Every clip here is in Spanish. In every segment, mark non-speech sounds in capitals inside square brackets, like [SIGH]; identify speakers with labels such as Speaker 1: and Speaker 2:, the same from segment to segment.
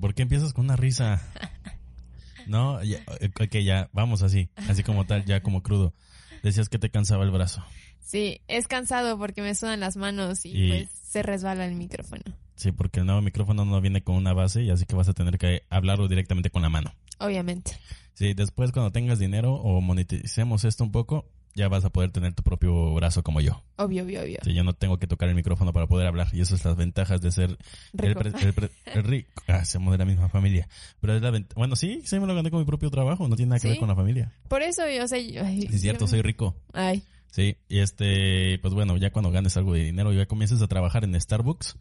Speaker 1: ¿Por qué empiezas con una risa? No, ya, ok, ya, vamos así, así como tal, ya como crudo. Decías que te cansaba el brazo.
Speaker 2: [LAUGHS] Sí, es cansado porque me sudan las manos y,
Speaker 1: Y-
Speaker 2: pues se resbala el micrófono.
Speaker 1: Sí, porque el nuevo micrófono no viene con una base y así que vas a tener que hablarlo directamente con la mano.
Speaker 2: Obviamente.
Speaker 1: Sí, después cuando tengas dinero o moneticemos esto un poco, ya vas a poder tener tu propio brazo como yo.
Speaker 2: Obvio, obvio, obvio.
Speaker 1: Sí, yo no tengo que tocar el micrófono para poder hablar y esas son las ventajas de ser el,
Speaker 2: Rico.
Speaker 1: pre- el pre- el rico. Ah, somos de la misma familia. Pero es la vent- bueno, sí, sí me lo gané con mi propio trabajo, no tiene nada que ver
Speaker 2: Sí.
Speaker 1: con la familia.
Speaker 2: Por eso yo, o sea, yo- ay,
Speaker 1: Es cierto,
Speaker 2: yo-
Speaker 1: soy rico.
Speaker 2: Ay,
Speaker 1: Sí, y este, pues bueno, ya cuando ganes algo de dinero, ya comiences a trabajar en Starbucks,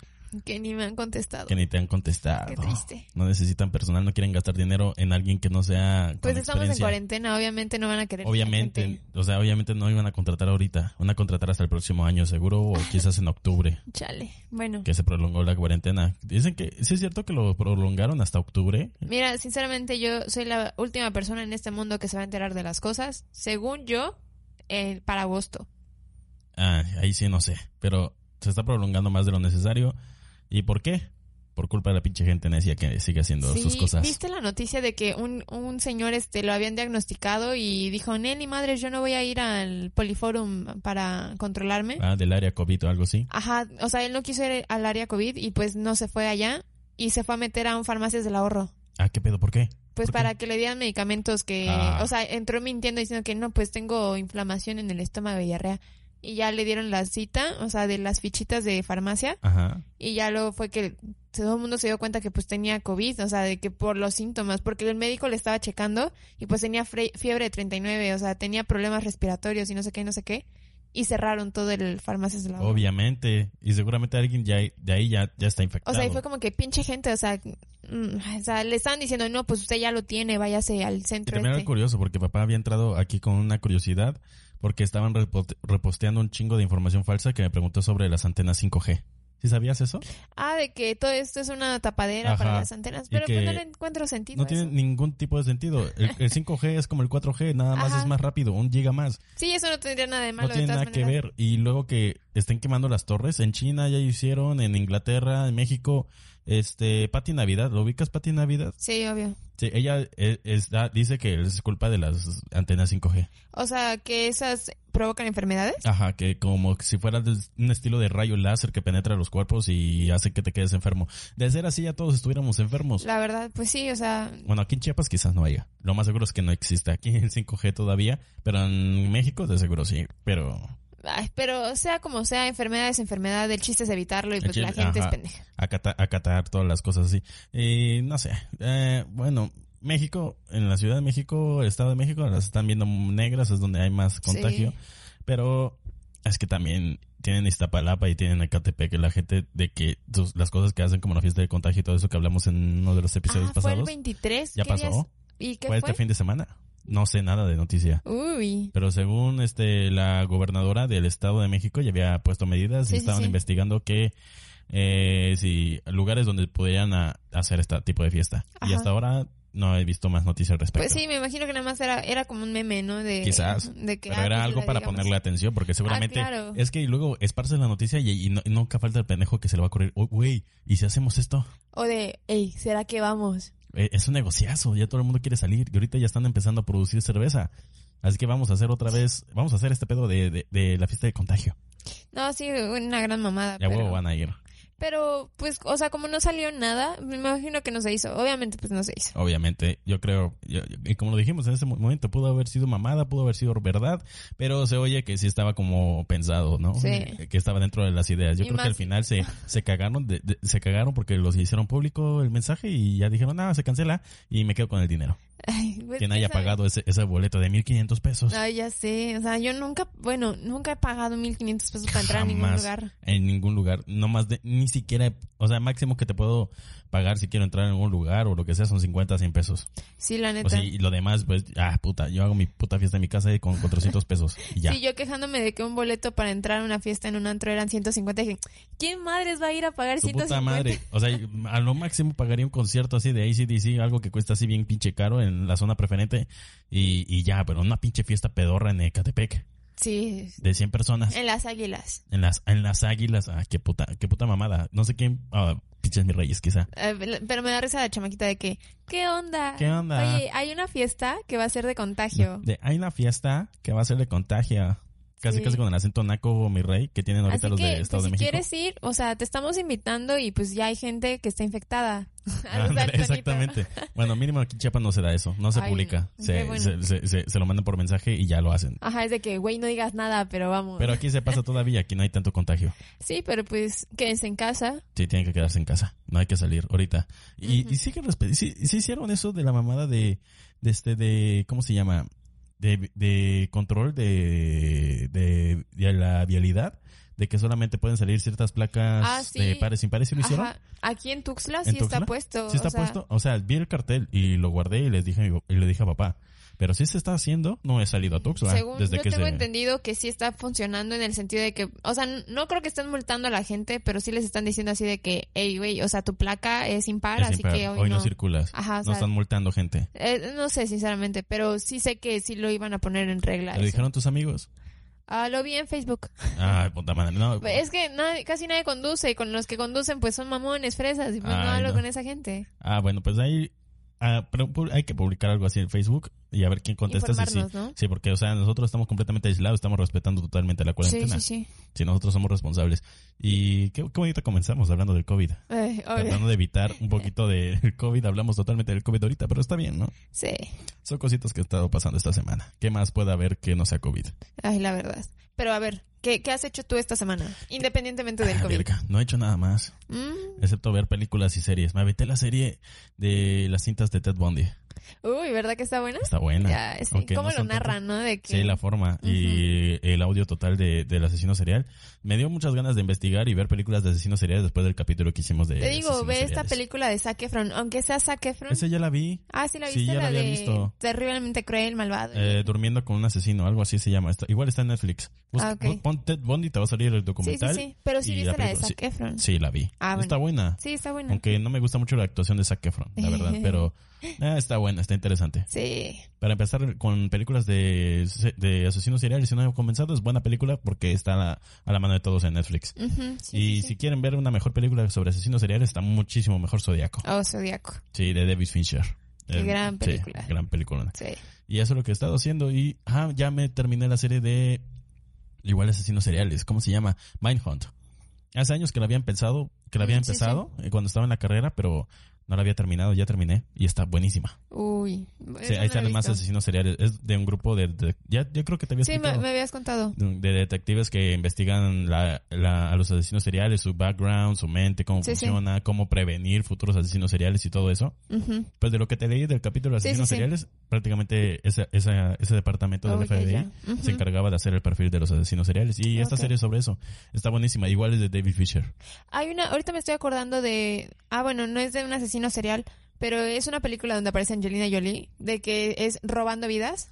Speaker 2: que ni me han contestado.
Speaker 1: que ni te han contestado.
Speaker 2: Qué triste.
Speaker 1: No necesitan personal, no quieren gastar dinero en alguien que no sea con
Speaker 2: Pues estamos en
Speaker 1: experiencia.
Speaker 2: cuarentena, obviamente no van a querer.
Speaker 1: Obviamente,
Speaker 2: gente.
Speaker 1: o sea, obviamente no iban a contratar ahorita, van a contratar hasta el próximo año seguro o quizás en octubre,
Speaker 2: Chale. Bueno,
Speaker 1: que se prolongó la cuarentena. Dicen que sí es cierto que lo prolongaron hasta octubre.
Speaker 2: mira, sinceramente yo soy la última persona en este mundo que se va a enterar de las cosas. Según yo, eh, para agosto.
Speaker 1: Ah, ahí sí no sé, pero se está prolongando más de lo necesario. ¿Y por qué? Por culpa de la pinche gente necia que sigue haciendo
Speaker 2: Sí,
Speaker 1: sus cosas.
Speaker 2: ¿Viste la noticia de que un, un señor este lo habían diagnosticado y dijo, Nelly, madre, yo no voy a ir al Poliforum para controlarme?
Speaker 1: Ah, del área COVID o algo así.
Speaker 2: Ajá, o sea, él no quiso ir al área COVID y pues no se fue allá y se fue a meter a un farmacias del ahorro.
Speaker 1: Ah, ¿qué pedo? ¿Por qué?
Speaker 2: Pues
Speaker 1: ¿Por qué?
Speaker 2: para que le dieran medicamentos que,
Speaker 1: Ah.
Speaker 2: o sea, entró mintiendo diciendo que no, pues tengo inflamación en el estómago y diarrea. Y ya le dieron la cita, o sea, de las fichitas de farmacia.
Speaker 1: Ajá.
Speaker 2: Y ya luego fue que todo el mundo se dio cuenta que pues tenía COVID, o sea, de que por los síntomas, porque el médico le estaba checando y pues tenía fre- fiebre de 39, o sea, tenía problemas respiratorios y no sé qué, no sé qué. Y cerraron todo el farmacias de la Obvio.
Speaker 1: Obviamente. Y seguramente alguien ya, de ahí ya, ya
Speaker 2: O
Speaker 1: está infectado.
Speaker 2: sea, y fue como que pinche gente, o sea, mm, o sea, le estaban diciendo, no, pues usted ya lo tiene, váyase al
Speaker 1: Y
Speaker 2: centro.
Speaker 1: también era
Speaker 2: Este.
Speaker 1: curioso porque papá había entrado aquí con una curiosidad porque estaban repote- reposteando un chingo de información falsa que me preguntó sobre las antenas 5G. ¿Sí sabías eso?
Speaker 2: Ah, de que todo esto es una tapadera para
Speaker 1: Ajá.
Speaker 2: las antenas,
Speaker 1: Y
Speaker 2: pero
Speaker 1: que
Speaker 2: pues no le encuentro sentido.
Speaker 1: No
Speaker 2: a
Speaker 1: tiene
Speaker 2: eso.
Speaker 1: ningún tipo de sentido. El, el 5G es como el 4G, nada más
Speaker 2: Ajá.
Speaker 1: es más rápido, un giga más.
Speaker 2: Sí, eso no tendría nada de malo.
Speaker 1: No
Speaker 2: de
Speaker 1: tiene nada
Speaker 2: todas
Speaker 1: que
Speaker 2: maneras.
Speaker 1: ver. Y luego que estén quemando las torres, en China ya hicieron, en Inglaterra, en México, este, Pati Navidad, ¿lo ubicas Pati Navidad?
Speaker 2: Sí, obvio.
Speaker 1: Sí, ella eh, está- dice que es culpa de las antenas 5G.
Speaker 2: O sea, que esas provocan enfermedades.
Speaker 1: Ajá, que como si fuera de- un estilo de rayo láser que penetra los cuerpos y hace que te quedes enfermo. De ser así ya todos estuviéramos enfermos.
Speaker 2: La verdad, pues sí, o sea,
Speaker 1: Bueno, aquí en Chiapas quizás no haya. Lo más seguro es que no exista aquí el 5G todavía, pero en México de seguro sí. Pero
Speaker 2: ay, pero sea como sea, enfermedad es enfermedad, el chiste es evitarlo y
Speaker 1: El
Speaker 2: pues la
Speaker 1: chiste-
Speaker 2: gente
Speaker 1: ajá.
Speaker 2: es pendeja.
Speaker 1: acata- acatar todas las cosas así. Y no sé. Eh, bueno, México, en la Ciudad de México, el Estado de México, las están viendo negras, es donde hay más contagio.
Speaker 2: Sí.
Speaker 1: Pero es que también tienen Iztapalapa y tienen Ecatepec, que la gente de que sus- las cosas que hacen como la fiesta de contagio y todo eso que hablamos en uno de los episodios
Speaker 2: Ah, fue el
Speaker 1: pasados,
Speaker 2: 23.
Speaker 1: ya
Speaker 2: ¿qué día es?
Speaker 1: pasó.
Speaker 2: ¿Y qué
Speaker 1: Fue este
Speaker 2: fue?
Speaker 1: fin de semana. No sé nada de noticia.
Speaker 2: Uy,
Speaker 1: Pero según este la gobernadora del Estado de México ya había puesto medidas
Speaker 2: Sí,
Speaker 1: y
Speaker 2: sí,
Speaker 1: estaban
Speaker 2: sí.
Speaker 1: investigando que eh, si lugares donde pudieran a- hacer este tipo de fiesta. Y
Speaker 2: Ajá.
Speaker 1: hasta ahora no he visto más noticias al respecto.
Speaker 2: pues sí, me imagino que nada más era, era como un meme, ¿no? De,
Speaker 1: Quizás,
Speaker 2: de que,
Speaker 1: Pero
Speaker 2: ah,
Speaker 1: era
Speaker 2: pues,
Speaker 1: algo
Speaker 2: la
Speaker 1: para
Speaker 2: digamos.
Speaker 1: ponerle atención, porque seguramente
Speaker 2: claro.
Speaker 1: es que luego esparces la noticia y, y no- y nunca falta el pendejo que se le va a ocurrir, "Oh, güey, ¿y si hacemos esto?
Speaker 2: O de, hey, ¿será que vamos?
Speaker 1: Eh, Es un negociazo, ya todo el mundo quiere salir y ahorita ya están empezando a producir cerveza. Así que vamos a hacer otra vez, vamos a hacer este pedo de, de- de la fiesta de contagio.
Speaker 2: No, sí, una gran mamada.
Speaker 1: Ya huevo
Speaker 2: Ah, pero,
Speaker 1: van a ir,
Speaker 2: pero, pues, o sea, como no salió nada, me imagino que no se hizo. Obviamente, pues no se hizo. [LAUGHS]
Speaker 1: obviamente. Yo creo, yo- yo- y como lo dijimos en ese mo- momento, pudo haber sido mamada, pudo haber sido verdad, pero se oye que sí estaba como pensado, ¿no? Eh,
Speaker 2: Sí.
Speaker 1: Que estaba dentro de las ideas. Yo
Speaker 2: Y
Speaker 1: creo que
Speaker 2: más-
Speaker 1: al
Speaker 2: [LAUGHS]
Speaker 1: final se, se cagaron, de- de- se cagaron porque los hicieron público el mensaje y ya dijeron, nada, se cancela y me quedo con el dinero.
Speaker 2: Ay, pues, Ah.
Speaker 1: Quien
Speaker 2: ¿quién
Speaker 1: haya
Speaker 2: sabe?
Speaker 1: pagado ese, ese boleto de 1500 pesos.
Speaker 2: Ay, ya sé. O sea, yo nunca, bueno, nunca he pagado 1500 pesos para entrar a ningún
Speaker 1: Jamás.
Speaker 2: lugar.
Speaker 1: en ningún lugar, no más de, ni siquiera, o sea, máximo que te puedo pagar si quiero entrar en algún lugar o lo que sea son 50, 100 pesos.
Speaker 2: Sí, la
Speaker 1: O
Speaker 2: neta.
Speaker 1: sea, y lo demás, pues, ah, puta, yo hago mi puta fiesta en mi casa y con 400 pesos y ya.
Speaker 2: Sí, yo quejándome de que un boleto para entrar a una fiesta en un antro eran 150. Dije, ¿quién madres va a ir a pagar
Speaker 1: Tu
Speaker 2: 150?
Speaker 1: puta madre. O sea, a lo máximo pagaría un concierto así de ACDC, algo que cuesta así bien pinche caro en la zona preferente y, y ya, pero una pinche fiesta pedorra en Ecatepec
Speaker 2: Sí,
Speaker 1: de
Speaker 2: Eh.
Speaker 1: 100 personas.
Speaker 2: en las águilas.
Speaker 1: En las, en las águilas, ah, qué puta, qué puta mamada. No sé quién ah, Pinches mis reyes, quizá.
Speaker 2: Eh, Pero me da risa la chamaquita de que, ¿qué onda?
Speaker 1: ¿Qué onda?
Speaker 2: Oye, hay una fiesta que va a ser de contagio.
Speaker 1: De, hay una fiesta que va a ser de contagia. Casi,
Speaker 2: Sí.
Speaker 1: casi con el acento naco, mi rey, que tienen ahorita
Speaker 2: Así
Speaker 1: los
Speaker 2: que,
Speaker 1: de
Speaker 2: pues,
Speaker 1: Estado
Speaker 2: si
Speaker 1: de México.
Speaker 2: quieres ir, o sea, te estamos invitando y pues ya hay gente que está infectada. [LAUGHS] Algo
Speaker 1: Ándale,
Speaker 2: tal tonito.
Speaker 1: exactamente. Bueno, mínimo aquí en Chiapas no se da eso, no se
Speaker 2: Ay,
Speaker 1: publica.
Speaker 2: qué
Speaker 1: Se,
Speaker 2: bueno.
Speaker 1: se, se- se- se lo mandan por mensaje y ya lo hacen.
Speaker 2: Ajá, es de que, güey, no digas nada, pero vamos.
Speaker 1: Pero aquí se pasa todavía, aquí no hay tanto contagio.
Speaker 2: Sí, pero pues quédense en casa.
Speaker 1: Sí, tienen que quedarse en casa, no hay que salir ahorita. Y,
Speaker 2: Ujú.
Speaker 1: y sí que respe- sí, sí hicieron eso de la mamada de, de este, de, ¿cómo se llama? De, de control de, de, de la vialidad, de que solamente pueden salir ciertas placas
Speaker 2: Ah, sí.
Speaker 1: de pares impares, ¿sí lo hicieron?
Speaker 2: Ajá. Aquí en Tuxtla
Speaker 1: ¿En
Speaker 2: sí
Speaker 1: Tuxtla?
Speaker 2: está puesto.
Speaker 1: Sí está
Speaker 2: o sea,
Speaker 1: puesto, o sea, vi el cartel y lo guardé y les dije a mi pa- y le dije a papá, pero si se está haciendo, no he salido a Tuxtla
Speaker 2: Según
Speaker 1: desde
Speaker 2: yo
Speaker 1: que
Speaker 2: tengo
Speaker 1: se
Speaker 2: entendido que sí está funcionando en el sentido de que, o sea, n- no creo que estén multando a la gente, pero sí les están diciendo así de que, hey, güey, o sea, tu placa es impar,
Speaker 1: es
Speaker 2: así
Speaker 1: impar,
Speaker 2: que hoy,
Speaker 1: hoy no.
Speaker 2: no.
Speaker 1: circulas.
Speaker 2: Ajá, o
Speaker 1: no
Speaker 2: sea,
Speaker 1: están multando gente.
Speaker 2: eh, no sé, sinceramente, pero sí sé que sí lo iban a poner en regla.
Speaker 1: ¿Te lo
Speaker 2: eso.
Speaker 1: dijeron tus amigos?
Speaker 2: [LAUGHS] Ah, lo vi en Facebook.
Speaker 1: Ay, puta madre. No,
Speaker 2: Es que nadie- casi nadie conduce y con los que conducen pues son mamones, fresas y pues no
Speaker 1: Ay,
Speaker 2: hablo
Speaker 1: no.
Speaker 2: con esa gente.
Speaker 1: Ah, bueno, pues ahí ah, pero pu- hay que publicar algo así en Facebook y a ver quién contesta. si Sí,
Speaker 2: Informarnos, ¿no?
Speaker 1: sí, porque, o sea, nosotros estamos completamente aislados, estamos respetando totalmente la
Speaker 2: Sí, sí,
Speaker 1: cuarentena. Sí,
Speaker 2: sí.
Speaker 1: nosotros somos responsables. Y qué, qué bonito comenzamos hablando del COVID.
Speaker 2: Ay, obvio.
Speaker 1: Tratando de evitar
Speaker 2: [LAUGHS]
Speaker 1: un poquito del COVID, hablamos totalmente del COVID ahorita, pero está bien, ¿no?
Speaker 2: Sí,
Speaker 1: Son cositas que he estado pasando esta semana. ¿Qué más puede haber que no sea COVID?
Speaker 2: ay, la verdad. Pero a ver, ¿qué, qué has hecho tú esta semana? Independientemente del
Speaker 1: Ah,
Speaker 2: COVID.
Speaker 1: verga, no he hecho nada más,
Speaker 2: Mm.
Speaker 1: excepto ver películas y series. Me aventé la serie de las cintas de Ted Bundy.
Speaker 2: Uy, ¿verdad que está buena?
Speaker 1: Está buena.
Speaker 2: Ya, sí.
Speaker 1: Aunque
Speaker 2: ¿Cómo
Speaker 1: no
Speaker 2: lo
Speaker 1: son tanto-
Speaker 2: narran, no? De que...
Speaker 1: Sí, la forma y el audio total de, del asesino serial. Me dio muchas ganas de investigar y ver películas de asesinos seriales después del capítulo que hicimos de.
Speaker 2: Te digo,
Speaker 1: asesinos
Speaker 2: ve esta
Speaker 1: seriales.
Speaker 2: película de Zac Efron, aunque sea Zac Efron.
Speaker 1: Esa ya la vi.
Speaker 2: Ah, sí, la
Speaker 1: Sí,
Speaker 2: viste,
Speaker 1: ya la
Speaker 2: la,
Speaker 1: había
Speaker 2: de
Speaker 1: visto.
Speaker 2: Terriblemente Cruel, Malvado.
Speaker 1: eh, durmiendo con un asesino, algo así se llama. Está- igual está en Netflix. Busca,
Speaker 2: Ah, ok.
Speaker 1: Pon Ted Bundy, te va a salir el
Speaker 2: sí, sí,
Speaker 1: documental.
Speaker 2: sí. Pero sí
Speaker 1: y
Speaker 2: viste
Speaker 1: la
Speaker 2: la, de
Speaker 1: película,
Speaker 2: Zac Efron. Sí,
Speaker 1: Sí, la vi.
Speaker 2: Ah, bueno.
Speaker 1: Está buena.
Speaker 2: está buena.
Speaker 1: Aunque no me gusta mucho la actuación de Zac Efron, la verdad. pero eh, está buena, está interesante.
Speaker 2: Sí.
Speaker 1: Para empezar con películas de, de asesinos seriales, si no he comenzado, es buena película porque está a la, a la mano de todos en Netflix.
Speaker 2: Ujú, sí,
Speaker 1: y
Speaker 2: sí, sí.
Speaker 1: si quieren ver una mejor película sobre asesinos seriales, está muchísimo mejor Zodíaco.
Speaker 2: Oh, Zodíaco.
Speaker 1: Sí, de David Fincher. Eh,
Speaker 2: Qué gran
Speaker 1: sí,
Speaker 2: película.
Speaker 1: gran película.
Speaker 2: Sí.
Speaker 1: Y eso es lo que he estado haciendo. Y ah, ya me terminé la serie de igual asesinos seriales. ¿Cómo se llama? Mindhunt. Hace años que la habían pensado, que la había
Speaker 2: Mm, sí,
Speaker 1: empezado eh, cuando estaba en la carrera, pero no la había terminado. Ya terminé y está buenísima.
Speaker 2: Uy.
Speaker 1: Sí, ahí están más
Speaker 2: asesinos.
Speaker 1: asesinos seriales. Es de un grupo de... de- ya, yo creo que te había
Speaker 2: Sí, me,
Speaker 1: explicado.
Speaker 2: me habías contado.
Speaker 1: De de detectives que investigan la- la- a los asesinos seriales, su background, su mente, cómo
Speaker 2: Sí, sí.
Speaker 1: funciona, cómo prevenir futuros asesinos seriales y todo eso.
Speaker 2: Ujú.
Speaker 1: Pues de lo que te leí del capítulo de
Speaker 2: Sí, sí,
Speaker 1: asesinos
Speaker 2: sí.
Speaker 1: seriales, prácticamente esa- esa- ese departamento del
Speaker 2: Oh, ya,
Speaker 1: FBI
Speaker 2: ya. Ujú.
Speaker 1: se encargaba de hacer el perfil de los asesinos seriales. Y esta
Speaker 2: Ok.
Speaker 1: serie sobre eso está buenísima. Igual es de David Fisher.
Speaker 2: Hay una, ahorita me estoy acordando de, ah, bueno, no es de un asesino serial, pero es una película donde aparece Angelina Jolie, de que es Robando Vidas.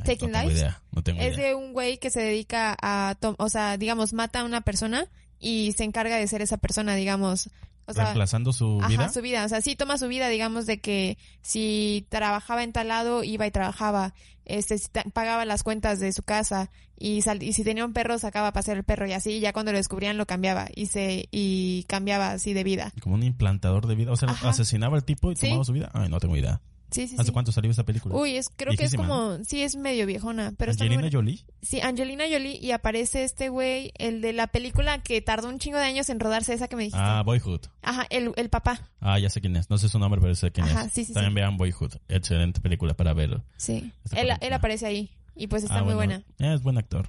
Speaker 1: Ay,
Speaker 2: Taking
Speaker 1: no tengo
Speaker 2: Lives.
Speaker 1: idea. No tengo
Speaker 2: Es
Speaker 1: idea.
Speaker 2: de un güey que se dedica a, tom- o sea, digamos, mata a una persona y se encarga de ser esa persona, digamos. O sea,
Speaker 1: Reemplazando su
Speaker 2: ajá,
Speaker 1: vida.
Speaker 2: su vida. O sea, sí toma su vida, digamos, de que si trabajaba en tal lado, iba y trabajaba. Este, si ta- pagaba las cuentas de su casa y, sal- y si tenía un perro, sacaba a pasear el perro y así. Y ya cuando lo descubrían, lo cambiaba y se, y cambiaba así de vida.
Speaker 1: Como un implantador de vida. O sea,
Speaker 2: Ajá.
Speaker 1: asesinaba al tipo y
Speaker 2: Sí.
Speaker 1: tomaba su vida. Ay, no tengo idea.
Speaker 2: Sí, sí,
Speaker 1: ¿Hace
Speaker 2: sí.
Speaker 1: cuánto salió esta película?
Speaker 2: Uy, es, creo que es
Speaker 1: Viejísima,
Speaker 2: como, sí, es medio viejona, pero está muy
Speaker 1: Angelina
Speaker 2: buena.
Speaker 1: Jolie.
Speaker 2: Sí, Angelina Jolie y aparece este güey, el de la película que tardó un chingo de años en rodarse, esa que me dijiste.
Speaker 1: Ah, Boyhood.
Speaker 2: Ajá, el, el papá.
Speaker 1: Ah, ya sé quién es. No sé su nombre, pero sé quién
Speaker 2: Ajá,
Speaker 1: es.
Speaker 2: sí, sí,
Speaker 1: También vean Boyhood. Excelente película para ver.
Speaker 2: Sí.
Speaker 1: Esta
Speaker 2: Él,
Speaker 1: película.
Speaker 2: él aparece ahí y pues está
Speaker 1: Ah,
Speaker 2: muy
Speaker 1: bueno.
Speaker 2: buena.
Speaker 1: Eh, Es buen actor.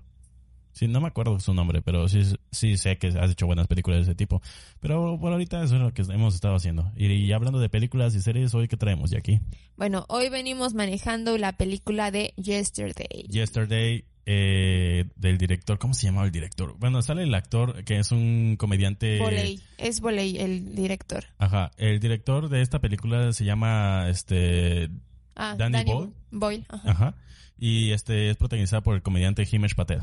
Speaker 1: Sí, no me acuerdo su nombre, pero sí, sí sé que has hecho buenas películas de ese tipo. Pero por ahorita eso es lo que hemos estado haciendo. Y, y hablando de películas y series, hoy que traemos, Jackie.
Speaker 2: Bueno, hoy venimos manejando la película de Yesterday.
Speaker 1: Yesterday, eh, del director, ¿cómo se llamaba el director? Bueno, sale el actor que es un comediante.
Speaker 2: Voley, es Voley el director.
Speaker 1: Ajá, el director de esta película se llama este
Speaker 2: Ah,
Speaker 1: Danny
Speaker 2: Danny,
Speaker 1: Boyle. Ah.
Speaker 2: Boyle. Boyle, ajá.
Speaker 1: Ajá. Y este es protagonizada por el comediante Himesh Patel.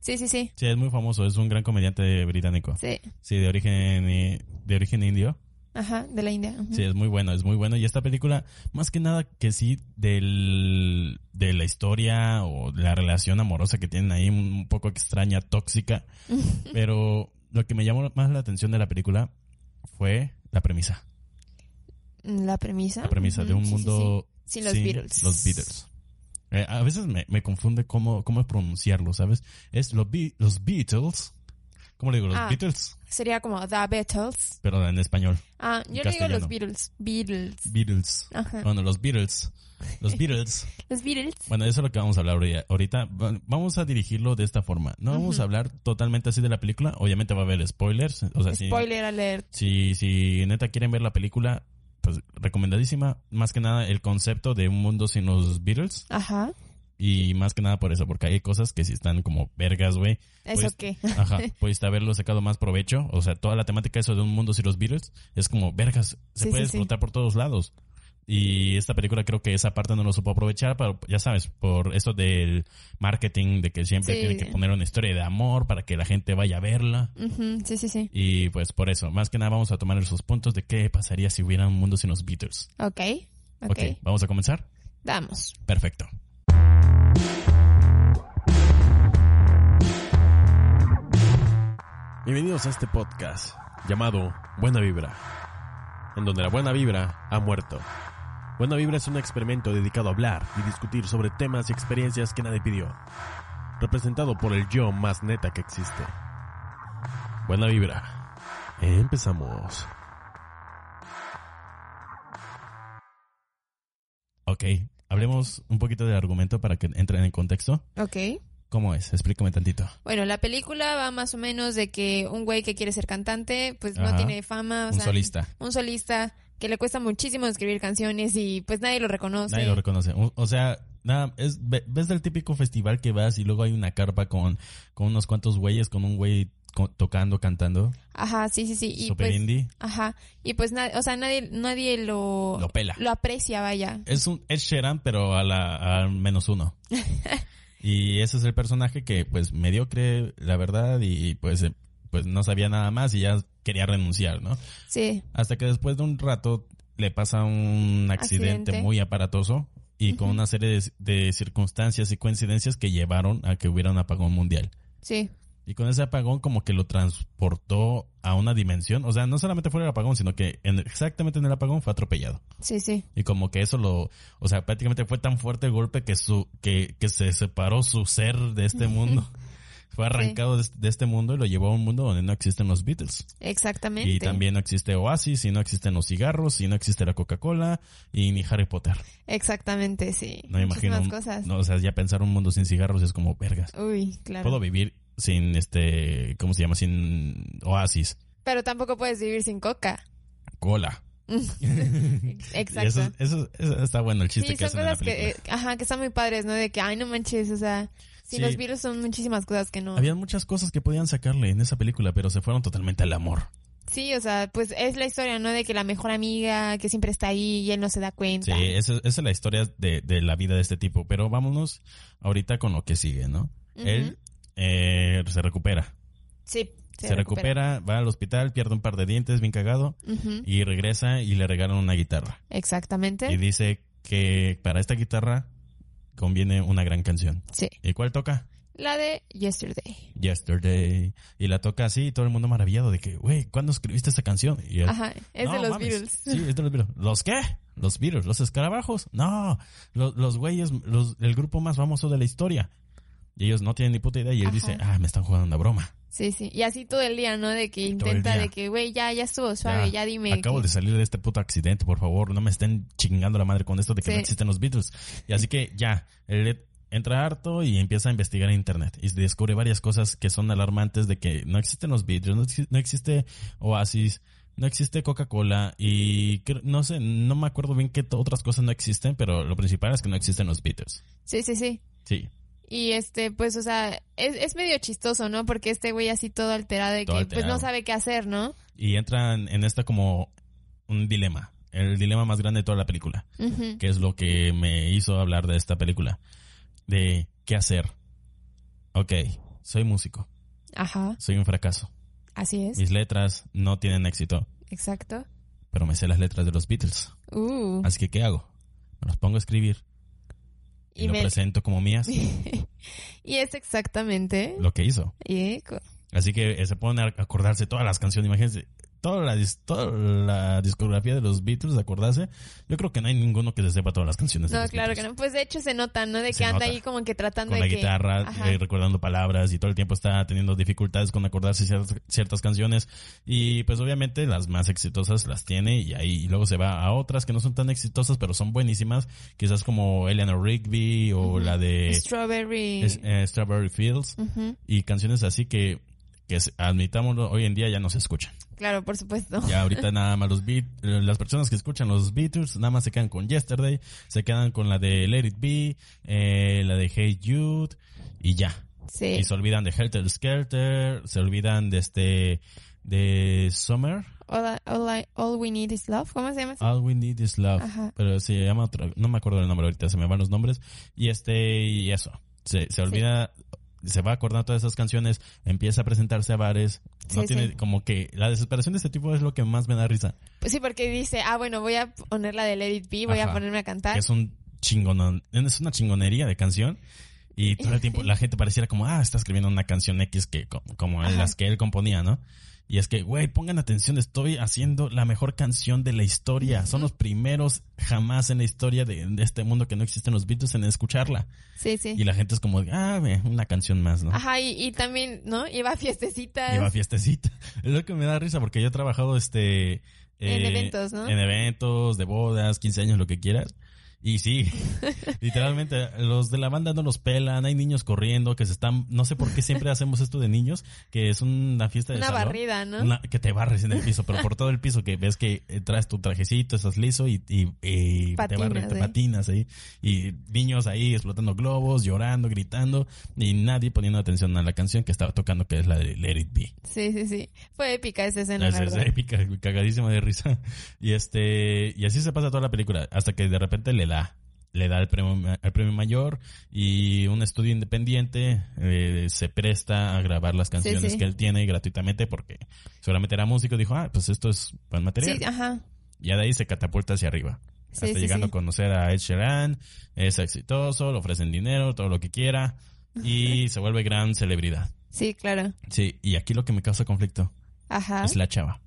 Speaker 2: Sí, sí, sí.
Speaker 1: Sí, es muy famoso, es un gran comediante británico.
Speaker 2: Sí,
Speaker 1: Sí, de origen eh, de origen indio.
Speaker 2: ajá, de la India. ujú.
Speaker 1: Sí, es muy bueno, es muy bueno. Y esta película, más que nada que sí, del, de la historia o la relación amorosa que tienen ahí, un
Speaker 2: [LAUGHS]
Speaker 1: poco extraña, tóxica. Pero lo que me llamó más la atención de la película fue la premisa.
Speaker 2: Mm, La premisa.
Speaker 1: La premisa de
Speaker 2: Ujú,
Speaker 1: un
Speaker 2: sí, sí,
Speaker 1: mundo
Speaker 2: sí. Sin los Beatles.
Speaker 1: Los Beatles. Eh, a veces me, me confunde cómo, cómo pronunciarlo, ¿sabes? Es los, Be- los Beatles. ¿Cómo le digo? Los
Speaker 2: Ah.
Speaker 1: Beatles,
Speaker 2: sí. Sería como The Beatles.
Speaker 1: pero en español.
Speaker 2: Ah, yo le digo
Speaker 1: Castellano. Ah.
Speaker 2: los Beatles. Beatles.
Speaker 1: Beatles.
Speaker 2: Ajá.
Speaker 1: Bueno, los Beatles.
Speaker 2: [LAUGHS]
Speaker 1: Los Beatles.
Speaker 2: Los Beatles.
Speaker 1: Bueno, eso es lo que vamos a hablar ahorita. ahorita. va- Vamos a dirigirlo de esta forma. No vamos
Speaker 2: Ujú.
Speaker 1: a hablar totalmente así de la película. Obviamente va a haber spoilers. O sea, si-
Speaker 2: Spoiler alert.
Speaker 1: Si, si neta quieren ver la película, pues recomendadísima. Más que nada el concepto de un mundo sin los Beatles.
Speaker 2: Ajá.
Speaker 1: Y más que nada por eso, porque hay cosas que sí están como vergas, güey.
Speaker 2: ¿Eso
Speaker 1: Pues-
Speaker 2: qué? [LAUGHS]
Speaker 1: Ajá, pudiste haberlo sacado más provecho. O sea, toda la temática eso de un mundo sin los Beatles es como vergas, se
Speaker 2: Sí,
Speaker 1: puede
Speaker 2: sí, sí.
Speaker 1: explotar por todos lados. Y esta película creo que esa parte no lo supo aprovechar, pero ya sabes, por eso del marketing, de que siempre
Speaker 2: Sí.
Speaker 1: tiene que poner una historia de amor para que la gente vaya a verla.
Speaker 2: Ujú, Sí, sí, sí.
Speaker 1: Y pues por eso, más que nada vamos a tomar esos puntos de qué pasaría si hubiera un mundo sin los Beatles.
Speaker 2: Ok. Ok.
Speaker 1: ok, vamos a comenzar.
Speaker 2: Vamos.
Speaker 1: Perfecto.
Speaker 3: Bienvenidos a este podcast llamado Buena Vibra, en donde la buena vibra ha muerto. Buena Vibra es un experimento dedicado a hablar y discutir sobre temas y experiencias que nadie pidió, representado por el yo más neta que existe. Buena Vibra, empezamos.
Speaker 1: Ok, hablemos un poquito del argumento para que entren en contexto.
Speaker 2: Ok.
Speaker 1: ¿Cómo es? Explícame tantito.
Speaker 2: Bueno, la película va más o menos de que un güey que quiere ser cantante, pues no
Speaker 1: Ajá.
Speaker 2: tiene fama. O
Speaker 1: un
Speaker 2: sea,
Speaker 1: solista.
Speaker 2: Un solista que le cuesta muchísimo escribir canciones y pues nadie lo reconoce.
Speaker 1: Nadie lo reconoce. O, o sea, nada, es, ve- ves del típico festival que vas y luego hay una carpa con, con unos cuantos güeyes, con un güey co- tocando, cantando,
Speaker 2: Ajá, sí, sí, sí. Y
Speaker 1: super
Speaker 2: pues,
Speaker 1: indie,
Speaker 2: ajá. Y pues, na- o sea, nadie, nadie lo,
Speaker 1: lo pela.
Speaker 2: lo aprecia, vaya.
Speaker 1: Es un Ed Sheeran, pero a la al
Speaker 2: [LAUGHS]
Speaker 1: menos uno. y ese es el personaje que, pues, mediocre, la verdad, y pues, eh, pues no sabía nada más y ya quería renunciar, ¿no?
Speaker 2: Sí.
Speaker 1: Hasta que después de un rato le pasa un accidente,
Speaker 2: Accidente.
Speaker 1: muy aparatoso y con
Speaker 2: Ujú.
Speaker 1: una serie de, de circunstancias y coincidencias que llevaron a que hubiera un apagón mundial.
Speaker 2: Sí.
Speaker 1: Y con ese apagón como que lo transportó a una dimensión. O sea, no solamente fue el apagón, sino que en- exactamente en el apagón fue atropellado.
Speaker 2: Sí, sí.
Speaker 1: Y como que eso lo... O sea, prácticamente fue tan fuerte el golpe que, su, que, que se separó su ser de este mundo. Fue arrancado de, de este mundo y lo llevó a un mundo donde no existen los Beatles.
Speaker 2: Exactamente.
Speaker 1: Y también no existe Oasis, y no existen los cigarros, y no existe la Coca-Cola, y ni Harry Potter.
Speaker 2: Exactamente, sí.
Speaker 1: No imagino.
Speaker 2: Muchísimas
Speaker 1: un-
Speaker 2: cosas.
Speaker 1: No, o sea, ya pensar un mundo sin cigarros es como vergas.
Speaker 2: Uy, claro.
Speaker 1: Puedo vivir sin este, ¿cómo se llama? Sin Oasis,
Speaker 2: Pero tampoco puedes vivir sin
Speaker 1: [LAUGHS]
Speaker 2: coca. [LAUGHS]
Speaker 1: cola.
Speaker 2: Exacto.
Speaker 1: Y Eso, eso- eso está bueno el chiste
Speaker 2: sí,
Speaker 1: que
Speaker 2: son
Speaker 1: hacen en la
Speaker 2: cosas
Speaker 1: película.
Speaker 2: que, eh, ajá, que están muy padres, ¿no? De que, ay, no manches, o sea, si
Speaker 1: Sí.
Speaker 2: los virus son muchísimas cosas que no.
Speaker 1: Habían muchas cosas que podían sacarle en esa película, pero se fueron totalmente al amor.
Speaker 2: Sí, o sea, pues es la historia, ¿no? De que la mejor amiga que siempre está ahí y él no se da
Speaker 1: Sí,
Speaker 2: cuenta.
Speaker 1: esa, esa es la historia de, de la vida de este tipo. Pero vámonos ahorita con lo que sigue, ¿no?
Speaker 2: Ujú.
Speaker 1: Él eh, se recupera.
Speaker 2: sí,
Speaker 1: Se, recupera. va al hospital, pierde un par de dientes, bien cagado,
Speaker 2: Ujú.
Speaker 1: y regresa y le regalan una guitarra. Y
Speaker 2: Exactamente.
Speaker 1: dice que para esta guitarra conviene una gran canción.
Speaker 2: Sí.
Speaker 1: ¿Y cuál toca?
Speaker 2: La de Yesterday.
Speaker 1: Yesterday. Y la toca así y todo el mundo maravillado de que, güey, ¿cuándo escribiste esa canción? Y él,
Speaker 2: Ajá, es
Speaker 1: "No,
Speaker 2: de los
Speaker 1: mames".
Speaker 2: virus.
Speaker 1: Sí, es de los Beatles. ¿Los qué? Los Beatles, los escarabajos. No, los, los güeyes, los- el grupo más famoso de la historia. Y ellos no tienen ni puta idea y él
Speaker 2: Ajá.
Speaker 1: dice, ah, me están jugando una broma.
Speaker 2: Sí, sí. Y así todo el día, ¿no? De que
Speaker 1: Todo el
Speaker 2: intenta
Speaker 1: día.
Speaker 2: de que, güey, ya, ya estuvo suave, ya, dime.
Speaker 1: Acabo
Speaker 2: que-
Speaker 1: de salir de este puto accidente, por favor. No me estén chingando la madre con esto de que
Speaker 2: Sí.
Speaker 1: no existen los Beatles. Y así que ya, él entra harto y empieza a investigar en internet. Y descubre varias cosas que son alarmantes de que no existen los Beatles, no, exi- no existe Oasis, no existe Coca-Cola y cre- no sé, no me acuerdo bien qué to- otras cosas no existen, pero lo principal es que no existen los Beatles.
Speaker 2: Sí, sí, sí.
Speaker 1: Sí,
Speaker 2: Y este, pues, o sea, es, es medio chistoso, ¿no? Porque este güey así todo alterado de que,
Speaker 1: Todo
Speaker 2: pues, no
Speaker 1: alterado.
Speaker 2: sabe qué hacer, ¿no?
Speaker 1: y entran en esta como un dilema, el dilema más grande de toda la película.
Speaker 2: Ujú.
Speaker 1: que es lo que me hizo hablar de esta película. De qué hacer. Ok, soy músico,
Speaker 2: Ajá,
Speaker 1: soy un fracaso.
Speaker 2: así es.
Speaker 1: Mis letras no tienen éxito,
Speaker 2: Exacto.
Speaker 1: pero me sé las letras de los Beatles.
Speaker 2: Uh,
Speaker 1: Así que, ¿qué hago? Me los pongo a escribir y,
Speaker 2: y,
Speaker 1: lo
Speaker 2: me-
Speaker 1: presento como
Speaker 2: [LAUGHS]
Speaker 1: mías,
Speaker 2: y es exactamente.
Speaker 1: lo que hizo. eh,
Speaker 2: y- co-
Speaker 1: Así que eh, se ponen a acordarse todas las canciones, imagínense. toda la, dis- toda la discografía de los Beatles, acordase, yo creo que no hay ninguno que se sepa todas las canciones. de
Speaker 2: No,
Speaker 1: los
Speaker 2: claro que
Speaker 1: Beatles.
Speaker 2: no. Pues de hecho se nota, ¿no? De
Speaker 1: Se
Speaker 2: que anda
Speaker 1: nota.
Speaker 2: ahí como que tratando
Speaker 1: Con
Speaker 2: de
Speaker 1: la
Speaker 2: que...
Speaker 1: guitarra,
Speaker 2: Ajá.
Speaker 1: eh, recordando palabras y todo el tiempo está teniendo dificultades con acordarse ciertas, ciertas canciones. Y pues obviamente las más exitosas las tiene y ahí y luego se va a otras que no son tan exitosas, pero son buenísimas. Quizás como Eleanor Rigby o
Speaker 2: Ujú.
Speaker 1: la de
Speaker 2: Strawberry.
Speaker 1: eh. es- eh, Strawberry Fields
Speaker 2: Ujú.
Speaker 1: y canciones así que, que se- admitámoslo, hoy en día ya no se escuchan.
Speaker 2: Claro, por
Speaker 1: [LAUGHS]
Speaker 2: supuesto. [LAUGHS]
Speaker 1: Ya ahorita nada más los beat, las personas que escuchan los Beatles nada más se quedan con Yesterday, se quedan con la de Let It Be, eh, la de Hey Jude y ya.
Speaker 2: Sí.
Speaker 1: Y se olvidan de Helter Skelter, se olvidan de este de Summer,
Speaker 2: All, I- all, I- all We Need Is Love. ¿Cómo se llama? esa?
Speaker 1: All We Need Is Ah, Love,
Speaker 2: Ajá.
Speaker 1: pero se llama otra, no me acuerdo el nombre ahorita, se me van los nombres y este y eso. Se, se olvida Se va acordando todas esas canciones, empieza a presentarse a bares. No
Speaker 2: Sí,
Speaker 1: tiene
Speaker 2: sí.
Speaker 1: como que la desesperación de este tipo es lo que más me da risa.
Speaker 2: Pues sí, porque dice, ah, bueno, voy a poner la de Let It Be, voy
Speaker 1: Ajá.
Speaker 2: a ponerme a cantar.
Speaker 1: que es un chingonón, es una chingonería de canción. Y todo el tiempo la gente pareciera como, ah, está escribiendo una canción X que co- como
Speaker 2: Ajá.
Speaker 1: las que él componía, ¿no? Y es que, güey, pongan atención, estoy haciendo la mejor canción de la historia. Son los primeros jamás en la historia de, de este mundo que no existen los Beatles en escucharla.
Speaker 2: Sí, sí.
Speaker 1: Y la gente es como, ah, ve, una canción más, ¿no?
Speaker 2: Ajá, y, y también, ¿no? Iba a fiestecitas.
Speaker 1: Lleva fiestecita. [LAUGHS] Es lo que me da risa porque yo he trabajado este.
Speaker 2: En eventos, ¿no?
Speaker 1: En eventos, de bodas, 15 años, lo que quieras.
Speaker 2: [LAUGHS]
Speaker 1: Y sí, literalmente, los de la banda no los pelan, hay niños corriendo que se están, no sé por qué siempre hacemos esto de niños, que es una fiesta de
Speaker 2: Una
Speaker 1: salón.
Speaker 2: barrida, ¿no?
Speaker 1: Una- que te barres en el piso, pero por todo el piso que ves que eh, traes tu trajecito, estás liso y, y- y te
Speaker 2: Patinas,
Speaker 1: barren, te
Speaker 2: ¿eh?
Speaker 1: patinas ahí. Y niños ahí explotando globos, llorando, gritando y nadie poniendo atención a la canción que estaba tocando, que es la de Let It Be.
Speaker 2: Sí, sí, sí. Fue épica esa escena, la
Speaker 1: Es, es
Speaker 2: verdad.
Speaker 1: épica, cagadísima de risa. [LAUGHS] Y este y así se pasa toda la película, hasta que de repente le da. Le da el premio, ma- el premio mayor y un estudio independiente eh, se presta a grabar las canciones
Speaker 2: sí.
Speaker 1: que él tiene gratuitamente porque seguramente era músico. Dijo, ah, pues esto es buen material.
Speaker 2: Sí, ajá.
Speaker 1: Y de ahí se catapulta hacia arriba.
Speaker 2: Sí,
Speaker 1: hasta
Speaker 2: sí,
Speaker 1: llegando
Speaker 2: sí.
Speaker 1: a conocer a Ed Sheeran. Es exitoso, le ofrecen dinero, todo lo que quiera.
Speaker 2: [LAUGHS]
Speaker 1: Y se vuelve gran celebridad.
Speaker 2: Sí, claro.
Speaker 1: Sí, y aquí lo que me causa conflicto
Speaker 2: Ajá.
Speaker 1: es la chava.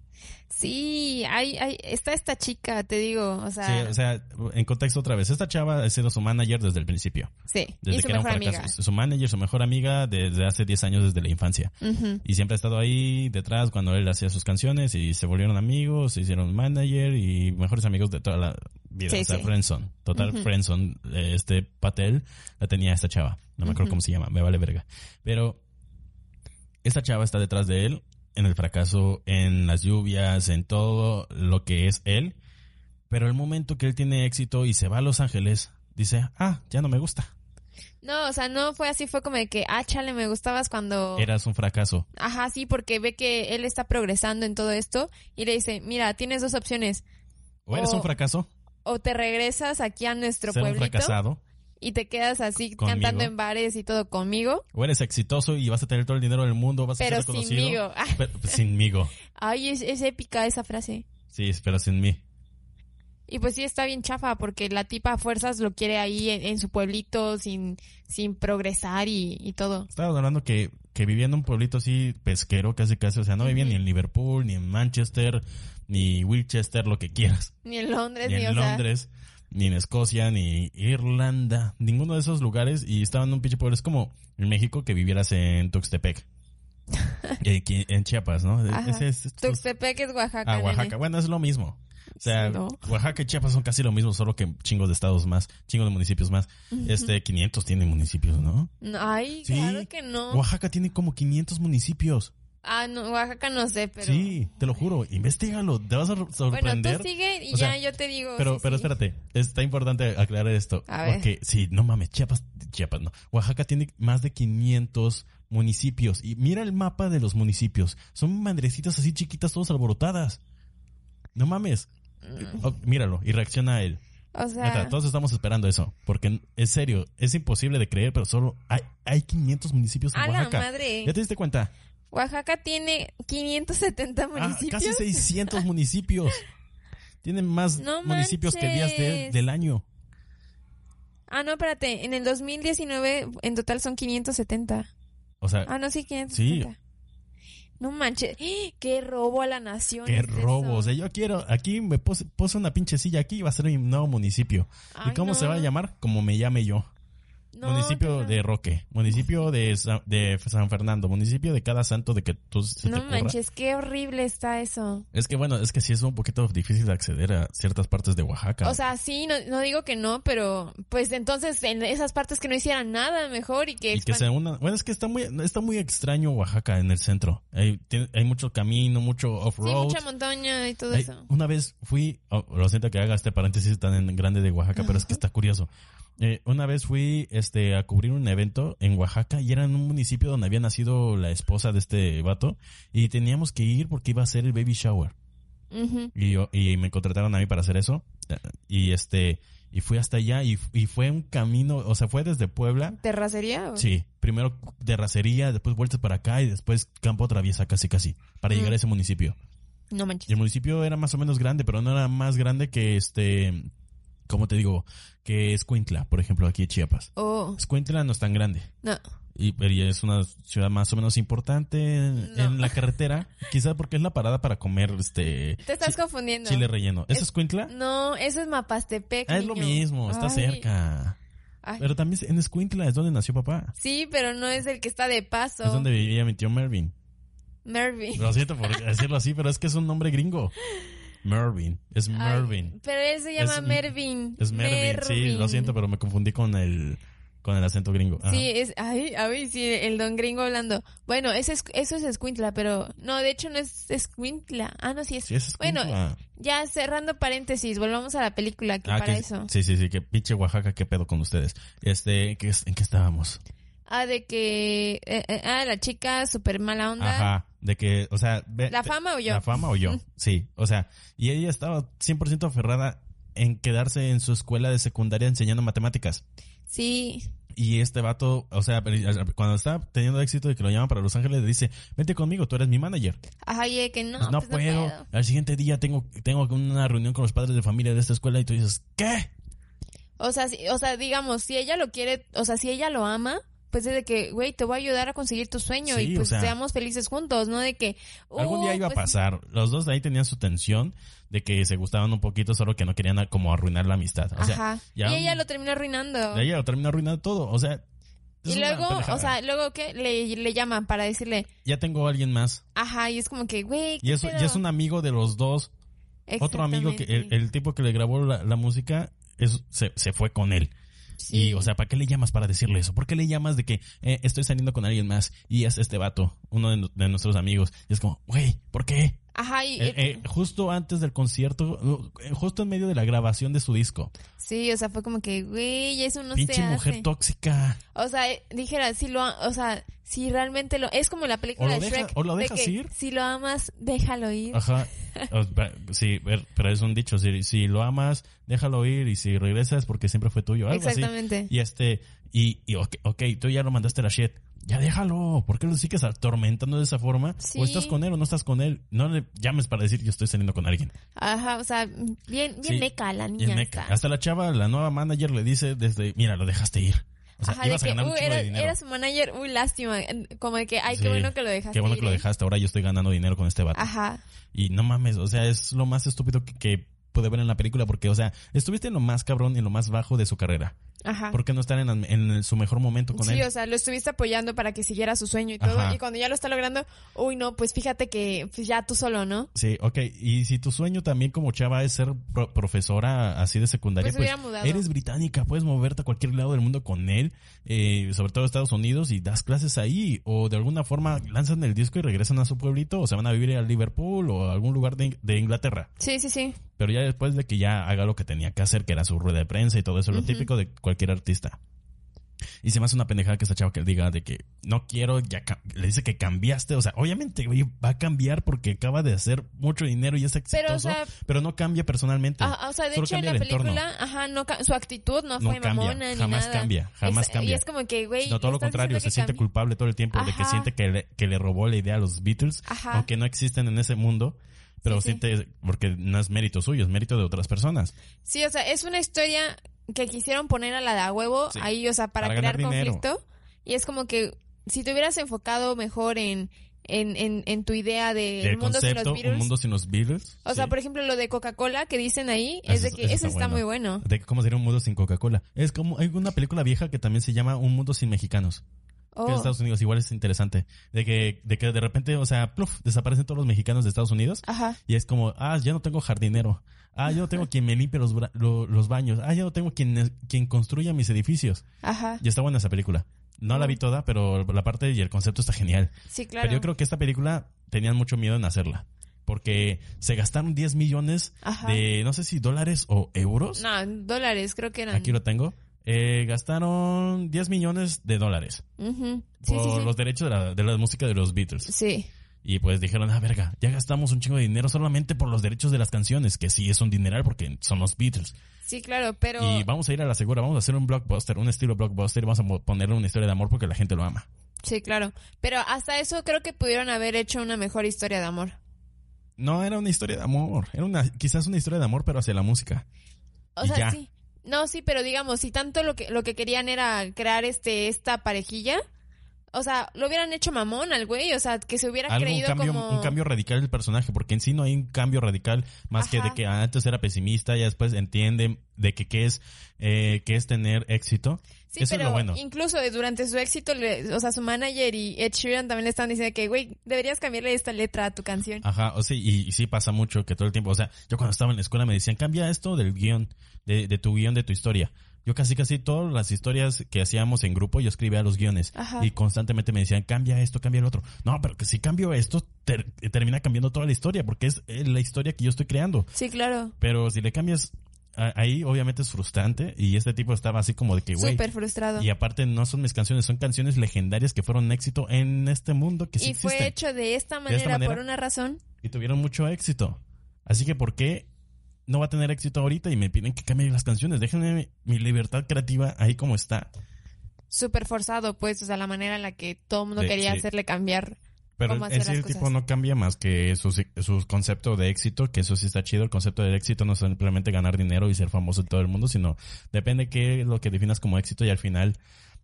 Speaker 2: Sí, hay, hay, está esta chica, te digo, o sea,
Speaker 1: Sí, o sea, en contexto otra vez, esta chava ha sido su manager desde el principio.
Speaker 2: sí,
Speaker 1: Desde
Speaker 2: y su
Speaker 1: que era un
Speaker 2: mejor amiga.
Speaker 1: fracaso. Su manager, su mejor amiga desde hace 10 años, desde la infancia.
Speaker 2: Ujú.
Speaker 1: Y siempre ha estado ahí detrás cuando él hacía sus canciones y se volvieron amigos, se hicieron manager y mejores amigos de toda la vida.
Speaker 2: Sí,
Speaker 1: o sea,
Speaker 2: sí.
Speaker 1: friendzone. Total
Speaker 2: Ujú.
Speaker 1: friendzone. Eh, Este Patel la tenía esta chava. No me acuerdo
Speaker 2: Ujú.
Speaker 1: cómo se llama, me vale verga. Pero esta chava está detrás de él en el fracaso, en las lluvias, en todo lo que es él. Pero el momento que él tiene éxito y se va a Los Ángeles, dice, ah, ya no me gusta.
Speaker 2: No, o sea, no fue así, fue como de que, ah, chale, me gustabas cuando...
Speaker 1: Eras un fracaso.
Speaker 2: Ajá, sí, porque ve que él está progresando en todo esto y le dice, mira, tienes dos opciones,
Speaker 1: O eres
Speaker 2: O-
Speaker 1: un fracaso,
Speaker 2: o te regresas aquí a nuestro
Speaker 1: ser un
Speaker 2: Oh. pueblito
Speaker 1: fracasado.
Speaker 2: y te quedas así
Speaker 1: Conmigo.
Speaker 2: cantando en bares y todo conmigo,
Speaker 1: O eres exitoso y vas a tener todo el dinero del mundo, vas a
Speaker 2: pero
Speaker 1: ser reconocido.
Speaker 2: sinmigo. Ah,
Speaker 1: Pero, sinmigo.
Speaker 2: Ay, es, es épica esa frase.
Speaker 1: Sí, pero sin mí.
Speaker 2: Y pues sí, está bien chafa, porque la tipa a fuerzas lo quiere ahí en, en su pueblito, sin, sin progresar y, y todo.
Speaker 1: Estabas hablando que, que vivía en un pueblito así pesquero casi casi. O sea, no vivía ni en Liverpool, ni en Manchester, ni Wilchester, lo que quieras.
Speaker 2: Ni en Londres,
Speaker 1: Ni
Speaker 2: ni, o
Speaker 1: en
Speaker 2: sea,
Speaker 1: Londres, ni en Escocia, ni Irlanda. Ninguno de esos lugares. Y estaba en un pinche pueblo. Es como en México que vivieras
Speaker 2: [LAUGHS]
Speaker 1: en Tuxtepec. Eh, aquí en Chiapas, ¿no? E-,
Speaker 2: Ajá.
Speaker 1: Ese es-
Speaker 2: Tuxtepec es Oaxaca.
Speaker 1: Ah, Oaxaca.
Speaker 2: nene.
Speaker 1: Bueno, es lo mismo. O sea,
Speaker 2: Sí, ¿no?
Speaker 1: Oaxaca y Chiapas son casi lo mismo, solo que chingos de estados más, chingos de municipios más. Este, 500 tiene municipios, ¿no?
Speaker 2: [LAUGHS] No, Ay,
Speaker 1: Sí.
Speaker 2: claro que no.
Speaker 1: Oaxaca tiene como 500 municipios.
Speaker 2: Ah, no, Oaxaca no sé, pero...
Speaker 1: Sí, te lo juro, investigalo, te vas a sor-
Speaker 2: Bueno,
Speaker 1: sorprender.
Speaker 2: tú sigue y
Speaker 1: O sea,
Speaker 2: ya yo te digo.
Speaker 1: pero,
Speaker 2: sí,
Speaker 1: pero
Speaker 2: sí.
Speaker 1: espérate, está importante aclarar esto.
Speaker 2: A ver.
Speaker 1: Porque, sí, no mames, Chiapas, Chiapas, no. Oaxaca tiene más de 500 municipios. Y mira el mapa de los municipios. Son madrecitas así chiquitas, todas alborotadas. No mames. Oh, míralo y reacciona a él.
Speaker 2: Mm, O
Speaker 1: Neta,
Speaker 2: sea,
Speaker 1: todos estamos esperando eso. Porque es serio, es imposible de creer, pero solo hay, hay 500 municipios en
Speaker 2: a la
Speaker 1: Oaxaca.
Speaker 2: madre.
Speaker 1: ¿Ya te diste cuenta?
Speaker 2: Oaxaca tiene 570
Speaker 1: Ah,
Speaker 2: municipios. [LAUGHS]
Speaker 1: casi 600 municipios. Tienen más
Speaker 2: No
Speaker 1: municipios que días de-
Speaker 2: manches.
Speaker 1: del año.
Speaker 2: Ah, no, espérate. En el 2019 en total son 570.
Speaker 1: O sea,
Speaker 2: Ah, no, sí,
Speaker 1: Sí.
Speaker 2: 570. No manches, [GASPS] ¡Eh! qué robo a la nación.
Speaker 1: Qué
Speaker 2: es eso!
Speaker 1: robo. O sea, yo quiero, aquí me puse, puse una pinche silla aquí y va a ser mi nuevo municipio.
Speaker 2: Ay,
Speaker 1: ¿Y cómo
Speaker 2: no.
Speaker 1: se va a llamar? Como me llame yo.
Speaker 2: No,
Speaker 1: municipio
Speaker 2: no, no.
Speaker 1: de Roque, municipio de Sa- de San Fernando, municipio de cada santo de que tú se te
Speaker 2: No
Speaker 1: ocurra.
Speaker 2: manches, qué horrible está eso.
Speaker 1: Es que bueno, es que sí es un poquito difícil de acceder a ciertas partes de Oaxaca.
Speaker 2: O sea, sí, no, no digo que no, pero pues entonces en esas partes que no hicieran nada mejor y que...
Speaker 1: y que
Speaker 2: expan-
Speaker 1: se una, bueno, es que está muy está muy extraño Oaxaca en el centro. Hay, tiene- hay mucho camino, mucho
Speaker 2: Sí,
Speaker 1: off-road.
Speaker 2: mucha montaña y todo
Speaker 1: Ay,
Speaker 2: eso.
Speaker 1: una vez fui, oh, lo siento que haga este paréntesis tan en- grande de Oaxaca, pero
Speaker 2: [LAUGHS]
Speaker 1: es que está curioso. Eh, una vez fui este, a cubrir un evento en Oaxaca y era en un municipio donde había nacido la esposa de este vato y teníamos que ir porque iba a ser el baby shower.
Speaker 2: Ujú.
Speaker 1: Y, yo- y me contrataron a mí para hacer eso. Eh, Y este y fui hasta allá y, y fue un camino, o sea, fue desde Puebla.
Speaker 2: ¿Terracería? o?
Speaker 1: Sí, primero terracería, después vueltas para acá y después campo atraviesa casi casi para
Speaker 2: Mm.
Speaker 1: llegar a ese municipio.
Speaker 2: No
Speaker 1: Y
Speaker 2: manches.
Speaker 1: el municipio era más o menos grande, pero no era más grande que este, ¿cómo te digo? Que Escuintla, por ejemplo, aquí en Chiapas.
Speaker 2: Oh,
Speaker 1: Escuintla no es tan grande,
Speaker 2: no.
Speaker 1: y, pero ya es una ciudad más o menos importante en,
Speaker 2: No.
Speaker 1: en la carretera. Quizás porque es la parada para comer este
Speaker 2: Te estás
Speaker 1: chi-
Speaker 2: confundiendo.
Speaker 1: chile relleno. ¿Es,
Speaker 2: Es-
Speaker 1: Escuintla?
Speaker 2: No, eso es Mapastepec.
Speaker 1: Ah, es lo
Speaker 2: niño.
Speaker 1: mismo, está
Speaker 2: Ay,
Speaker 1: cerca.
Speaker 2: ay.
Speaker 1: Pero también en Escuintla es donde nació papá.
Speaker 2: Sí, pero no es el que está de paso.
Speaker 1: Es donde vivía mi tío Mervin.
Speaker 2: Mervin.
Speaker 1: Lo siento por decirlo así, pero es que es un nombre gringo. Mervin, es
Speaker 2: Ay,
Speaker 1: Mervin.
Speaker 2: pero él se llama
Speaker 1: Es-
Speaker 2: Mervin.
Speaker 1: Es Mervin, sí, lo siento, pero me confundí con el con el acento gringo. Ajá.
Speaker 2: Sí, es, ay, ay, sí, el don gringo hablando. Bueno, ese es, eso es Escuintla, pero no, de hecho no es Escuintla. Ah, no, sí es.
Speaker 1: Sí, ese es
Speaker 2: bueno,
Speaker 1: Escuintla.
Speaker 2: Ya cerrando paréntesis, volvamos a la película que
Speaker 1: Ah,
Speaker 2: para
Speaker 1: que-
Speaker 2: eso.
Speaker 1: Sí, sí, sí, que pinche Oaxaca, qué pedo con ustedes. Este, ¿qué es- ¿en qué estábamos?
Speaker 2: Ah, de que eh, eh, ah, la chica super mala onda.
Speaker 1: Ajá, de que, o sea, ve-
Speaker 2: ¿La
Speaker 1: te-
Speaker 2: fama o yo?
Speaker 1: La fama o yo. Sí, o sea, y ella estaba 100% aferrada en quedarse en su escuela de secundaria enseñando matemáticas.
Speaker 2: Sí.
Speaker 1: Y este vato, o sea, cuando está teniendo éxito de que lo llaman para Los Ángeles, le dice, vente conmigo, tú eres mi manager.
Speaker 2: Ajá, y de que no,
Speaker 1: Pues no,
Speaker 2: pues no
Speaker 1: puedo.
Speaker 2: puedo.
Speaker 1: Al siguiente día tengo, tengo una reunión con los padres de familia de esta escuela y tú dices, ¿qué?
Speaker 2: O sea, si- o sea, digamos, si ella lo quiere, o sea, si ella lo ama, pues es de que, güey, te voy a ayudar a conseguir tu sueño
Speaker 1: Sí,
Speaker 2: y
Speaker 1: o
Speaker 2: pues
Speaker 1: sea,
Speaker 2: seamos felices juntos, ¿no? De que...
Speaker 1: Algún
Speaker 2: "Oh,
Speaker 1: día iba a
Speaker 2: pues,
Speaker 1: pasar. Los dos ahí tenían su tensión de que se gustaban un poquito, solo que no querían a- como arruinar la amistad. O sea,
Speaker 2: Ajá.
Speaker 1: ya-
Speaker 2: y ella lo termina arruinando.
Speaker 1: ella lo terminó arruinando todo. O sea, es
Speaker 2: Y
Speaker 1: una
Speaker 2: luego,
Speaker 1: pendejada.
Speaker 2: o sea, luego que le, le llaman para decirle,
Speaker 1: ya tengo a alguien más.
Speaker 2: ajá, y es como que, güey,
Speaker 1: Y es, ya es un amigo de los dos. Otro amigo que el, el tipo que le grabó la, la música es- se, se fue con él. Y, o sea, ¿para qué le llamas para decirle eso? ¿Por qué le llamas de que eh, estoy saliendo con alguien más y es este vato, uno de, nu- de nuestros amigos? Y es como, güey, ¿por qué?
Speaker 2: Ajá, y...
Speaker 1: Eh, eh, justo antes del concierto, no, eh, justo en medio de la grabación de su disco.
Speaker 2: sí, o sea, fue como que, güey, eso no
Speaker 1: Pinche
Speaker 2: se
Speaker 1: mujer
Speaker 2: hace.
Speaker 1: tóxica.
Speaker 2: O sea, eh, dijera, si lo, a- o sea, si realmente lo, es como la película
Speaker 1: O lo
Speaker 2: de
Speaker 1: deja-
Speaker 2: Shrek,
Speaker 1: o lo
Speaker 2: de
Speaker 1: dejas
Speaker 2: que
Speaker 1: ir.
Speaker 2: si lo amas, déjalo ir.
Speaker 1: Ajá. O- pa- sí, per- pero es un dicho. Si, si lo amas, déjalo ir y si regresas porque siempre fue tuyo. Algo así.
Speaker 2: Exactamente.
Speaker 1: Y este, y, y ok, ok, tú ya lo mandaste a la shit. Ya déjalo, ¿por qué lo sigues atormentando de esa forma?
Speaker 2: Sí.
Speaker 1: O estás con él o no estás con él. No le llames para decir yo estoy saliendo con alguien.
Speaker 2: Ajá, o sea, bien, bien
Speaker 1: Sí,
Speaker 2: meca la
Speaker 1: Y es
Speaker 2: niña.
Speaker 1: meca.
Speaker 2: esta.
Speaker 1: Hasta la chava, la nueva manager le dice desde, mira, lo dejaste ir. O sea,
Speaker 2: Ajá,
Speaker 1: ibas a
Speaker 2: de que, "Uh,
Speaker 1: ganar un
Speaker 2: uy,
Speaker 1: chingo
Speaker 2: era,
Speaker 1: de dinero.
Speaker 2: era su manager, uy, lástima. Como de que, ay,
Speaker 1: Sí,
Speaker 2: qué bueno que lo dejaste.
Speaker 1: Qué bueno que
Speaker 2: ir,
Speaker 1: lo
Speaker 2: ¿eh?
Speaker 1: dejaste, ahora yo estoy ganando dinero con este vato.
Speaker 2: Ajá,
Speaker 1: Y no mames, o sea, es lo más estúpido que, que pude ver en la película porque, o sea, estuviste en lo más cabrón y en lo más bajo de su carrera.
Speaker 2: ajá.
Speaker 1: ¿Por qué no estar en, la- en su mejor momento con
Speaker 2: Ah. Sí,
Speaker 1: él?
Speaker 2: o sea, lo estuviste apoyando para que siguiera su sueño y todo.
Speaker 1: Ajá.
Speaker 2: Y cuando ya lo está logrando, uy, no, pues fíjate que pues ya tú solo, ¿no?
Speaker 1: Sí, ok. Y si tu sueño también como chava es ser pro- profesora así de secundaria,
Speaker 2: Pues
Speaker 1: pues,
Speaker 2: hubiera mudado.
Speaker 1: eres británica, puedes moverte a cualquier lado del mundo con él, eh, sobre todo a Estados Unidos, y das clases ahí. O de alguna forma lanzan el disco y regresan a su pueblito, o se van a vivir a Liverpool o a algún lugar de, In- de Inglaterra.
Speaker 2: Sí, sí, sí.
Speaker 1: Pero ya después de que ya haga lo que tenía que hacer, que era su rueda de prensa y todo eso, lo
Speaker 2: Ujú.
Speaker 1: típico de cualquier artista. Y se me hace una pendejada que esta chava que diga de que no quiero, ya ca- le dice que cambiaste. O sea, obviamente güey, va a cambiar porque acaba de hacer mucho dinero y es exitoso,
Speaker 2: Pero,
Speaker 1: pero,
Speaker 2: o sea,
Speaker 1: no cambia personalmente.
Speaker 2: ajá, o sea, de
Speaker 1: Solo
Speaker 2: hecho en
Speaker 1: cambia
Speaker 2: la
Speaker 1: el entorno.
Speaker 2: película, ajá, no, ca- su actitud no,
Speaker 1: No
Speaker 2: fue
Speaker 1: cambia,
Speaker 2: mamona ni
Speaker 1: jamás
Speaker 2: nada.
Speaker 1: cambia, jamás
Speaker 2: Ex-
Speaker 1: cambia.
Speaker 2: Y es como que, güey,
Speaker 1: no, todo
Speaker 2: le
Speaker 1: lo
Speaker 2: estás
Speaker 1: contrario, se
Speaker 2: diciendo
Speaker 1: siente
Speaker 2: que cambi-
Speaker 1: culpable todo el tiempo de que
Speaker 2: Ajá.
Speaker 1: siente que le, que le robó la idea a los Beatles,
Speaker 2: Ajá.
Speaker 1: aunque no existen en ese mundo, pero
Speaker 2: Sí, sí.
Speaker 1: siente, porque no es mérito suyo, es mérito de otras personas.
Speaker 2: Sí, o sea, es una historia que quisieron poner a la de a huevo
Speaker 1: Sí,
Speaker 2: ahí, o sea, para,
Speaker 1: para
Speaker 2: crear
Speaker 1: ganar dinero.
Speaker 2: conflicto. Y es como que si te hubieras enfocado mejor en en, en, en tu idea de
Speaker 1: El
Speaker 2: el mundo sin
Speaker 1: concepto,
Speaker 2: los virus.
Speaker 1: un mundo sin los Beatles.
Speaker 2: O sea,
Speaker 1: sí.
Speaker 2: por ejemplo, lo de Coca-Cola que dicen ahí es
Speaker 1: Eso-
Speaker 2: de que
Speaker 1: eso
Speaker 2: eso,
Speaker 1: está
Speaker 2: está
Speaker 1: bueno.
Speaker 2: muy bueno.
Speaker 1: De cómo sería un mundo sin Coca-Cola. Es como, hay una película vieja que también se llama Un mundo sin mexicanos.
Speaker 2: Oh,
Speaker 1: Que en Estados Unidos igual es interesante. De que, de que de repente, o sea, pluf, desaparecen todos los mexicanos de Estados Unidos.
Speaker 2: Ajá.
Speaker 1: Y es como, ah, ya no tengo jardinero. Ah, yo no tengo quien me limpie los, bra- lo- los baños. Ah, ya no tengo quien, quien construya mis edificios.
Speaker 2: Ajá.
Speaker 1: Y está buena esa película. No la vi toda, pero la parte y el concepto está genial.
Speaker 2: Sí, Oh. claro.
Speaker 1: Pero yo creo que esta película tenían mucho miedo en hacerla. Porque se gastaron 10 millones
Speaker 2: Ajá.
Speaker 1: de, no sé si dólares o euros.
Speaker 2: No, en dólares creo que eran.
Speaker 1: Aquí lo tengo. Eh, gastaron 10 millones de dólares
Speaker 2: Ujú. Sí,
Speaker 1: por
Speaker 2: sí, sí.
Speaker 1: los derechos de la, de la música de los Beatles.
Speaker 2: Sí.
Speaker 1: Y pues dijeron, ah, verga, ya gastamos un chingo de dinero solamente por los derechos de las canciones, que sí es un dineral porque son los Beatles.
Speaker 2: Sí, claro, pero
Speaker 1: Y vamos a ir a la segura, vamos a hacer un blockbuster, un estilo blockbuster, y vamos a mo- ponerle una historia de amor porque la gente lo ama.
Speaker 2: sí, claro, pero hasta eso creo que pudieron haber hecho una mejor historia de amor.
Speaker 1: No, era una historia de amor, era una, quizás una historia de amor, pero hacia la música.
Speaker 2: O
Speaker 1: Y
Speaker 2: sea,
Speaker 1: ya.
Speaker 2: sí. No, sí, pero digamos, si tanto lo que lo que querían era crear este esta parejilla, o sea, lo hubieran hecho mamón al güey, o sea, que se hubiera
Speaker 1: Algo, un
Speaker 2: creído
Speaker 1: cambio,
Speaker 2: como
Speaker 1: un cambio radical del personaje, porque en sí no hay un cambio radical más que
Speaker 2: Ajá.
Speaker 1: de que ah, antes era pesimista, ya después entiende de que qué es, eh, qué es tener éxito.
Speaker 2: Sí,
Speaker 1: Eso es
Speaker 2: pero
Speaker 1: lo bueno.
Speaker 2: incluso eh, durante su éxito, le- o sea, su manager y Ed Sheeran también le estaban diciendo que, güey, deberías cambiarle esta letra a tu canción.
Speaker 1: Ajá, o sí, y, y sí pasa mucho que todo el tiempo, o sea, yo cuando estaba en la escuela me decían, cambia esto del guión, de, de tu guión, de tu historia. Yo casi casi todas las historias que hacíamos en grupo, yo escribía los guiones
Speaker 2: Ajá.
Speaker 1: y constantemente me decían, cambia esto, cambia el otro. No, pero que si cambio esto, ter- termina cambiando toda la historia, porque es eh, la historia que yo estoy creando.
Speaker 2: Sí, claro.
Speaker 1: Pero si le cambias, a- ahí obviamente es frustrante y este tipo estaba así como de que, güey.
Speaker 2: Súper frustrado.
Speaker 1: Y aparte no son mis canciones, son canciones legendarias que fueron éxito en este mundo que sí
Speaker 2: y fue
Speaker 1: existen
Speaker 2: hecho de esta,
Speaker 1: De esta
Speaker 2: manera por
Speaker 1: manera.
Speaker 2: una razón.
Speaker 1: y tuvieron mucho éxito. Así que, ¿por qué no va a tener éxito ahorita y me piden que cambie las canciones? Déjenme mi, mi libertad creativa ahí como está.
Speaker 2: Súper forzado, pues, o sea, la manera en la que todo el mundo
Speaker 1: Sí,
Speaker 2: quería
Speaker 1: sí.
Speaker 2: hacerle cambiar.
Speaker 1: Pero
Speaker 2: Cómo
Speaker 1: en
Speaker 2: hacer
Speaker 1: sí
Speaker 2: las
Speaker 1: el
Speaker 2: cosas.
Speaker 1: tipo no cambia más que su, su concepto de éxito, que eso sí está chido. El concepto de éxito no es simplemente ganar dinero y ser famoso en todo el mundo, sino depende qué es lo que definas como éxito y al final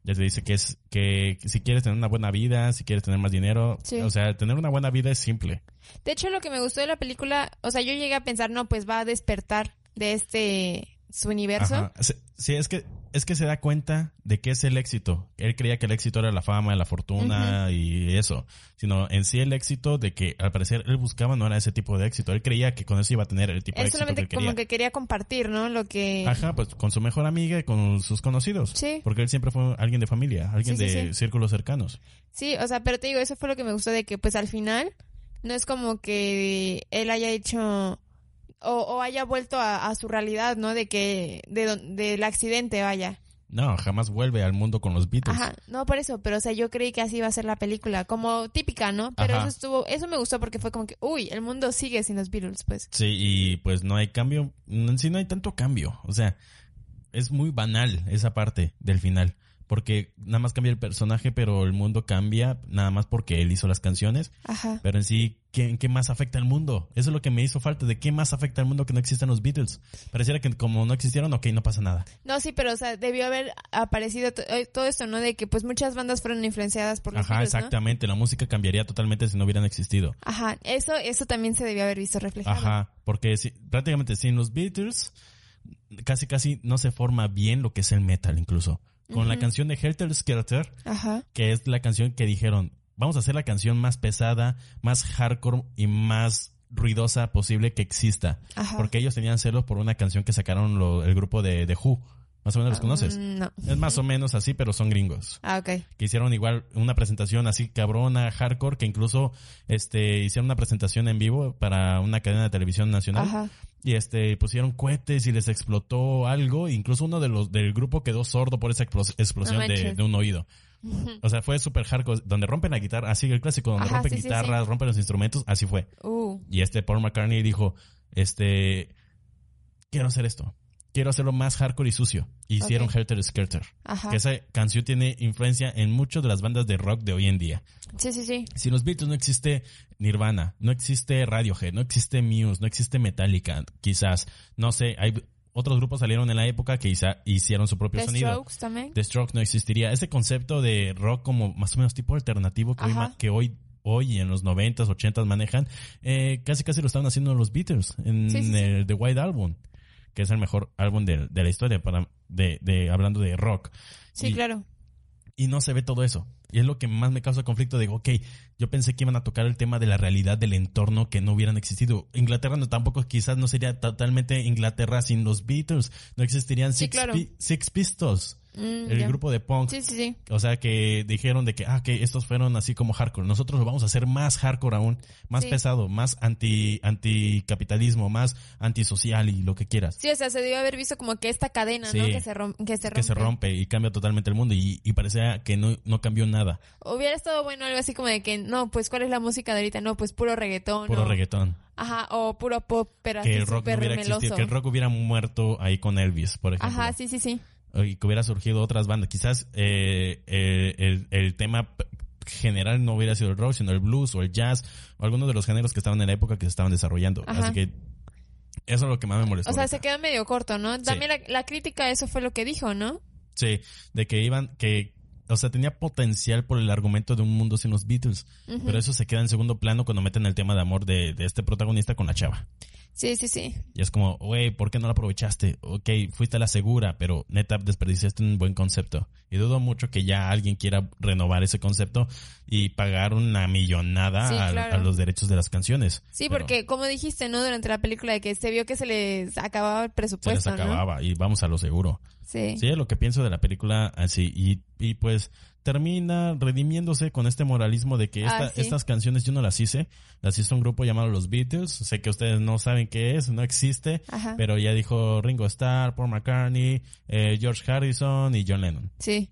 Speaker 1: ya te dice que es que si quieres tener una buena vida, si quieres tener más dinero,
Speaker 2: Sí.
Speaker 1: o sea, tener una buena vida es simple.
Speaker 2: De hecho, lo que me gustó de la película, o sea, yo llegué a pensar, no, pues va a despertar de este su universo.
Speaker 1: Ajá. Se- Sí, es que es que se da cuenta de qué es el éxito. Él creía que el éxito era la fama, la fortuna y eso, sino en sí el éxito de que al parecer él buscaba no era ese tipo de éxito. Él creía que con eso iba a tener el tipo de
Speaker 2: Él
Speaker 1: éxito que
Speaker 2: solamente
Speaker 1: quería.
Speaker 2: como que quería compartir, ¿no? Lo que...
Speaker 1: Ajá, pues con su mejor amiga y con sus conocidos.
Speaker 2: Sí.
Speaker 1: Porque él siempre fue alguien de familia, alguien
Speaker 2: Sí,
Speaker 1: de
Speaker 2: sí, sí.
Speaker 1: círculos cercanos.
Speaker 2: Sí, o sea, pero te digo, eso fue lo que me gustó de que pues al final no es como que él haya hecho o, o haya vuelto a, a su realidad, ¿no? De que de don- del accidente vaya.
Speaker 1: No, jamás vuelve al mundo con los Beatles.
Speaker 2: Ajá, no por eso, pero o sea, yo creí que así iba a ser la película, como típica, ¿no? Pero
Speaker 1: Ajá.
Speaker 2: eso estuvo, eso me gustó porque fue como que, uy, el mundo sigue sin los Beatles, pues.
Speaker 1: Sí, y pues no hay cambio, en sí no hay tanto cambio, o sea, es muy banal esa parte del final, porque nada más cambia el personaje, pero el mundo cambia, nada más porque él hizo las canciones,
Speaker 2: Ajá.
Speaker 1: pero en sí, ¿qué, en ¿qué más afecta al mundo? Eso es lo que me hizo falta, ¿de qué más afecta al mundo que no existan los Beatles? Pareciera que como no existieron, ok, no pasa nada.
Speaker 2: No, sí, pero o sea, debió haber aparecido to- eh, todo esto, ¿no? De que pues muchas bandas fueron influenciadas por los
Speaker 1: Ajá,
Speaker 2: Beatles, ¿no?
Speaker 1: exactamente, la música cambiaría totalmente si no hubieran existido.
Speaker 2: Ajá, eso eso también se debió haber visto reflejado.
Speaker 1: Ajá, porque si- prácticamente sin los Beatles casi casi no se forma bien lo que es el metal incluso. Con la
Speaker 2: Ujú.
Speaker 1: canción de Helter Skelter,
Speaker 2: Ajá.
Speaker 1: que es la canción que dijeron, vamos a hacer la canción más pesada, más hardcore y más ruidosa posible que exista.
Speaker 2: Ajá.
Speaker 1: Porque ellos tenían celos por una canción que sacaron lo- el grupo de, de Who. Más o menos los
Speaker 2: Ah,
Speaker 1: conoces.
Speaker 2: No.
Speaker 1: Es más o menos así, pero son gringos.
Speaker 2: Ah, ok.
Speaker 1: Que hicieron igual una presentación así cabrona, hardcore, que incluso este hicieron una presentación en vivo para una cadena de televisión nacional
Speaker 2: Ajá. [LAUGHS]
Speaker 1: y este pusieron cohetes y les explotó algo incluso uno de los del grupo quedó sordo por esa explos- explosión
Speaker 2: No
Speaker 1: de,
Speaker 2: manches.
Speaker 1: de un oído o sea fue super hardcore donde rompen la guitarra así el clásico donde
Speaker 2: Ajá,
Speaker 1: rompen
Speaker 2: sí, sí, sí.
Speaker 1: guitarras rompen los instrumentos así fue
Speaker 2: Uh,
Speaker 1: y este Paul McCartney dijo este quiero hacer esto quiero hacerlo más hardcore y sucio Y hicieron
Speaker 2: Ok.
Speaker 1: Helter Skelter
Speaker 2: ajá.
Speaker 1: que esa canción tiene influencia en muchas de las bandas de rock de hoy en día
Speaker 2: Sí, sí, sí.
Speaker 1: si los Beatles no existe Nirvana, no existe Radiohead, no existe Muse, no existe Metallica, quizás, no sé, hay otros grupos salieron en la época que quizá hicieron su propio
Speaker 2: The
Speaker 1: sonido.
Speaker 2: Strokes también.
Speaker 1: The Strokes no existiría. Ese concepto de rock como más o menos tipo alternativo que, hoy,
Speaker 2: Ajá.
Speaker 1: ma- que hoy, hoy y en los 90s, 80s manejan, eh, casi casi lo estaban haciendo los Beatles en
Speaker 2: Sí, sí, sí.
Speaker 1: el The White Album, que es el mejor álbum de, de la historia, para, de, de- hablando de rock.
Speaker 2: Sí,
Speaker 1: Y-
Speaker 2: claro.
Speaker 1: y no se ve todo eso. Y es lo que más me causa conflicto. Digo, ok, yo pensé que iban a tocar el tema de la realidad del entorno que no hubieran existido. Inglaterra no, tampoco quizás no sería totalmente Inglaterra sin los Beatles. No existirían
Speaker 2: Sí,
Speaker 1: Six,
Speaker 2: claro.
Speaker 1: Pi- Six Pistols,
Speaker 2: Mm,
Speaker 1: el
Speaker 2: ya.
Speaker 1: grupo de punk.
Speaker 2: Sí, sí, sí.
Speaker 1: O sea, que dijeron de que, ah, que estos fueron así como hardcore. Nosotros lo vamos a hacer más hardcore aún, más
Speaker 2: Sí.
Speaker 1: pesado, más anti anticapitalismo, más antisocial y lo que quieras.
Speaker 2: Sí, o sea, se debió haber visto como que esta cadena, ¿no?
Speaker 1: Sí.
Speaker 2: Que se, rom- que se rompe.
Speaker 1: Que se rompe y cambia totalmente el mundo y, y parecía que no, no cambió nada.
Speaker 2: Hubiera estado bueno algo así como de que, no, pues, ¿cuál es la música de ahorita? No, pues, puro reggaetón.
Speaker 1: Puro
Speaker 2: o-
Speaker 1: reggaetón.
Speaker 2: Ajá, o puro pop, pero
Speaker 1: que
Speaker 2: así
Speaker 1: el rock no
Speaker 2: súper
Speaker 1: hubiera
Speaker 2: meloso.
Speaker 1: existido, que el rock hubiera muerto ahí con Elvis, por ejemplo.
Speaker 2: Ajá, sí, sí, sí.
Speaker 1: Y que hubiera surgido otras bandas. Quizás eh, eh, el, el tema p- general no hubiera sido el rock, sino el blues o el jazz o algunos de los géneros que estaban en la época que se estaban desarrollando.
Speaker 2: Ajá.
Speaker 1: Así que eso es lo que más me molestó.
Speaker 2: O sea,
Speaker 1: ahorita.
Speaker 2: se queda medio corto, ¿no? También la, la crítica a eso fue lo que dijo, ¿no?
Speaker 1: Sí, de que iban, que, o sea, tenía potencial por el argumento de un mundo sin los Beatles,
Speaker 2: Ujú.
Speaker 1: pero eso se queda en segundo plano cuando meten el tema de amor de, de este protagonista con la chava.
Speaker 2: Sí, sí, sí.
Speaker 1: Y es como, güey, ¿por qué no la aprovechaste? Ok, fuiste a la segura, pero neta desperdiciaste un buen concepto. Y dudo mucho que ya alguien quiera renovar ese concepto y pagar una millonada
Speaker 2: Sí,
Speaker 1: a,
Speaker 2: claro.
Speaker 1: a los derechos de las canciones.
Speaker 2: Sí,
Speaker 1: Pero
Speaker 2: porque como dijiste, ¿no? Durante la película de que se vio que se les acababa el
Speaker 1: Se les
Speaker 2: presupuesto, ¿no?
Speaker 1: acababa y vamos a lo seguro.
Speaker 2: Pues, Sí.
Speaker 1: Sí, es lo que pienso de la película así. Y, y pues termina redimiéndose con este moralismo de que
Speaker 2: Ah,
Speaker 1: esta-
Speaker 2: sí.
Speaker 1: estas canciones yo no las hice. Las hizo un grupo llamado Los Beatles. Sé que ustedes no saben qué es, no existe.
Speaker 2: Ajá.
Speaker 1: Pero ya dijo Ringo Starr, Paul McCartney, eh, George Harrison y John Lennon.
Speaker 2: Sí.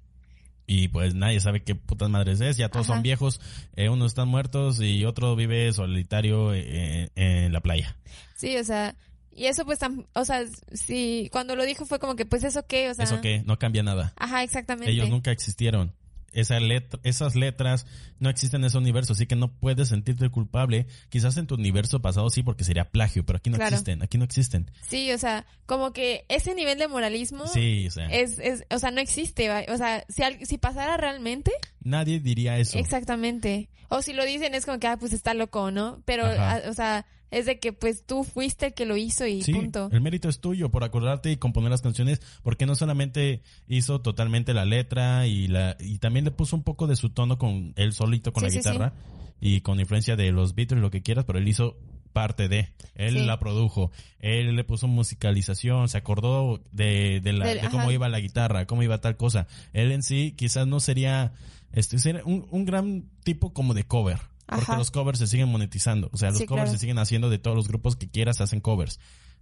Speaker 1: Y pues nadie sabe qué putas madres es, ya todos
Speaker 2: Ajá.
Speaker 1: son viejos, eh, unos están muertos y otro vive solitario eh, en la playa.
Speaker 2: Sí, o sea, y eso pues, tam- o sea, sí, cuando lo dijo fue como que, pues eso qué, o sea.
Speaker 1: Eso que no cambia nada.
Speaker 2: Ajá, exactamente.
Speaker 1: Ellos nunca existieron. Esa letra- esas letras no existen en ese universo, así que no puedes sentirte culpable. Quizás en tu universo pasado sí, porque sería plagio, pero aquí no
Speaker 2: Claro.
Speaker 1: existen, aquí no existen.
Speaker 2: Sí, o sea, como que ese nivel de moralismo
Speaker 1: Sí, o sea,
Speaker 2: es, es, o sea, no existe, va- o sea, si, al- si pasara realmente,
Speaker 1: nadie diría eso.
Speaker 2: exactamente. O si lo dicen es como que, ah, pues está loco, ¿no? Pero,
Speaker 1: Ajá.
Speaker 2: ah, o sea, es de que pues tú fuiste el que lo hizo y
Speaker 1: Sí,
Speaker 2: punto.
Speaker 1: el mérito es tuyo por acordarte y componer las canciones, porque no solamente hizo totalmente la letra y la y también le puso un poco de su tono con él solito con
Speaker 2: Sí,
Speaker 1: la
Speaker 2: sí, sí.
Speaker 1: guitarra y con influencia de los Beatles lo que quieras, pero él hizo parte de, él
Speaker 2: Sí.
Speaker 1: la produjo, él le puso musicalización, se acordó de, de, la-
Speaker 2: Del-
Speaker 1: de cómo
Speaker 2: ajá.
Speaker 1: iba la guitarra, cómo iba tal cosa. Él en sí quizás no sería este sería un, un gran tipo como de cover. Porque
Speaker 2: Ajá.
Speaker 1: los covers se siguen monetizando. O sea, los
Speaker 2: Sí,
Speaker 1: covers
Speaker 2: claro.
Speaker 1: se siguen haciendo de todos los grupos que quieras, hacen covers.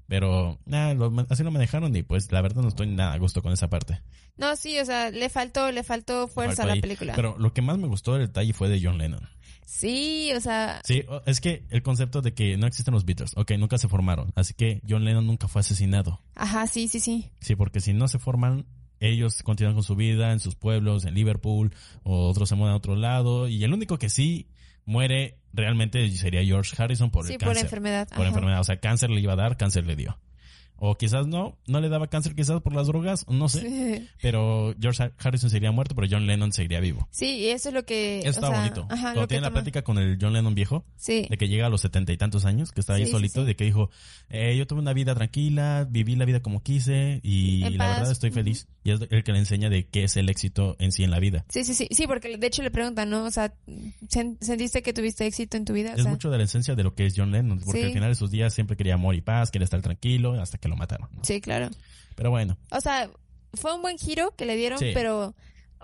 Speaker 1: Pero nah, lo- así lo manejaron y pues la verdad no estoy nada a gusto con esa parte.
Speaker 2: No, sí, o sea, le faltó, le faltó fuerza
Speaker 1: Faltó
Speaker 2: a la
Speaker 1: ahí.
Speaker 2: película.
Speaker 1: Pero lo que más me gustó del detalle fue de John Lennon.
Speaker 2: Sí, o sea,
Speaker 1: Sí, o- es que el concepto de que no existen los Beatles, ok, nunca se formaron. Así que John Lennon nunca fue asesinado.
Speaker 2: ajá, sí, sí, sí.
Speaker 1: Sí, porque si no se forman, ellos continúan con su vida en sus pueblos, en Liverpool, o otros se mueven a otro lado. Y el único que sí muere realmente sería George Harrison por
Speaker 2: sí,
Speaker 1: el
Speaker 2: por
Speaker 1: cáncer.
Speaker 2: enfermedad.
Speaker 1: por
Speaker 2: ajá.
Speaker 1: enfermedad. O sea, cáncer le iba a dar, cáncer le dio. O quizás no, no le daba cáncer quizás por las drogas, no sé.
Speaker 2: Sí.
Speaker 1: Pero George Harrison seguiría muerto, pero John Lennon seguiría vivo.
Speaker 2: [LAUGHS] Sí, y eso es lo que...
Speaker 1: Eso
Speaker 2: o
Speaker 1: está
Speaker 2: sea,
Speaker 1: bonito.
Speaker 2: Ajá,
Speaker 1: Cuando
Speaker 2: lo que
Speaker 1: tiene la
Speaker 2: toma-
Speaker 1: plática con el John Lennon viejo,
Speaker 2: Sí,
Speaker 1: de que llega a los setenta y tantos años, que está ahí
Speaker 2: Sí, sí,
Speaker 1: solito,
Speaker 2: sí.
Speaker 1: de que dijo, eh, yo tuve una vida tranquila, viví la vida como quise y
Speaker 2: En
Speaker 1: la
Speaker 2: paz.
Speaker 1: verdad estoy
Speaker 2: Ujú.
Speaker 1: feliz. Y es el que le enseña de qué es el éxito en sí en la vida.
Speaker 2: sí, sí, sí, sí, porque de hecho le preguntan, ¿no? O sea, ¿sen- ¿sentiste que tuviste éxito en tu vida? O
Speaker 1: Es
Speaker 2: sea,
Speaker 1: mucho de la esencia de lo que es John Lennon, porque
Speaker 2: Sí.
Speaker 1: al final de sus días siempre quería amor y paz, quería estar tranquilo hasta que lo mataron. ¿no?
Speaker 2: Sí, claro.
Speaker 1: Pero bueno,
Speaker 2: O sea, fue un buen giro que le dieron,
Speaker 1: Sí.
Speaker 2: pero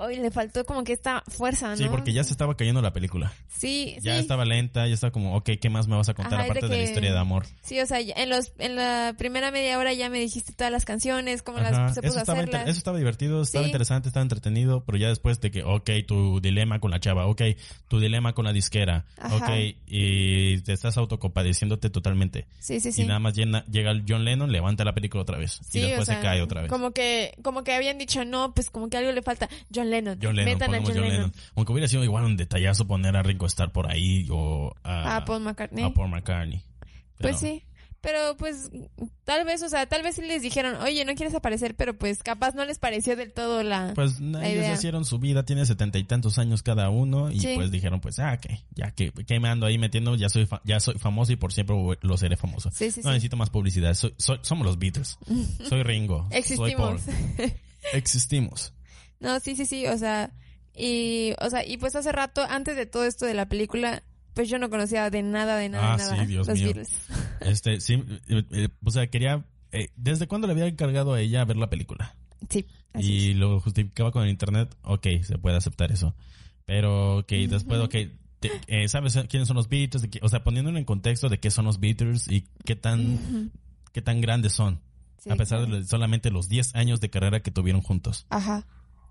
Speaker 2: hoy le faltó como que esta fuerza, Ah, ¿no?
Speaker 1: sí, porque ya se estaba cayendo la película.
Speaker 2: Sí,
Speaker 1: Ya
Speaker 2: sí.
Speaker 1: estaba lenta, ya estaba como, ok, ¿qué más me vas a contar
Speaker 2: Ajá, es de
Speaker 1: aparte de, la
Speaker 2: que-
Speaker 1: historia de amor?
Speaker 2: Sí, o sea, ya- en los en la primera media hora ya me dijiste todas las canciones, cómo
Speaker 1: Ajá,
Speaker 2: las se puso
Speaker 1: eso,
Speaker 2: a
Speaker 1: estaba
Speaker 2: hacerlas.
Speaker 1: inter- eso estaba divertido, estaba
Speaker 2: Sí.
Speaker 1: interesante, estaba entretenido, pero ya después de que, ok, tu dilema con la chava, ok, tu dilema con la disquera,
Speaker 2: Ajá.
Speaker 1: ok, y te estás autocompadeciéndote totalmente.
Speaker 2: Sí, sí,
Speaker 1: Y
Speaker 2: sí.
Speaker 1: nada más llena- llega el John Lennon, levanta la película otra vez.
Speaker 2: Sí,
Speaker 1: y después
Speaker 2: o sea,
Speaker 1: se cae otra vez.
Speaker 2: Como que, como que habían dicho, no, pues como que algo le falta. John Lennon.
Speaker 1: John Lennon,
Speaker 2: Metan a
Speaker 1: pongamos
Speaker 2: John,
Speaker 1: John
Speaker 2: Lennon.
Speaker 1: Lennon. Aunque hubiera sido igual un detallazo poner a Ringo Starr por ahí o a,
Speaker 2: A Paul McCartney.
Speaker 1: a Paul McCartney. Ah, Pero
Speaker 2: Pues sí. Pero pues tal vez, o sea, tal vez sí les dijeron, oye, no quieres aparecer, pero pues capaz no les pareció del todo la...
Speaker 1: Pues
Speaker 2: La
Speaker 1: ellos
Speaker 2: idea.
Speaker 1: hicieron su vida, tiene setenta y tantos años cada uno y
Speaker 2: Sí.
Speaker 1: pues dijeron pues ah que ya que, que me ando ahí metiendo ya soy fa- ya soy famoso y por siempre voy- lo seré famoso.
Speaker 2: Sí, sí,
Speaker 1: no
Speaker 2: sí.
Speaker 1: necesito más publicidad, soy- soy- somos los
Speaker 2: [LAUGHS]
Speaker 1: Beatles, soy Ringo, soy Paul,
Speaker 2: Existimos. [LAUGHS]
Speaker 1: existimos.
Speaker 2: No, sí, sí, sí, o sea, y, o sea, y pues hace rato, antes de todo esto de la película, pues yo no conocía de nada, de nada,
Speaker 1: Ah,
Speaker 2: de nada
Speaker 1: sí, Dios
Speaker 2: los
Speaker 1: mío.
Speaker 2: Beatles.
Speaker 1: Este sí, eh, eh, o sea quería eh, ¿Desde cuándo le había encargado a ella ver la película?
Speaker 2: Sí, así
Speaker 1: y lo justificaba con el internet, ok, se puede aceptar eso. Pero que después, ok, te- eh, ¿sabes quiénes son los Beatles? De qué- o sea, poniéndolo en contexto de qué son los Beatles y qué tan, qué tan grandes son,
Speaker 2: es. Sí,
Speaker 1: a pesar
Speaker 2: claro.
Speaker 1: de solamente los 10 años de carrera que tuvieron juntos.
Speaker 2: Ajá.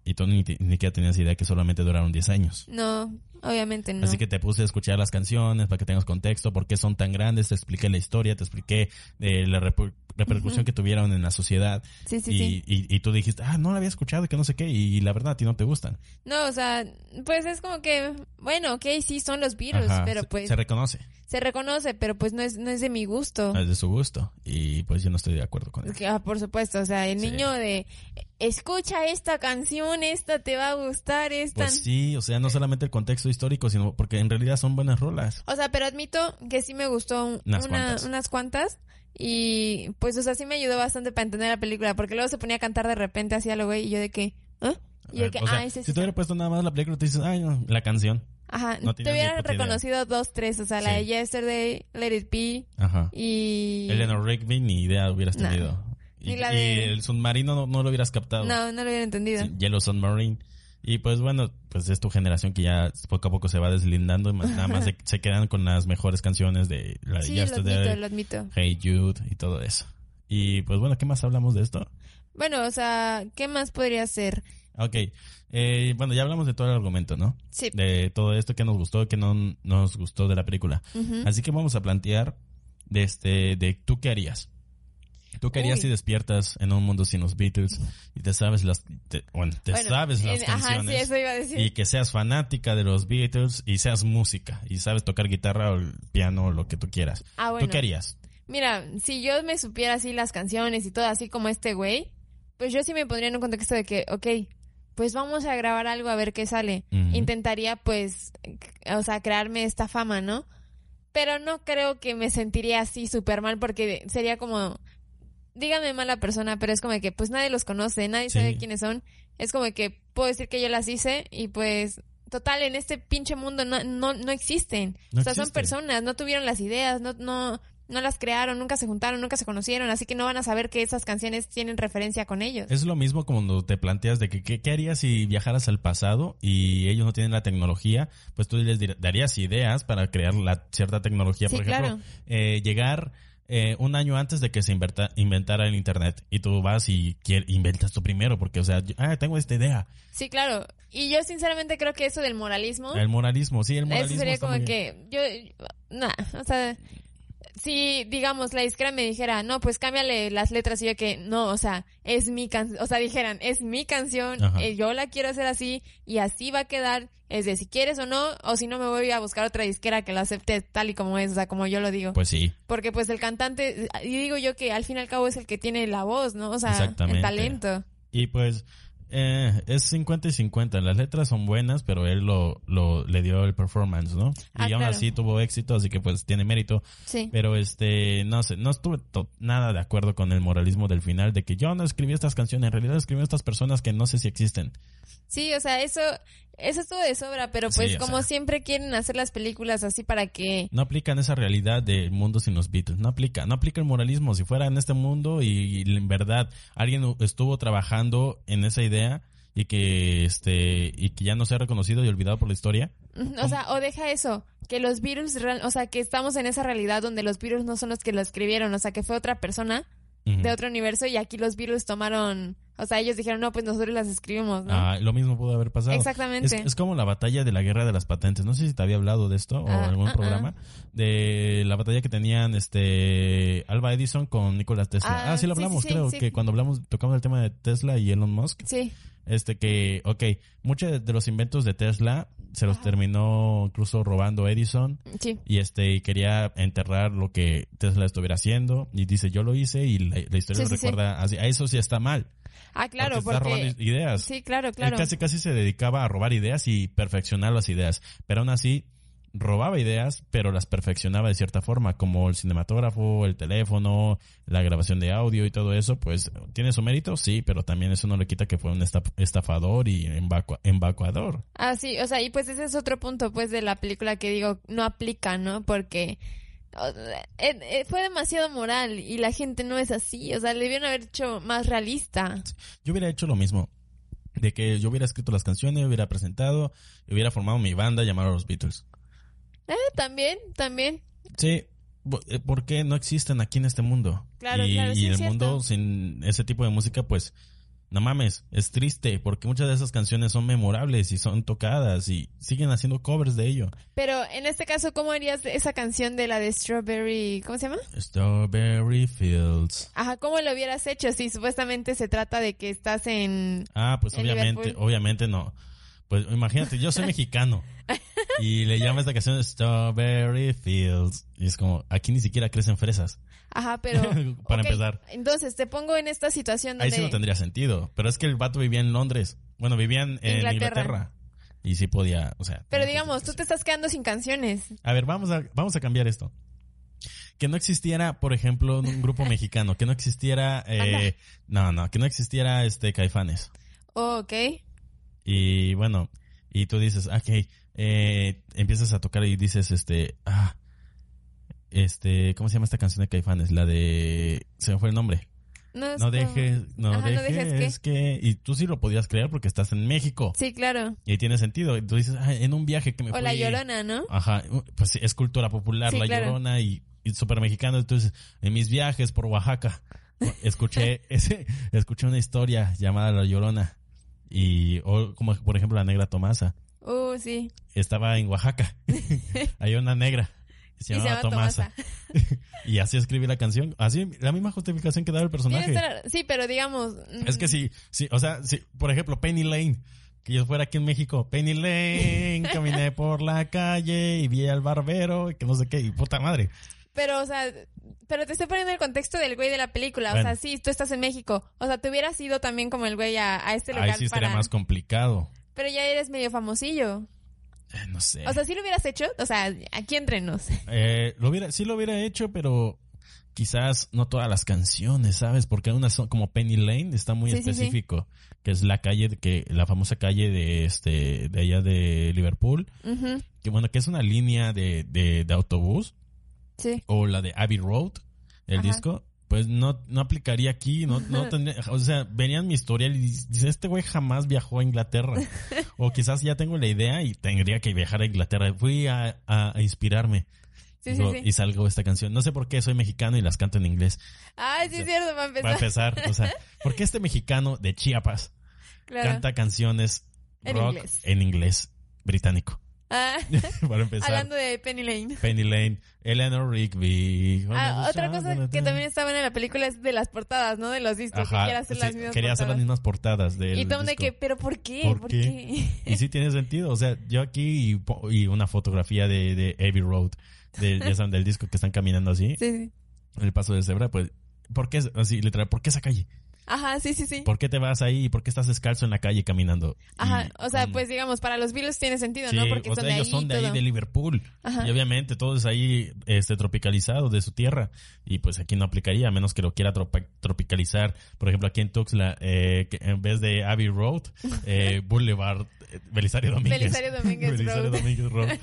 Speaker 1: Y tú ni, te- ni siquiera tenías idea que solamente duraron 10 años.
Speaker 2: No, obviamente no.
Speaker 1: Así que te puse a escuchar las canciones para que tengas contexto, por qué son tan grandes, te expliqué la historia, te expliqué eh, la reper- repercusión
Speaker 2: Ujú.
Speaker 1: que tuvieron en la sociedad
Speaker 2: Sí, sí,
Speaker 1: y,
Speaker 2: sí.
Speaker 1: y- y tú dijiste, ah, no la había escuchado, que no sé qué, y, la verdad a ti no te gustan.
Speaker 2: No, o sea, pues es como que, bueno, ok, sí, son los Beatles,
Speaker 1: Ajá,
Speaker 2: pero
Speaker 1: se-
Speaker 2: pues
Speaker 1: Se
Speaker 2: se,
Speaker 1: reconoce,
Speaker 2: reconoce, pero pues no es, no es de mi gusto.
Speaker 1: es de su gusto. Y pues yo no estoy de acuerdo con él.
Speaker 2: Que, ah, Oh. por supuesto, o sea, el
Speaker 1: Sí.
Speaker 2: niño de, escucha esta canción, esta te va a gustar, esta...
Speaker 1: Pues sí, o sea, no solamente el contexto histórico, sino porque en realidad son buenas rolas.
Speaker 2: O sea, pero admito que sí me gustó un-
Speaker 1: Unas
Speaker 2: una-
Speaker 1: cuantas.
Speaker 2: unas cuantas. Y pues, o sea, sí me ayudó bastante para entender la película. Porque luego se ponía a cantar de repente así a lo güey. Y yo de que, ¿ah? Y yo de que,
Speaker 1: Eh, O sea,
Speaker 2: ah, ese
Speaker 1: si
Speaker 2: sí.
Speaker 1: te hubiera puesto nada más la película, te dices, ay, no, la canción.
Speaker 2: Ajá,
Speaker 1: no
Speaker 2: te
Speaker 1: tenía ni
Speaker 2: hubieran
Speaker 1: puta idea.
Speaker 2: reconocido dos, tres. O sea, la
Speaker 1: Sí.
Speaker 2: de Yesterday, Let It Be.
Speaker 1: Ajá.
Speaker 2: Y.
Speaker 1: Eleanor Rigby, ni idea hubieras
Speaker 2: No.
Speaker 1: tenido. Y,
Speaker 2: Ni la
Speaker 1: y
Speaker 2: de-
Speaker 1: el submarino no, no lo hubieras captado.
Speaker 2: No, no lo hubiera entendido.
Speaker 1: Sí, Yellow Submarine. Y pues bueno, pues es tu generación que ya poco a poco se va deslindando. más-
Speaker 2: [LAUGHS]
Speaker 1: Nada más se, se quedan con las mejores canciones de la de
Speaker 2: Sí, lo
Speaker 1: Yesterday,
Speaker 2: admito, lo admito.
Speaker 1: Hey Jude y todo eso. Y pues bueno, ¿qué más hablamos de esto?
Speaker 2: Bueno, o sea, ¿qué más podría ser?
Speaker 1: Ok, eh, bueno, ya hablamos de todo el argumento, ¿no?
Speaker 2: Sí.
Speaker 1: De todo esto que nos gustó, que no nos gustó de la película.
Speaker 2: Ujú.
Speaker 1: Así que vamos a plantear de, este, de tú qué harías. ¿Tú qué harías
Speaker 2: Uy.
Speaker 1: si despiertas en un mundo sin los Beatles y te sabes las, te- bueno, te
Speaker 2: Bueno,
Speaker 1: sabes las
Speaker 2: en- Ajá, sí,
Speaker 1: canciones?
Speaker 2: eso iba a decir.
Speaker 1: Y que seas fanática de los Beatles y seas música y sabes tocar guitarra o el piano o lo que tú quieras.
Speaker 2: ah, bueno.
Speaker 1: ¿Tú qué harías?
Speaker 2: Mira, si yo me supiera así las canciones y todo así como este güey, pues yo sí me pondría en un contexto de que, ok, pues vamos a grabar algo a ver qué sale.
Speaker 1: Ujú.
Speaker 2: Intentaría pues, c- o sea, crearme esta fama, ¿no? Pero no creo que me sentiría así súper mal porque sería como, dígame mala persona, pero es como de que pues nadie los conoce, nadie
Speaker 1: Sí.
Speaker 2: sabe quiénes son. Es como de que puedo decir que yo las hice y pues, total, en este pinche mundo no, no, no existen.
Speaker 1: No
Speaker 2: o sea, son
Speaker 1: existen.
Speaker 2: personas, no tuvieron las ideas, no, no, no las crearon, nunca se juntaron, nunca se conocieron, así que no van a saber que esas canciones tienen referencia con ellos.
Speaker 1: Es lo mismo cuando te planteas de que qué, qué harías si viajaras al pasado y ellos no tienen la tecnología, pues tú les dir- darías ideas para crear la cierta tecnología,
Speaker 2: Sí,
Speaker 1: por ejemplo,
Speaker 2: claro.
Speaker 1: eh, llegar eh, un año antes de que se inverta- inventara el internet y tú vas y quier- inventas tú primero porque o sea, yo- ah, tengo esta idea,
Speaker 2: Sí, claro. Y yo sinceramente creo que eso del moralismo,
Speaker 1: el moralismo, sí, el moralismo
Speaker 2: eso sería
Speaker 1: está
Speaker 2: como
Speaker 1: muy bien.
Speaker 2: que yo, nah, o sea, si digamos la disquera me dijera, no, pues cámbiale las letras y yo que, no, o sea, es mi canción, o sea, dijeran, es mi canción,
Speaker 1: Ajá.
Speaker 2: eh, yo la quiero hacer así y así va a quedar, es de si quieres o no, o si no me voy a buscar otra disquera que lo acepte tal y como es, o sea, como yo lo digo.
Speaker 1: pues sí,
Speaker 2: Porque pues el cantante, y digo yo que al fin y al cabo es el que tiene la voz, ¿no? O sea,
Speaker 1: Exactamente.
Speaker 2: el talento.
Speaker 1: y pues eh, es 50 y 50, las letras son buenas, pero él lo, lo le dio el performance, ¿no?
Speaker 2: Ah,
Speaker 1: y aún
Speaker 2: claro.
Speaker 1: así tuvo éxito, así que pues tiene mérito.
Speaker 2: Sí.
Speaker 1: Pero este, no sé, no estuve to- nada de acuerdo con el moralismo del final de que yo no escribí estas canciones, en realidad escribí estas personas que no sé si existen.
Speaker 2: Sí, o sea, eso, eso estuvo de sobra, pero pues
Speaker 1: Sí, o
Speaker 2: como
Speaker 1: sea.
Speaker 2: siempre quieren hacer las películas así para que...
Speaker 1: No aplican esa realidad del mundo sin los Beatles, no aplica, no aplica el moralismo. Si fuera en este mundo y, y en verdad alguien estuvo trabajando en esa idea y que este y que ya no sea reconocido y olvidado por la historia,
Speaker 2: O sea, o deja eso, que los virus, real- o sea, que estamos en esa realidad donde los virus no son los que lo escribieron, o sea, que fue otra persona
Speaker 1: ujú.
Speaker 2: de otro universo y aquí los virus tomaron, o sea, ellos dijeron, no, pues nosotros las escribimos, ¿no?
Speaker 1: Ah, lo mismo pudo haber pasado. Es,
Speaker 2: Exactamente.
Speaker 1: es como la batalla de la guerra de las patentes. No sé si te había hablado de esto o en
Speaker 2: Ah,
Speaker 1: algún
Speaker 2: ah,
Speaker 1: programa. De la batalla que tenían este Alba Edison con Nikola Tesla. Ah,
Speaker 2: Ah,
Speaker 1: sí lo
Speaker 2: sí,
Speaker 1: hablamos,
Speaker 2: sí, sí,
Speaker 1: creo
Speaker 2: sí.
Speaker 1: que cuando hablamos, tocamos el tema de Tesla y Elon Musk.
Speaker 2: Sí,
Speaker 1: Este que, ok, muchos de los inventos de Tesla se los
Speaker 2: Ajá.
Speaker 1: terminó incluso robando Edison
Speaker 2: Sí.
Speaker 1: y este y quería enterrar lo que Tesla estuviera haciendo y dice yo lo hice y la, la historia
Speaker 2: Sí, sí,
Speaker 1: lo
Speaker 2: sí.
Speaker 1: recuerda así. A eso sí está mal.
Speaker 2: Ah, claro,
Speaker 1: porque, está
Speaker 2: porque...
Speaker 1: robando ideas.
Speaker 2: Sí, claro,
Speaker 1: Él
Speaker 2: claro.
Speaker 1: casi casi se dedicaba a robar ideas y perfeccionar las ideas, pero aún así robaba ideas, pero las perfeccionaba de cierta forma, como el cinematógrafo, el teléfono, la grabación de audio y todo eso, pues tiene su mérito, sí, pero también eso no le quita que fue un estaf- estafador y embacua- embacuador.
Speaker 2: Ah, sí, o sea, y pues ese es otro punto, pues, de la película que digo, no aplica, ¿no? Porque o- eh, eh, fue demasiado moral y la gente no es así, o sea, le debieron haber hecho más realista.
Speaker 1: Yo hubiera hecho lo mismo, de que yo hubiera escrito las canciones, hubiera presentado, hubiera formado mi banda llamada los Beatles.
Speaker 2: Eh, También, también.
Speaker 1: Sí, bo- eh, porque no existen aquí en este mundo.
Speaker 2: Claro,
Speaker 1: y,
Speaker 2: claro,
Speaker 1: y
Speaker 2: sí es
Speaker 1: el
Speaker 2: cierto.
Speaker 1: mundo sin ese tipo de música, pues, no mames, es triste, porque muchas de esas canciones son memorables y son tocadas y siguen haciendo covers de ello.
Speaker 2: Pero en este caso, ¿cómo harías esa canción de la de Strawberry? ¿Cómo se llama?
Speaker 1: Strawberry Fields.
Speaker 2: Ajá, ¿cómo lo hubieras hecho si supuestamente se trata de que estás en...
Speaker 1: Ah, pues
Speaker 2: En
Speaker 1: obviamente,
Speaker 2: Liverpool.
Speaker 1: obviamente no. Pues
Speaker 2: [LAUGHS]
Speaker 1: imagínate, yo soy mexicano y le llamo a esta canción Strawberry Fields. Y es como, aquí ni siquiera crecen fresas.
Speaker 2: Ajá,
Speaker 1: [LAUGHS]
Speaker 2: pero...
Speaker 1: Para
Speaker 2: ok,
Speaker 1: empezar.
Speaker 2: Entonces, te pongo en esta situación
Speaker 1: Ahí
Speaker 2: donde...
Speaker 1: sí no tendría sentido. Pero es que el vato vivía en Londres. Bueno, vivía en, en
Speaker 2: Inglaterra.
Speaker 1: Inglaterra. Y sí podía, o sea.
Speaker 2: Pero
Speaker 1: tenía
Speaker 2: digamos, tú te estás quedando sin canciones.
Speaker 1: A ver, vamos a, vamos a cambiar esto. Que no existiera, por ejemplo, un grupo mexicano. Que no existiera. eh, no, no, que no existiera este Caifanes.
Speaker 2: Oh, ok.
Speaker 1: Y bueno, y tú dices, "Ah, ok, eh, empiezas a tocar y dices, este. Ah, este, ¿cómo se llama esta canción de Caifanes? La de. Se me fue el nombre.
Speaker 2: No, es
Speaker 1: No
Speaker 2: como-
Speaker 1: dejes, no
Speaker 2: Ajá, no
Speaker 1: dejes,
Speaker 2: dejes
Speaker 1: que... Y tú sí lo podías creer porque estás en México.
Speaker 2: Sí, claro.
Speaker 1: Y ahí tiene sentido. Y tú dices, "Ah, en un viaje que me
Speaker 2: O
Speaker 1: fui...
Speaker 2: la llorona, ¿no?
Speaker 1: Ajá, pues sí, es cultura popular,
Speaker 2: Sí,
Speaker 1: la
Speaker 2: claro.
Speaker 1: llorona y, y súper mexicano. Entonces, en mis viajes por Oaxaca,
Speaker 2: [LAUGHS]
Speaker 1: escuché, ese, escuché una historia llamada La Llorona. Y, o como por ejemplo la negra Tomasa.
Speaker 2: Uh, sí.
Speaker 1: Estaba en
Speaker 2: [LAUGHS]
Speaker 1: Oaxaca. Hay una negra. que Se
Speaker 2: y
Speaker 1: llamaba Tomasa. Y así escribí la canción. Así, la misma justificación que daba el personaje.
Speaker 2: Tienes toda la- Sí, pero digamos... mm,
Speaker 1: Es que si, si, o sea, si, por ejemplo, Penny Lane, que yo fuera aquí en México,
Speaker 2: [LAUGHS]
Speaker 1: Penny Lane, caminé por la calle y vi al barbero y que no sé qué, y puta madre.
Speaker 2: Pero, o sea, pero te estoy poniendo el contexto del güey de la película. O
Speaker 1: Bueno.
Speaker 2: sea, sí, tú estás en México. O sea, te hubieras ido también como el güey a, a este
Speaker 1: Ahí
Speaker 2: lugar
Speaker 1: sí sería
Speaker 2: para...
Speaker 1: más complicado.
Speaker 2: Pero ya eres medio famosillo.
Speaker 1: Eh, No sé.
Speaker 2: O sea, sí lo hubieras hecho. O sea, aquí entrenos. [LAUGHS]
Speaker 1: Eh, lo hubiera, sí lo hubiera hecho, pero quizás no todas las canciones, ¿sabes? Porque unas son como Penny Lane, está muy
Speaker 2: Sí, sí, sí.
Speaker 1: específico, que es la calle, de que la famosa calle de este, de allá de Liverpool,
Speaker 2: Ujú,
Speaker 1: que bueno, que es una línea de, de, de autobús.
Speaker 2: Sí.
Speaker 1: o la de Abbey Road, el
Speaker 2: Ajá.
Speaker 1: disco, pues no, no aplicaría aquí, no,
Speaker 2: [LAUGHS]
Speaker 1: no tendría, o sea, verían mi historial y dice, este güey jamás viajó
Speaker 2: [LAUGHS]
Speaker 1: a Inglaterra. o quizás ya tengo la idea y tendría que viajar a Inglaterra. Fui a, a- a inspirarme
Speaker 2: Sí, sí,
Speaker 1: Digo,
Speaker 2: sí.
Speaker 1: y salgo esta canción. No sé por qué soy mexicano y las canto en inglés.
Speaker 2: Ay, sí, es cierto, para
Speaker 1: Para
Speaker 2: empezar.
Speaker 1: empezar,
Speaker 2: [LAUGHS]
Speaker 1: o sea, ¿por qué este mexicano de Chiapas
Speaker 2: Claro.
Speaker 1: canta canciones
Speaker 2: En
Speaker 1: rock
Speaker 2: inglés.
Speaker 1: en inglés británico? [LAUGHS]
Speaker 2: Ah,
Speaker 1: Para empezar.
Speaker 2: hablando de Penny Lane.
Speaker 1: Penny Lane, Eleanor Rigby.
Speaker 2: Ah, otra cosa que también está buena en la película es de las portadas, ¿no? De los [LAUGHS] discos. que
Speaker 1: Ajá,
Speaker 2: quiere hacer
Speaker 1: sí,
Speaker 2: las mismas
Speaker 1: quería hacer las
Speaker 2: portadas.
Speaker 1: mismas portadas del
Speaker 2: Y todo de
Speaker 1: disco.
Speaker 2: que, ¿pero por qué?
Speaker 1: ¿Por
Speaker 2: ¿Por,
Speaker 1: qué?
Speaker 2: qué?
Speaker 1: Y sí tiene sentido, o sea, yo aquí y, po- y una fotografía de, de Abbey Road, de, ya saben, del disco que están caminando así,
Speaker 2: [LAUGHS] Sí, sí.
Speaker 1: el paso del cebra, pues, ¿por qué, es- así, literal, ¿por qué esa calle?
Speaker 2: Ajá, sí, sí, sí.
Speaker 1: ¿Por qué te vas ahí y por qué estás descalzo en la calle caminando?
Speaker 2: Ajá,
Speaker 1: Y
Speaker 2: o sea,
Speaker 1: con-
Speaker 2: pues digamos, para los Beatles tiene sentido,
Speaker 1: sí,
Speaker 2: ¿no? Porque
Speaker 1: o
Speaker 2: son
Speaker 1: sea,
Speaker 2: de ahí.
Speaker 1: ellos son de
Speaker 2: y
Speaker 1: ahí,
Speaker 2: todo.
Speaker 1: de Liverpool.
Speaker 2: Ajá.
Speaker 1: Y obviamente todo es ahí este, tropicalizado de su tierra. Y pues aquí no aplicaría, a menos que lo quiera tropa- tropicalizar. Por ejemplo, aquí en Tuxtla, eh, que en vez de Abbey Road,
Speaker 2: [LAUGHS]
Speaker 1: eh, Boulevard eh, Belisario Domínguez.
Speaker 2: Belisario Domínguez
Speaker 1: Belisario
Speaker 2: Road.
Speaker 1: Domínguez Road.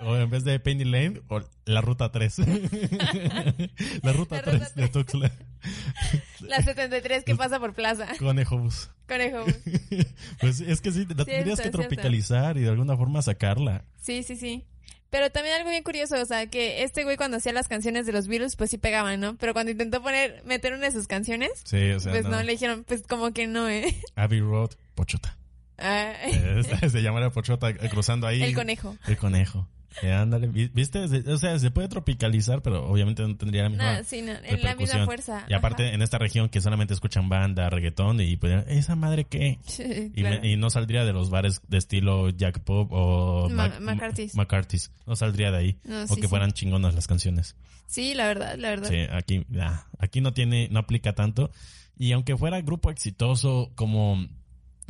Speaker 1: O, o en vez de Penny Lane, o [LAUGHS] la Ruta 3.
Speaker 2: La
Speaker 1: la Ruta
Speaker 2: Ruta
Speaker 1: 3 de Tuxtla.
Speaker 2: La 73
Speaker 1: Pues
Speaker 2: que pasa por plaza. [LAUGHS]
Speaker 1: Conejo Bus. [LAUGHS]
Speaker 2: Conejo.
Speaker 1: pues es que sí, la tendrías que
Speaker 2: cierto.
Speaker 1: tropicalizar y de alguna forma sacarla.
Speaker 2: Sí, sí, sí. Pero también algo bien curioso, o sea, que este güey cuando hacía las canciones de los Beatles, pues sí pegaban, ¿no? Pero cuando intentó poner, meter una de sus canciones,
Speaker 1: Sí, o sea,
Speaker 2: pues
Speaker 1: no.
Speaker 2: no. le dijeron, pues como que no, ¿eh? [LAUGHS]
Speaker 1: Abbey Road, Pochota.
Speaker 2: Ah,
Speaker 1: [LAUGHS] Eh, se llama la pochota eh, cruzando ahí.
Speaker 2: el conejo.
Speaker 1: El conejo. Eh, ándale, vi- ¿viste? Se- O sea, se puede tropicalizar, pero obviamente no tendría la misma.
Speaker 2: No, sí, no, en la misma
Speaker 1: repercusión.
Speaker 2: fuerza.
Speaker 1: Y
Speaker 2: [LAUGHS]
Speaker 1: aparte, en esta región que solamente escuchan banda, reggaetón y pues, ¿esa madre qué?
Speaker 2: Ajá.
Speaker 1: Y,
Speaker 2: Claro.
Speaker 1: me- y no saldría de los bares de estilo Jack Pop o
Speaker 2: Ma-
Speaker 1: Mac-
Speaker 2: McCarthy's.
Speaker 1: McCarthy's. No saldría de ahí.
Speaker 2: No,
Speaker 1: o
Speaker 2: sí,
Speaker 1: que
Speaker 2: sí.
Speaker 1: fueran chingonas las canciones.
Speaker 2: Sí, la verdad, la verdad.
Speaker 1: Sí, aquí, ah, aquí no tiene, no aplica tanto. Y aunque fuera grupo exitoso como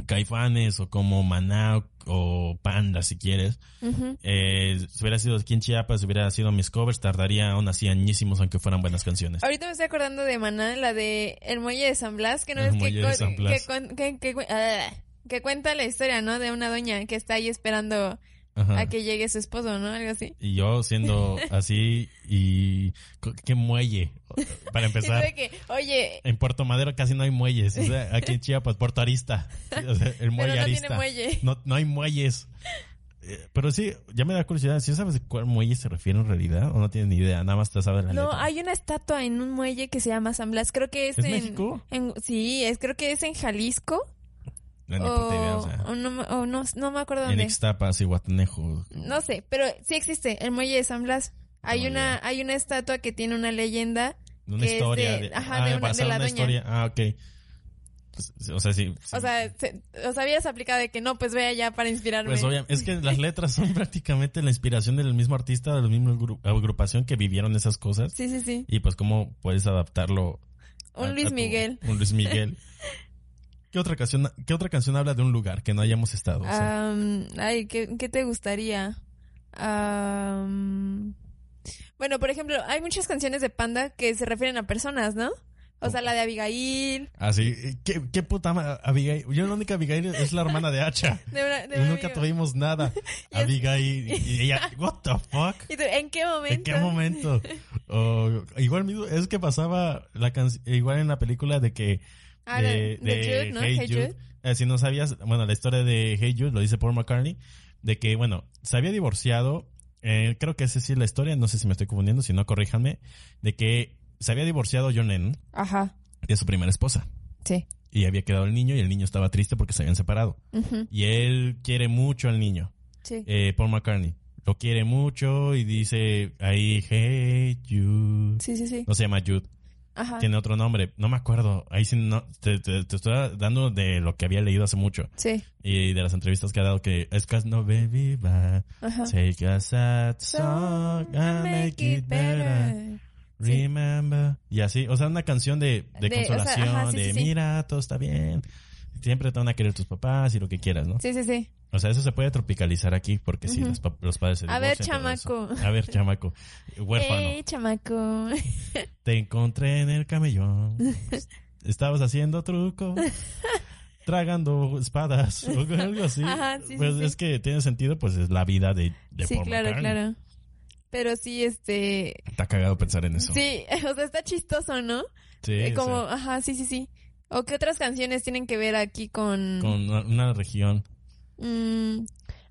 Speaker 1: Caifanes o como Maná o- o Panda, si quieres,
Speaker 2: Ujú.
Speaker 1: eh, si hubiera sido aquí en Chiapas, si hubiera sido mis covers, tardaría aún así añísimos aunque fueran buenas canciones.
Speaker 2: Ahorita me estoy acordando de Maná, la de El Muelle de San Blas, que no
Speaker 1: El
Speaker 2: es que,
Speaker 1: Muelle de
Speaker 2: con-
Speaker 1: San
Speaker 2: que,
Speaker 1: Blas.
Speaker 2: con- que- que- ah, que cuenta la historia, ¿no? De una doña que está ahí esperando
Speaker 1: Ajá.
Speaker 2: a que llegue su esposo, ¿no? Algo así.
Speaker 1: Y
Speaker 2: [LAUGHS]
Speaker 1: yo siendo así y co- qué muelle para
Speaker 2: Y [LAUGHS]
Speaker 1: empezar.
Speaker 2: tuve que, oye,
Speaker 1: En Puerto Madero casi no hay muelles. O sea, aquí en Chiapas, Puerto Arista. O sea, el muelle
Speaker 2: pero no
Speaker 1: Arista.
Speaker 2: tiene muelle.
Speaker 1: No, no hay muelles. Eh, Pero sí, ya me da curiosidad. ¿Sí sabes de cuál muelle se refiere en realidad? ¿O no tienes ni idea? Nada más te sabes la
Speaker 2: No,
Speaker 1: letra.
Speaker 2: hay una estatua en un muelle que se llama San Blas. Creo que es,
Speaker 1: ¿Es
Speaker 2: en,
Speaker 1: México?
Speaker 2: en- sí, es creo que es en Jalisco
Speaker 1: No, ni
Speaker 2: o,
Speaker 1: puta idea, o sea,
Speaker 2: o no, me- o no, no me acuerdo
Speaker 1: en
Speaker 2: dónde.
Speaker 1: Ixtapa, Cihuatanejo.
Speaker 2: No sé, pero sí existe el muelle de San Blas. Hay
Speaker 1: No,
Speaker 2: una hay una estatua que tiene una leyenda.
Speaker 1: Una
Speaker 2: Que es
Speaker 1: historia. ah,
Speaker 2: de- Este, ajá, de una-
Speaker 1: basada
Speaker 2: de
Speaker 1: en
Speaker 2: la doña.
Speaker 1: historia. Ah, ok. Pues, o sea, sí. sí.
Speaker 2: O sea, se- o sea, habías aplicado de que no, pues ve allá para inspirarme.
Speaker 1: Pues obvia- es que
Speaker 2: [LAUGHS]
Speaker 1: las letras son prácticamente la inspiración del mismo artista, de la misma agru- agrupación que vivieron esas cosas.
Speaker 2: Sí, sí, sí.
Speaker 1: Y pues cómo puedes adaptarlo. a- a
Speaker 2: Un Luis
Speaker 1: tu-
Speaker 2: Miguel.
Speaker 1: Un
Speaker 2: [LAUGHS]
Speaker 1: Luis Miguel. ¿Qué otra canción, qué otra canción habla de un lugar que no hayamos estado? O
Speaker 2: Ah.
Speaker 1: sea,
Speaker 2: Am, ay, ¿qué, qué te gustaría? Am, bueno, por ejemplo, hay muchas canciones de Panda que se refieren a personas, ¿no? O sea, la de Abigail.
Speaker 1: así, ¿qué, qué puta ma- Abigail? Yo la única Abigail es la hermana de Hacha.
Speaker 2: De una- [LAUGHS] de
Speaker 1: Y
Speaker 2: una
Speaker 1: nunca
Speaker 2: amiga. [LAUGHS]
Speaker 1: tuvimos nada.
Speaker 2: Y es-
Speaker 1: Abigail y ella,
Speaker 2: [LAUGHS]
Speaker 1: what the fuck?
Speaker 2: ¿Y tú, ¿En qué momento?
Speaker 1: ¿En qué
Speaker 2: [LAUGHS]
Speaker 1: momento? O, igual mismo, es que pasaba la canc- igual en la película de que
Speaker 2: Ah,
Speaker 1: de,
Speaker 2: la- de
Speaker 1: de
Speaker 2: Jude, ¿no?
Speaker 1: Hey
Speaker 2: Hey
Speaker 1: Jude. Eh, si no sabías, bueno, la historia de Hey Jude lo dice Paul McCartney, de que, bueno, se había divorciado, eh, creo que esa sí es la historia, no sé si me estoy confundiendo, si no, corríjanme, de que se había divorciado John Lennon
Speaker 2: Ajá,
Speaker 1: de su primera esposa.
Speaker 2: sí.
Speaker 1: Y había quedado el niño y el niño estaba triste porque se habían separado.
Speaker 2: Ujú,
Speaker 1: Y él quiere mucho al niño,
Speaker 2: sí.
Speaker 1: eh, Paul McCartney. Lo quiere mucho y dice ahí, hey Jude.
Speaker 2: sí, sí, sí.
Speaker 1: No se llama Jude,
Speaker 2: Ajá.
Speaker 1: tiene otro nombre, no me acuerdo. Ahí sí no, te, te- te estoy dando de lo que había leído hace mucho
Speaker 2: Sí,
Speaker 1: y de las entrevistas que ha dado que es que no baby va
Speaker 2: ajá.
Speaker 1: take a sad song and make it better remember y así o sea una canción de,
Speaker 2: De-
Speaker 1: de
Speaker 2: o sea,
Speaker 1: consolación
Speaker 2: ajá, sí, sí,
Speaker 1: de
Speaker 2: sí.
Speaker 1: mira todo está bien siempre te van a querer tus papás y lo que quieras no
Speaker 2: Sí, sí, sí.
Speaker 1: o sea eso se puede tropicalizar aquí porque si
Speaker 2: Ujú.
Speaker 1: los, pa- los padres se
Speaker 2: A ver,
Speaker 1: divorcian, todo eso.
Speaker 2: chamaco. Eh,
Speaker 1: a ver chamaco
Speaker 2: [LAUGHS]
Speaker 1: huérfano
Speaker 2: Ey, chamaco.
Speaker 1: te encontré en
Speaker 2: [LAUGHS]
Speaker 1: el camellón estabas haciendo truco tragando espadas o algo así
Speaker 2: [LAUGHS] Ajá, sí, sí,
Speaker 1: pues
Speaker 2: sí.
Speaker 1: es que tiene sentido pues es la vida de, de
Speaker 2: sí,
Speaker 1: Paul
Speaker 2: claro,
Speaker 1: McCartney.
Speaker 2: claro. Pero sí, este.
Speaker 1: está cagado pensar en eso
Speaker 2: Sí, [LAUGHS] o sea, está chistoso, ¿no?
Speaker 1: Sí,
Speaker 2: Eh,
Speaker 1: o
Speaker 2: como,
Speaker 1: sea,
Speaker 2: ajá, sí, sí, sí. ¿O qué otras canciones tienen que ver aquí con...?
Speaker 1: con una, una región
Speaker 2: Mm,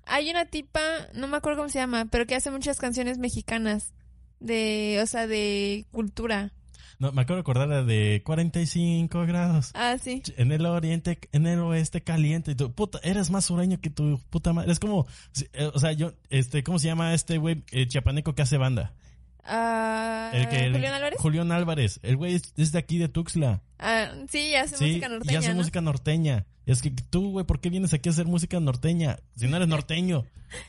Speaker 2: hay una tipa, no me acuerdo cómo se llama, pero que hace muchas canciones mexicanas. De, o sea, de cultura.
Speaker 1: no me acabo de acordar la de 45 grados
Speaker 2: Ah, sí.
Speaker 1: en el oriente, en el oeste caliente. Y tú, puta, eres más sureño que tu puta madre. Es como, sí, eh, o sea, yo, este, ¿cómo se llama este güey eh, chiapaneco que hace banda?
Speaker 2: Ah,
Speaker 1: El que- el-
Speaker 2: ¿Julián Álvarez?
Speaker 1: Julián Álvarez. El güey es, es de aquí, de Tuxtla.
Speaker 2: Ah, sí, hace
Speaker 1: Sí,
Speaker 2: música norteña,
Speaker 1: y hace
Speaker 2: ¿no?
Speaker 1: música norteña. Es que tú, güey, ¿por qué vienes aquí a hacer música norteña? Si no eres norteño,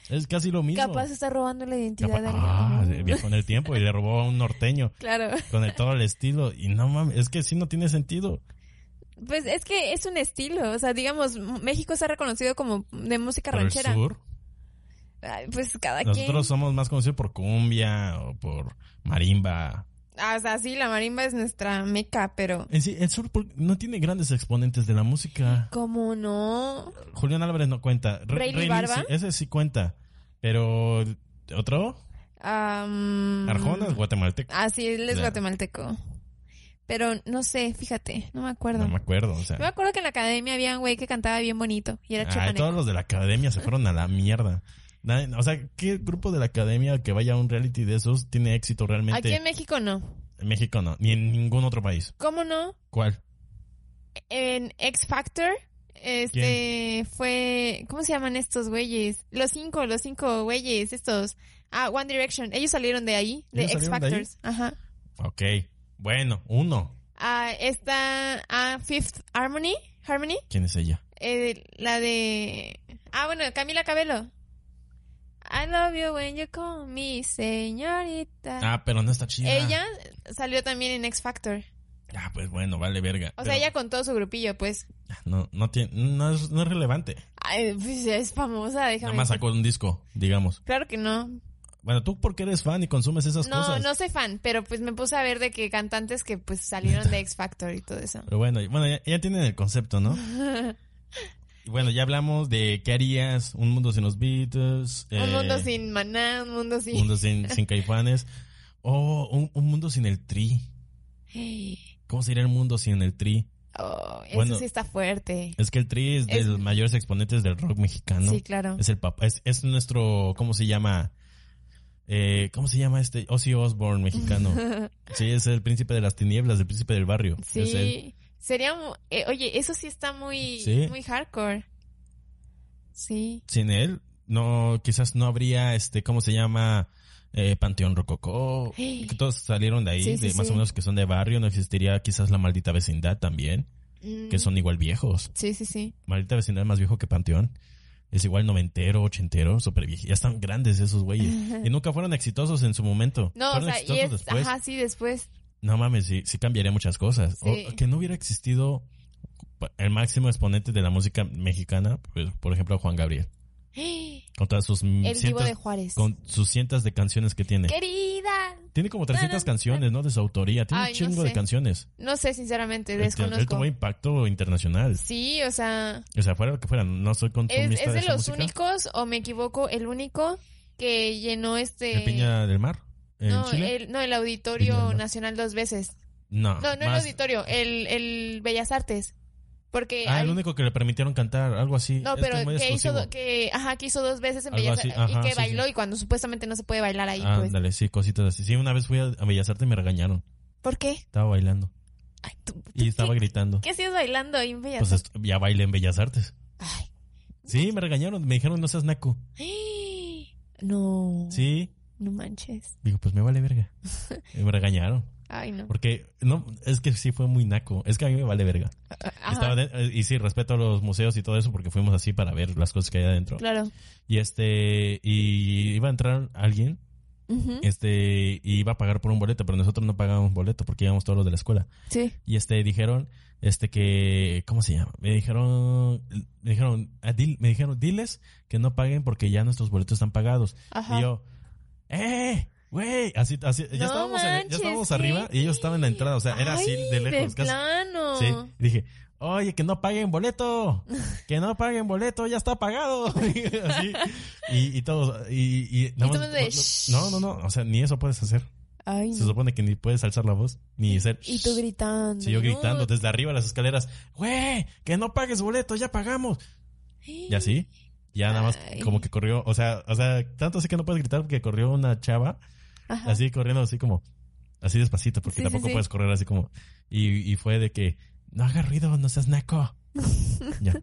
Speaker 1: es casi lo mismo.
Speaker 2: Capaz está robando la identidad
Speaker 1: Capaz-
Speaker 2: de alguien.
Speaker 1: ah, viajó en el tiempo y le robó a un norteño
Speaker 2: [LAUGHS] Claro.
Speaker 1: con el, todo el estilo. Y no mames, es que sí no tiene sentido.
Speaker 2: Pues es que es un estilo. O sea, digamos, M- México está reconocido como de música
Speaker 1: Pero el
Speaker 2: ranchera.
Speaker 1: sur,
Speaker 2: Ay, pues cada quien.
Speaker 1: nosotros somos más conocidos por cumbia o por marimba.
Speaker 2: Ah, o sea, sí, la marimba es nuestra meca, pero...
Speaker 1: En sí, el sur por- no tiene grandes exponentes de la música.
Speaker 2: ¿Cómo no?
Speaker 1: Julián Álvarez no cuenta. Re-
Speaker 2: Rayleigh
Speaker 1: Rayleigh
Speaker 2: Barba.
Speaker 1: sí, ese sí cuenta. Pero, ¿otro?
Speaker 2: Am,
Speaker 1: Arjona es guatemalteco.
Speaker 2: Mm. Ah, sí, él es
Speaker 1: Claro.
Speaker 2: guatemalteco. Pero no sé, fíjate, no me acuerdo.
Speaker 1: No me acuerdo, o sea.
Speaker 2: Yo me acuerdo que en la academia había un güey que cantaba bien bonito y era
Speaker 1: Ay,
Speaker 2: chiapaneco.
Speaker 1: todos los de la academia se fueron a la mierda. Nadie- o sea, ¿qué grupo de la academia que vaya a un reality de esos tiene éxito realmente?
Speaker 2: Aquí en México no.
Speaker 1: En México no, ni en ningún otro país.
Speaker 2: ¿Cómo no?
Speaker 1: ¿Cuál?
Speaker 2: En X Factor, Este fue. ¿Cómo se llaman estos güeyes? Los cinco, los cinco güeyes, estos. Ah, One Direction. Ellos salieron de ahí, de
Speaker 1: ¿Ellos
Speaker 2: X
Speaker 1: salieron de ahí?
Speaker 2: Factors. Ajá.
Speaker 1: Ok. Bueno, uno.
Speaker 2: Ah, está. Ah, Fifth Harmony. Harmony.
Speaker 1: ¿Quién es ella?
Speaker 2: Eh, la de. Ah, bueno, Camila Cabello. I love you when you call me señorita.
Speaker 1: Ah, pero no está chida.
Speaker 2: Ella salió también en X Factor.
Speaker 1: Ah, pues bueno, vale verga.
Speaker 2: O sea,
Speaker 1: Pero
Speaker 2: ella con todo su grupillo, pues.
Speaker 1: No, no, tiene, no, es, no es relevante.
Speaker 2: Ay, pues, es famosa, déjame.
Speaker 1: Nada más
Speaker 2: decir.
Speaker 1: sacó un disco, digamos.
Speaker 2: Claro que no.
Speaker 1: Bueno, ¿tú por qué eres fan y consumes esas
Speaker 2: No,
Speaker 1: cosas?
Speaker 2: no soy fan, pero pues me puse a ver de que cantantes que pues salieron de X Factor y todo eso.
Speaker 1: Pero bueno, y- bueno ya, ya tienen el concepto, ¿no? Y bueno, ya hablamos de qué harías, un mundo sin los Beatles. eh,
Speaker 2: [LAUGHS] Un mundo sin maná, un mundo
Speaker 1: un
Speaker 2: sin...
Speaker 1: mundo sin, sin caifanes. O un, un mundo sin el tri. ¿Cómo sería el mundo sin el tri?
Speaker 2: [GASPS] Oh, eso
Speaker 1: Bueno.
Speaker 2: sí está fuerte.
Speaker 1: Es que el tri es de
Speaker 2: Es-
Speaker 1: los mayores exponentes del rock mexicano.
Speaker 2: Sí, claro.
Speaker 1: Es el papá, es, es nuestro, ¿cómo se llama? Eh, ¿Cómo se llama este? Ozzy Osbourne
Speaker 2: [LAUGHS]
Speaker 1: mexicano. sí, es el príncipe de las tinieblas, el príncipe del barrio. Es él.
Speaker 2: Sí. Sería... mu- eh, oye, eso sí está muy,
Speaker 1: Sí.
Speaker 2: muy hardcore. Sí.
Speaker 1: Sin él, no, quizás no habría este, ¿cómo se llama? Eh, Panteón Rococó. Que
Speaker 2: [GASPS]
Speaker 1: todos salieron de ahí,
Speaker 2: Sí,
Speaker 1: de
Speaker 2: sí,
Speaker 1: más
Speaker 2: sí.
Speaker 1: o menos que son de barrio. No existiría quizás la maldita vecindad también,
Speaker 2: Mm,
Speaker 1: que son igual viejos.
Speaker 2: Sí, sí, sí.
Speaker 1: Maldita vecindad es más viejo que Panteón. Es igual noventero, ochentero, súper viejo. Ya están grandes esos güeyes. Y nunca fueron exitosos en su momento.
Speaker 2: [LAUGHS] No, o
Speaker 1: fueron
Speaker 2: sea, y
Speaker 1: exitosos
Speaker 2: es...
Speaker 1: después.
Speaker 2: Ajá, sí, después. [GASPS]
Speaker 1: No mames, sí, sí cambiaría muchas cosas.
Speaker 2: Sí.
Speaker 1: O que no hubiera existido el máximo exponente de la música mexicana, pues, por ejemplo, Juan Gabriel, con todas sus
Speaker 2: El vivo
Speaker 1: cientos,
Speaker 2: de Juárez.
Speaker 1: con sus cientos de canciones que tiene.
Speaker 2: Querida.
Speaker 1: Tiene como 300
Speaker 2: Na, na, na.
Speaker 1: canciones, ¿no? De su autoría. Tiene
Speaker 2: Ay,
Speaker 1: un
Speaker 2: no
Speaker 1: chingo de
Speaker 2: sé.
Speaker 1: canciones.
Speaker 2: No sé, sinceramente,
Speaker 1: Él, tiene- él
Speaker 2: desconozco.
Speaker 1: tuvo impacto internacional.
Speaker 2: Sí, o sea,
Speaker 1: O sea, fuera lo que fuera, no soy
Speaker 2: es,
Speaker 1: consumista
Speaker 2: es de
Speaker 1: su
Speaker 2: los
Speaker 1: música.
Speaker 2: únicos, o me equivoco, el único que llenó este...
Speaker 1: ¿De Piña del Mar? ¿En
Speaker 2: no,
Speaker 1: Chile?
Speaker 2: el, no, el Auditorio
Speaker 1: Piña-
Speaker 2: Nacional dos veces.
Speaker 1: No,
Speaker 2: No, no el
Speaker 1: más-
Speaker 2: auditorio, el, el Bellas Artes. Porque...
Speaker 1: Ah,
Speaker 2: hay-
Speaker 1: el único que le permitieron cantar, algo así.
Speaker 2: No,
Speaker 1: Es
Speaker 2: pero
Speaker 1: es muy
Speaker 2: que hizo,
Speaker 1: exclusivo.
Speaker 2: do- que, ajá, que hizo dos veces en
Speaker 1: Algo
Speaker 2: Bellas
Speaker 1: así,
Speaker 2: Artes y
Speaker 1: ajá,
Speaker 2: que
Speaker 1: sí,
Speaker 2: bailó
Speaker 1: sí.
Speaker 2: y cuando supuestamente no se puede bailar ahí, pues.
Speaker 1: Ándale, sí, cositas así. Sí, una vez fui a, a Bellas Artes y me regañaron.
Speaker 2: ¿Por qué?
Speaker 1: Estaba bailando.
Speaker 2: Ay, tú- tú
Speaker 1: Y estaba
Speaker 2: ¿qué,
Speaker 1: gritando.
Speaker 2: qué hacías bailando ahí en Bellas
Speaker 1: Pues
Speaker 2: Artes?
Speaker 1: est- ya bailé en Bellas Artes.
Speaker 2: Ay.
Speaker 1: Sí, me regañaron. Me dijeron, no seas naco.
Speaker 2: [GASPS] No,
Speaker 1: Sí.
Speaker 2: no manches.
Speaker 1: Digo, pues me
Speaker 2: [LAUGHS]
Speaker 1: vale verga. Y me regañaron.
Speaker 2: Ay, no.
Speaker 1: Porque, no, es que sí fue muy naco. Es que a mí me vale verga.
Speaker 2: Ajá,
Speaker 1: Estaba de- eh, y sí, respeto a los museos y todo eso porque fuimos así para ver las cosas que hay adentro.
Speaker 2: claro.
Speaker 1: Y este, y iba a entrar alguien,
Speaker 2: Ujú,
Speaker 1: este, y iba a pagar por un boleto, pero nosotros no pagábamos boleto porque íbamos todos los de la escuela.
Speaker 2: Sí.
Speaker 1: Y este dijeron, este que, ¿cómo se llama? Me dijeron, me dijeron, ah, dil- me dijeron, diles que no paguen porque ya nuestros boletos están pagados.
Speaker 2: Ajá.
Speaker 1: Y yo, ¡eh! Güey, así, así, ya
Speaker 2: No
Speaker 1: estábamos, en-
Speaker 2: manches,
Speaker 1: ya estábamos
Speaker 2: ¿qué?
Speaker 1: arriba y ellos estaban en la entrada, o sea, era así
Speaker 2: Ay,
Speaker 1: de lejos,
Speaker 2: De
Speaker 1: casi.
Speaker 2: plano.
Speaker 1: Sí, y dije, oye, que no paguen boleto, que no paguen boleto, ya está pagado. [LAUGHS] Así, y, y todos, y, y, nada
Speaker 2: tú
Speaker 1: más-
Speaker 2: de,
Speaker 1: no, no, no, no, o sea, ni eso puedes hacer.
Speaker 2: Ay,
Speaker 1: Se
Speaker 2: no.
Speaker 1: supone que ni puedes alzar la voz, ni ser...
Speaker 2: Y tú gritando.
Speaker 1: Sí, yo
Speaker 2: ¿no?
Speaker 1: gritando desde arriba de las escaleras, güey, que no pagues boleto, ya pagamos. Y así, ya nada más
Speaker 2: Ay.
Speaker 1: como que corrió, o sea, o sea, tanto así que no puedes gritar porque corrió una chava,
Speaker 2: Ajá.
Speaker 1: así corriendo así como, así despacito, porque
Speaker 2: Sí, sí,
Speaker 1: tampoco
Speaker 2: sí.
Speaker 1: puedes correr así como, y, y fue de que, no hagas ruido, no seas naco.
Speaker 2: [LAUGHS]
Speaker 1: ya.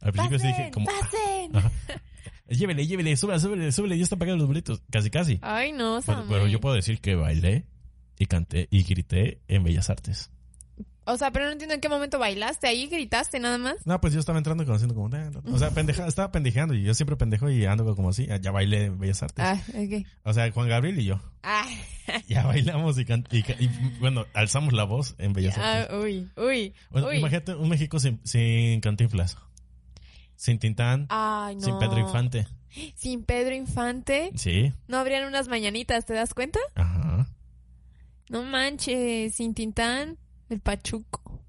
Speaker 1: Al principio sí
Speaker 2: ¡Pasen!
Speaker 1: dije como,
Speaker 2: ¡Pasen!
Speaker 1: ajá, llévele, llévele, súbele, súbele, súbele, ya están pagando los boletos, casi, casi.
Speaker 2: Ay, no,
Speaker 1: Pero,
Speaker 2: Samuel.
Speaker 1: "Ah, pero yo puedo decir que bailé y canté y grité en Bellas Artes.
Speaker 2: O sea, pero no entiendo en qué momento bailaste. Ahí gritaste nada más.
Speaker 1: No, pues yo estaba entrando y conociendo como... "Ah, no". O sea, pendeja, estaba pendejeando y yo siempre pendejo y ando como así. Ya bailé en Bellas Artes.
Speaker 2: Ah, ok.
Speaker 1: O sea, Juan Gabriel y yo.
Speaker 2: Ah,
Speaker 1: Ya bailamos y, can- y ca- y, bueno, alzamos la voz en Bellas
Speaker 2: ah,
Speaker 1: Artes.
Speaker 2: uy, uy,
Speaker 1: Bueno,
Speaker 2: uy.
Speaker 1: imagínate un México sin, sin cantinflas. Sin Tintán.
Speaker 2: Ay, Ah, no.
Speaker 1: Sin Pedro Infante.
Speaker 2: Sin Pedro Infante.
Speaker 1: Sí.
Speaker 2: No habrían unas mañanitas, ¿te das cuenta?
Speaker 1: Ajá.
Speaker 2: No manches. Sin Tintán, el Pachuco.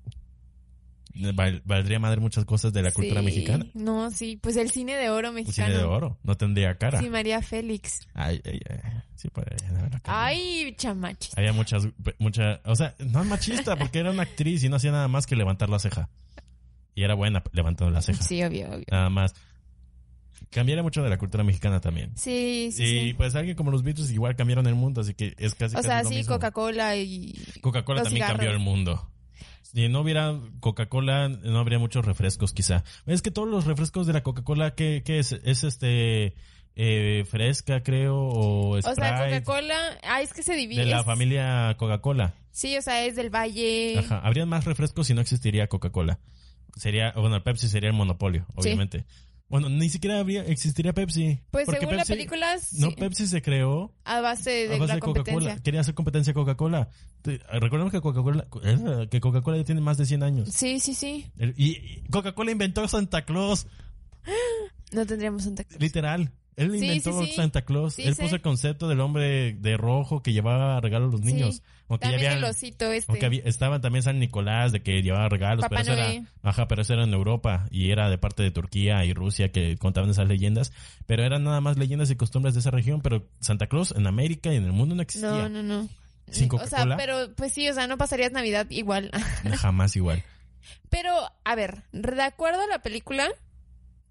Speaker 1: Val- valdría madre muchas cosas de la cultura
Speaker 2: Sí.
Speaker 1: mexicana.
Speaker 2: No, sí. Pues el cine de oro
Speaker 1: Un
Speaker 2: mexicano.
Speaker 1: cine de oro. No tendría cara.
Speaker 2: Sí, María Félix.
Speaker 1: Ay, ay, ay. Sí, pues, podría haber una cara.
Speaker 2: Ay, chamaches.
Speaker 1: Había muchas, mucha, o sea, no es machista porque era una actriz y no hacía nada más que levantar la ceja. Y era buena levantando la ceja.
Speaker 2: Sí, obvio, obvio.
Speaker 1: Nada más. Cambiaría mucho de la cultura mexicana también.
Speaker 2: Sí, sí.
Speaker 1: y
Speaker 2: sí.
Speaker 1: pues alguien como los Beatles igual cambiaron el mundo, así que es casi
Speaker 2: O
Speaker 1: casi
Speaker 2: sea,
Speaker 1: lo
Speaker 2: sí,
Speaker 1: mismo.
Speaker 2: Coca-Cola y.
Speaker 1: Coca-Cola
Speaker 2: los
Speaker 1: también
Speaker 2: cigarros.
Speaker 1: cambió el mundo. Si no hubiera Coca-Cola, no habría muchos refrescos quizá. Es que todos los refrescos de la Coca-Cola, ¿qué, qué es? Es este... eh, fresca, creo, o Sprite.
Speaker 2: O sea, Coca-Cola, ah, es que se divide.
Speaker 1: de la
Speaker 2: es-
Speaker 1: familia Coca-Cola.
Speaker 2: Sí, o sea, es del Valle.
Speaker 1: Ajá. Habrían más refrescos si no existiría Coca-Cola. Sería, bueno, Pepsi sería el monopolio, obviamente. Bueno, ni siquiera habría, existiría Pepsi.
Speaker 2: Pues
Speaker 1: porque
Speaker 2: según la
Speaker 1: Pepsi-
Speaker 2: película,
Speaker 1: No,
Speaker 2: sí,
Speaker 1: Pepsi se creó
Speaker 2: a base de
Speaker 1: a base
Speaker 2: la
Speaker 1: de
Speaker 2: competencia.
Speaker 1: Coca-Cola. Quería hacer competencia a Coca-Cola. Te- Recordemos que Coca-Cola eh, que Coca-Cola ya tiene más de 100 años.
Speaker 2: Sí, sí, sí.
Speaker 1: El- Y y Coca-Cola inventó Santa Claus,
Speaker 2: No tendríamos un tacto.
Speaker 1: literal. Él
Speaker 2: Sí,
Speaker 1: inventó
Speaker 2: sí, sí.
Speaker 1: Santa Claus.
Speaker 2: Sí,
Speaker 1: Él
Speaker 2: sé.
Speaker 1: puso el concepto del hombre de rojo que llevaba regalos a los
Speaker 2: Sí.
Speaker 1: niños. Aunque ya
Speaker 2: También
Speaker 1: habían-
Speaker 2: el osito este.
Speaker 1: aunque había- estaban también San Nicolás de que llevaba regalos,
Speaker 2: Papá
Speaker 1: pero eso
Speaker 2: Noel.
Speaker 1: era, ajá, pero eso era en Europa y era de parte de Turquía y Rusia que contaban esas leyendas, pero eran nada más leyendas y costumbres de esa región, pero Santa Claus en América y en el mundo no
Speaker 2: No,
Speaker 1: existía.
Speaker 2: no, no.
Speaker 1: Sin
Speaker 2: O sea,
Speaker 1: Coca-Cola.
Speaker 2: pero pues sí, o sea, no pasarías Navidad igual. [LAUGHS]
Speaker 1: [LAUGHS] Jamás igual.
Speaker 2: Pero, a ver, de acuerdo a la película,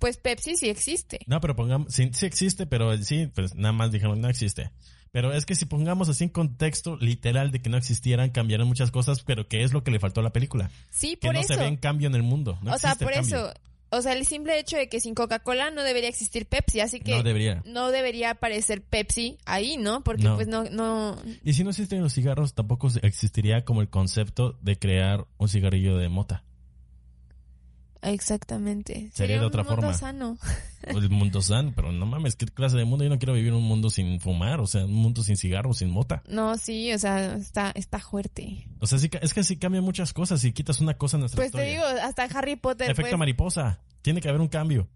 Speaker 2: pues Pepsi sí existe.
Speaker 1: No, pero pongamos, sí, sí existe, pero sí, pues nada más dijeron no existe. Pero es que si pongamos así en contexto literal de que no existieran, cambiarían muchas cosas, pero que es lo que le faltó a la película.
Speaker 2: Sí,
Speaker 1: Que
Speaker 2: por
Speaker 1: no
Speaker 2: eso.
Speaker 1: se ve en cambio en el mundo. No
Speaker 2: o sea,
Speaker 1: existe
Speaker 2: por
Speaker 1: cambio.
Speaker 2: eso. O sea, el simple hecho de que sin Coca-Cola no debería existir Pepsi, así que
Speaker 1: No
Speaker 2: no,
Speaker 1: debería.
Speaker 2: debería aparecer Pepsi ahí, ¿no? Porque
Speaker 1: No.
Speaker 2: pues no, no,
Speaker 1: Y si no existen los cigarros, tampoco existiría como el concepto de crear un cigarrillo de mota.
Speaker 2: exactamente.
Speaker 1: Sería de
Speaker 2: un
Speaker 1: otra
Speaker 2: mundo
Speaker 1: forma.
Speaker 2: sano.
Speaker 1: El mundo san, pero no mames, ¿qué clase de mundo? Yo no quiero vivir un mundo sin fumar, o sea, un mundo sin cigarros, sin mota.
Speaker 2: No, sí, o sea, está, está fuerte.
Speaker 1: O sea, sí ca- es que sí cambian muchas cosas y quitas una cosa en nuestra
Speaker 2: Pues
Speaker 1: historia.
Speaker 2: te digo, hasta Harry Potter.
Speaker 1: Efecto
Speaker 2: pues,
Speaker 1: mariposa. Tiene que haber
Speaker 2: [LAUGHS]
Speaker 1: un cambio.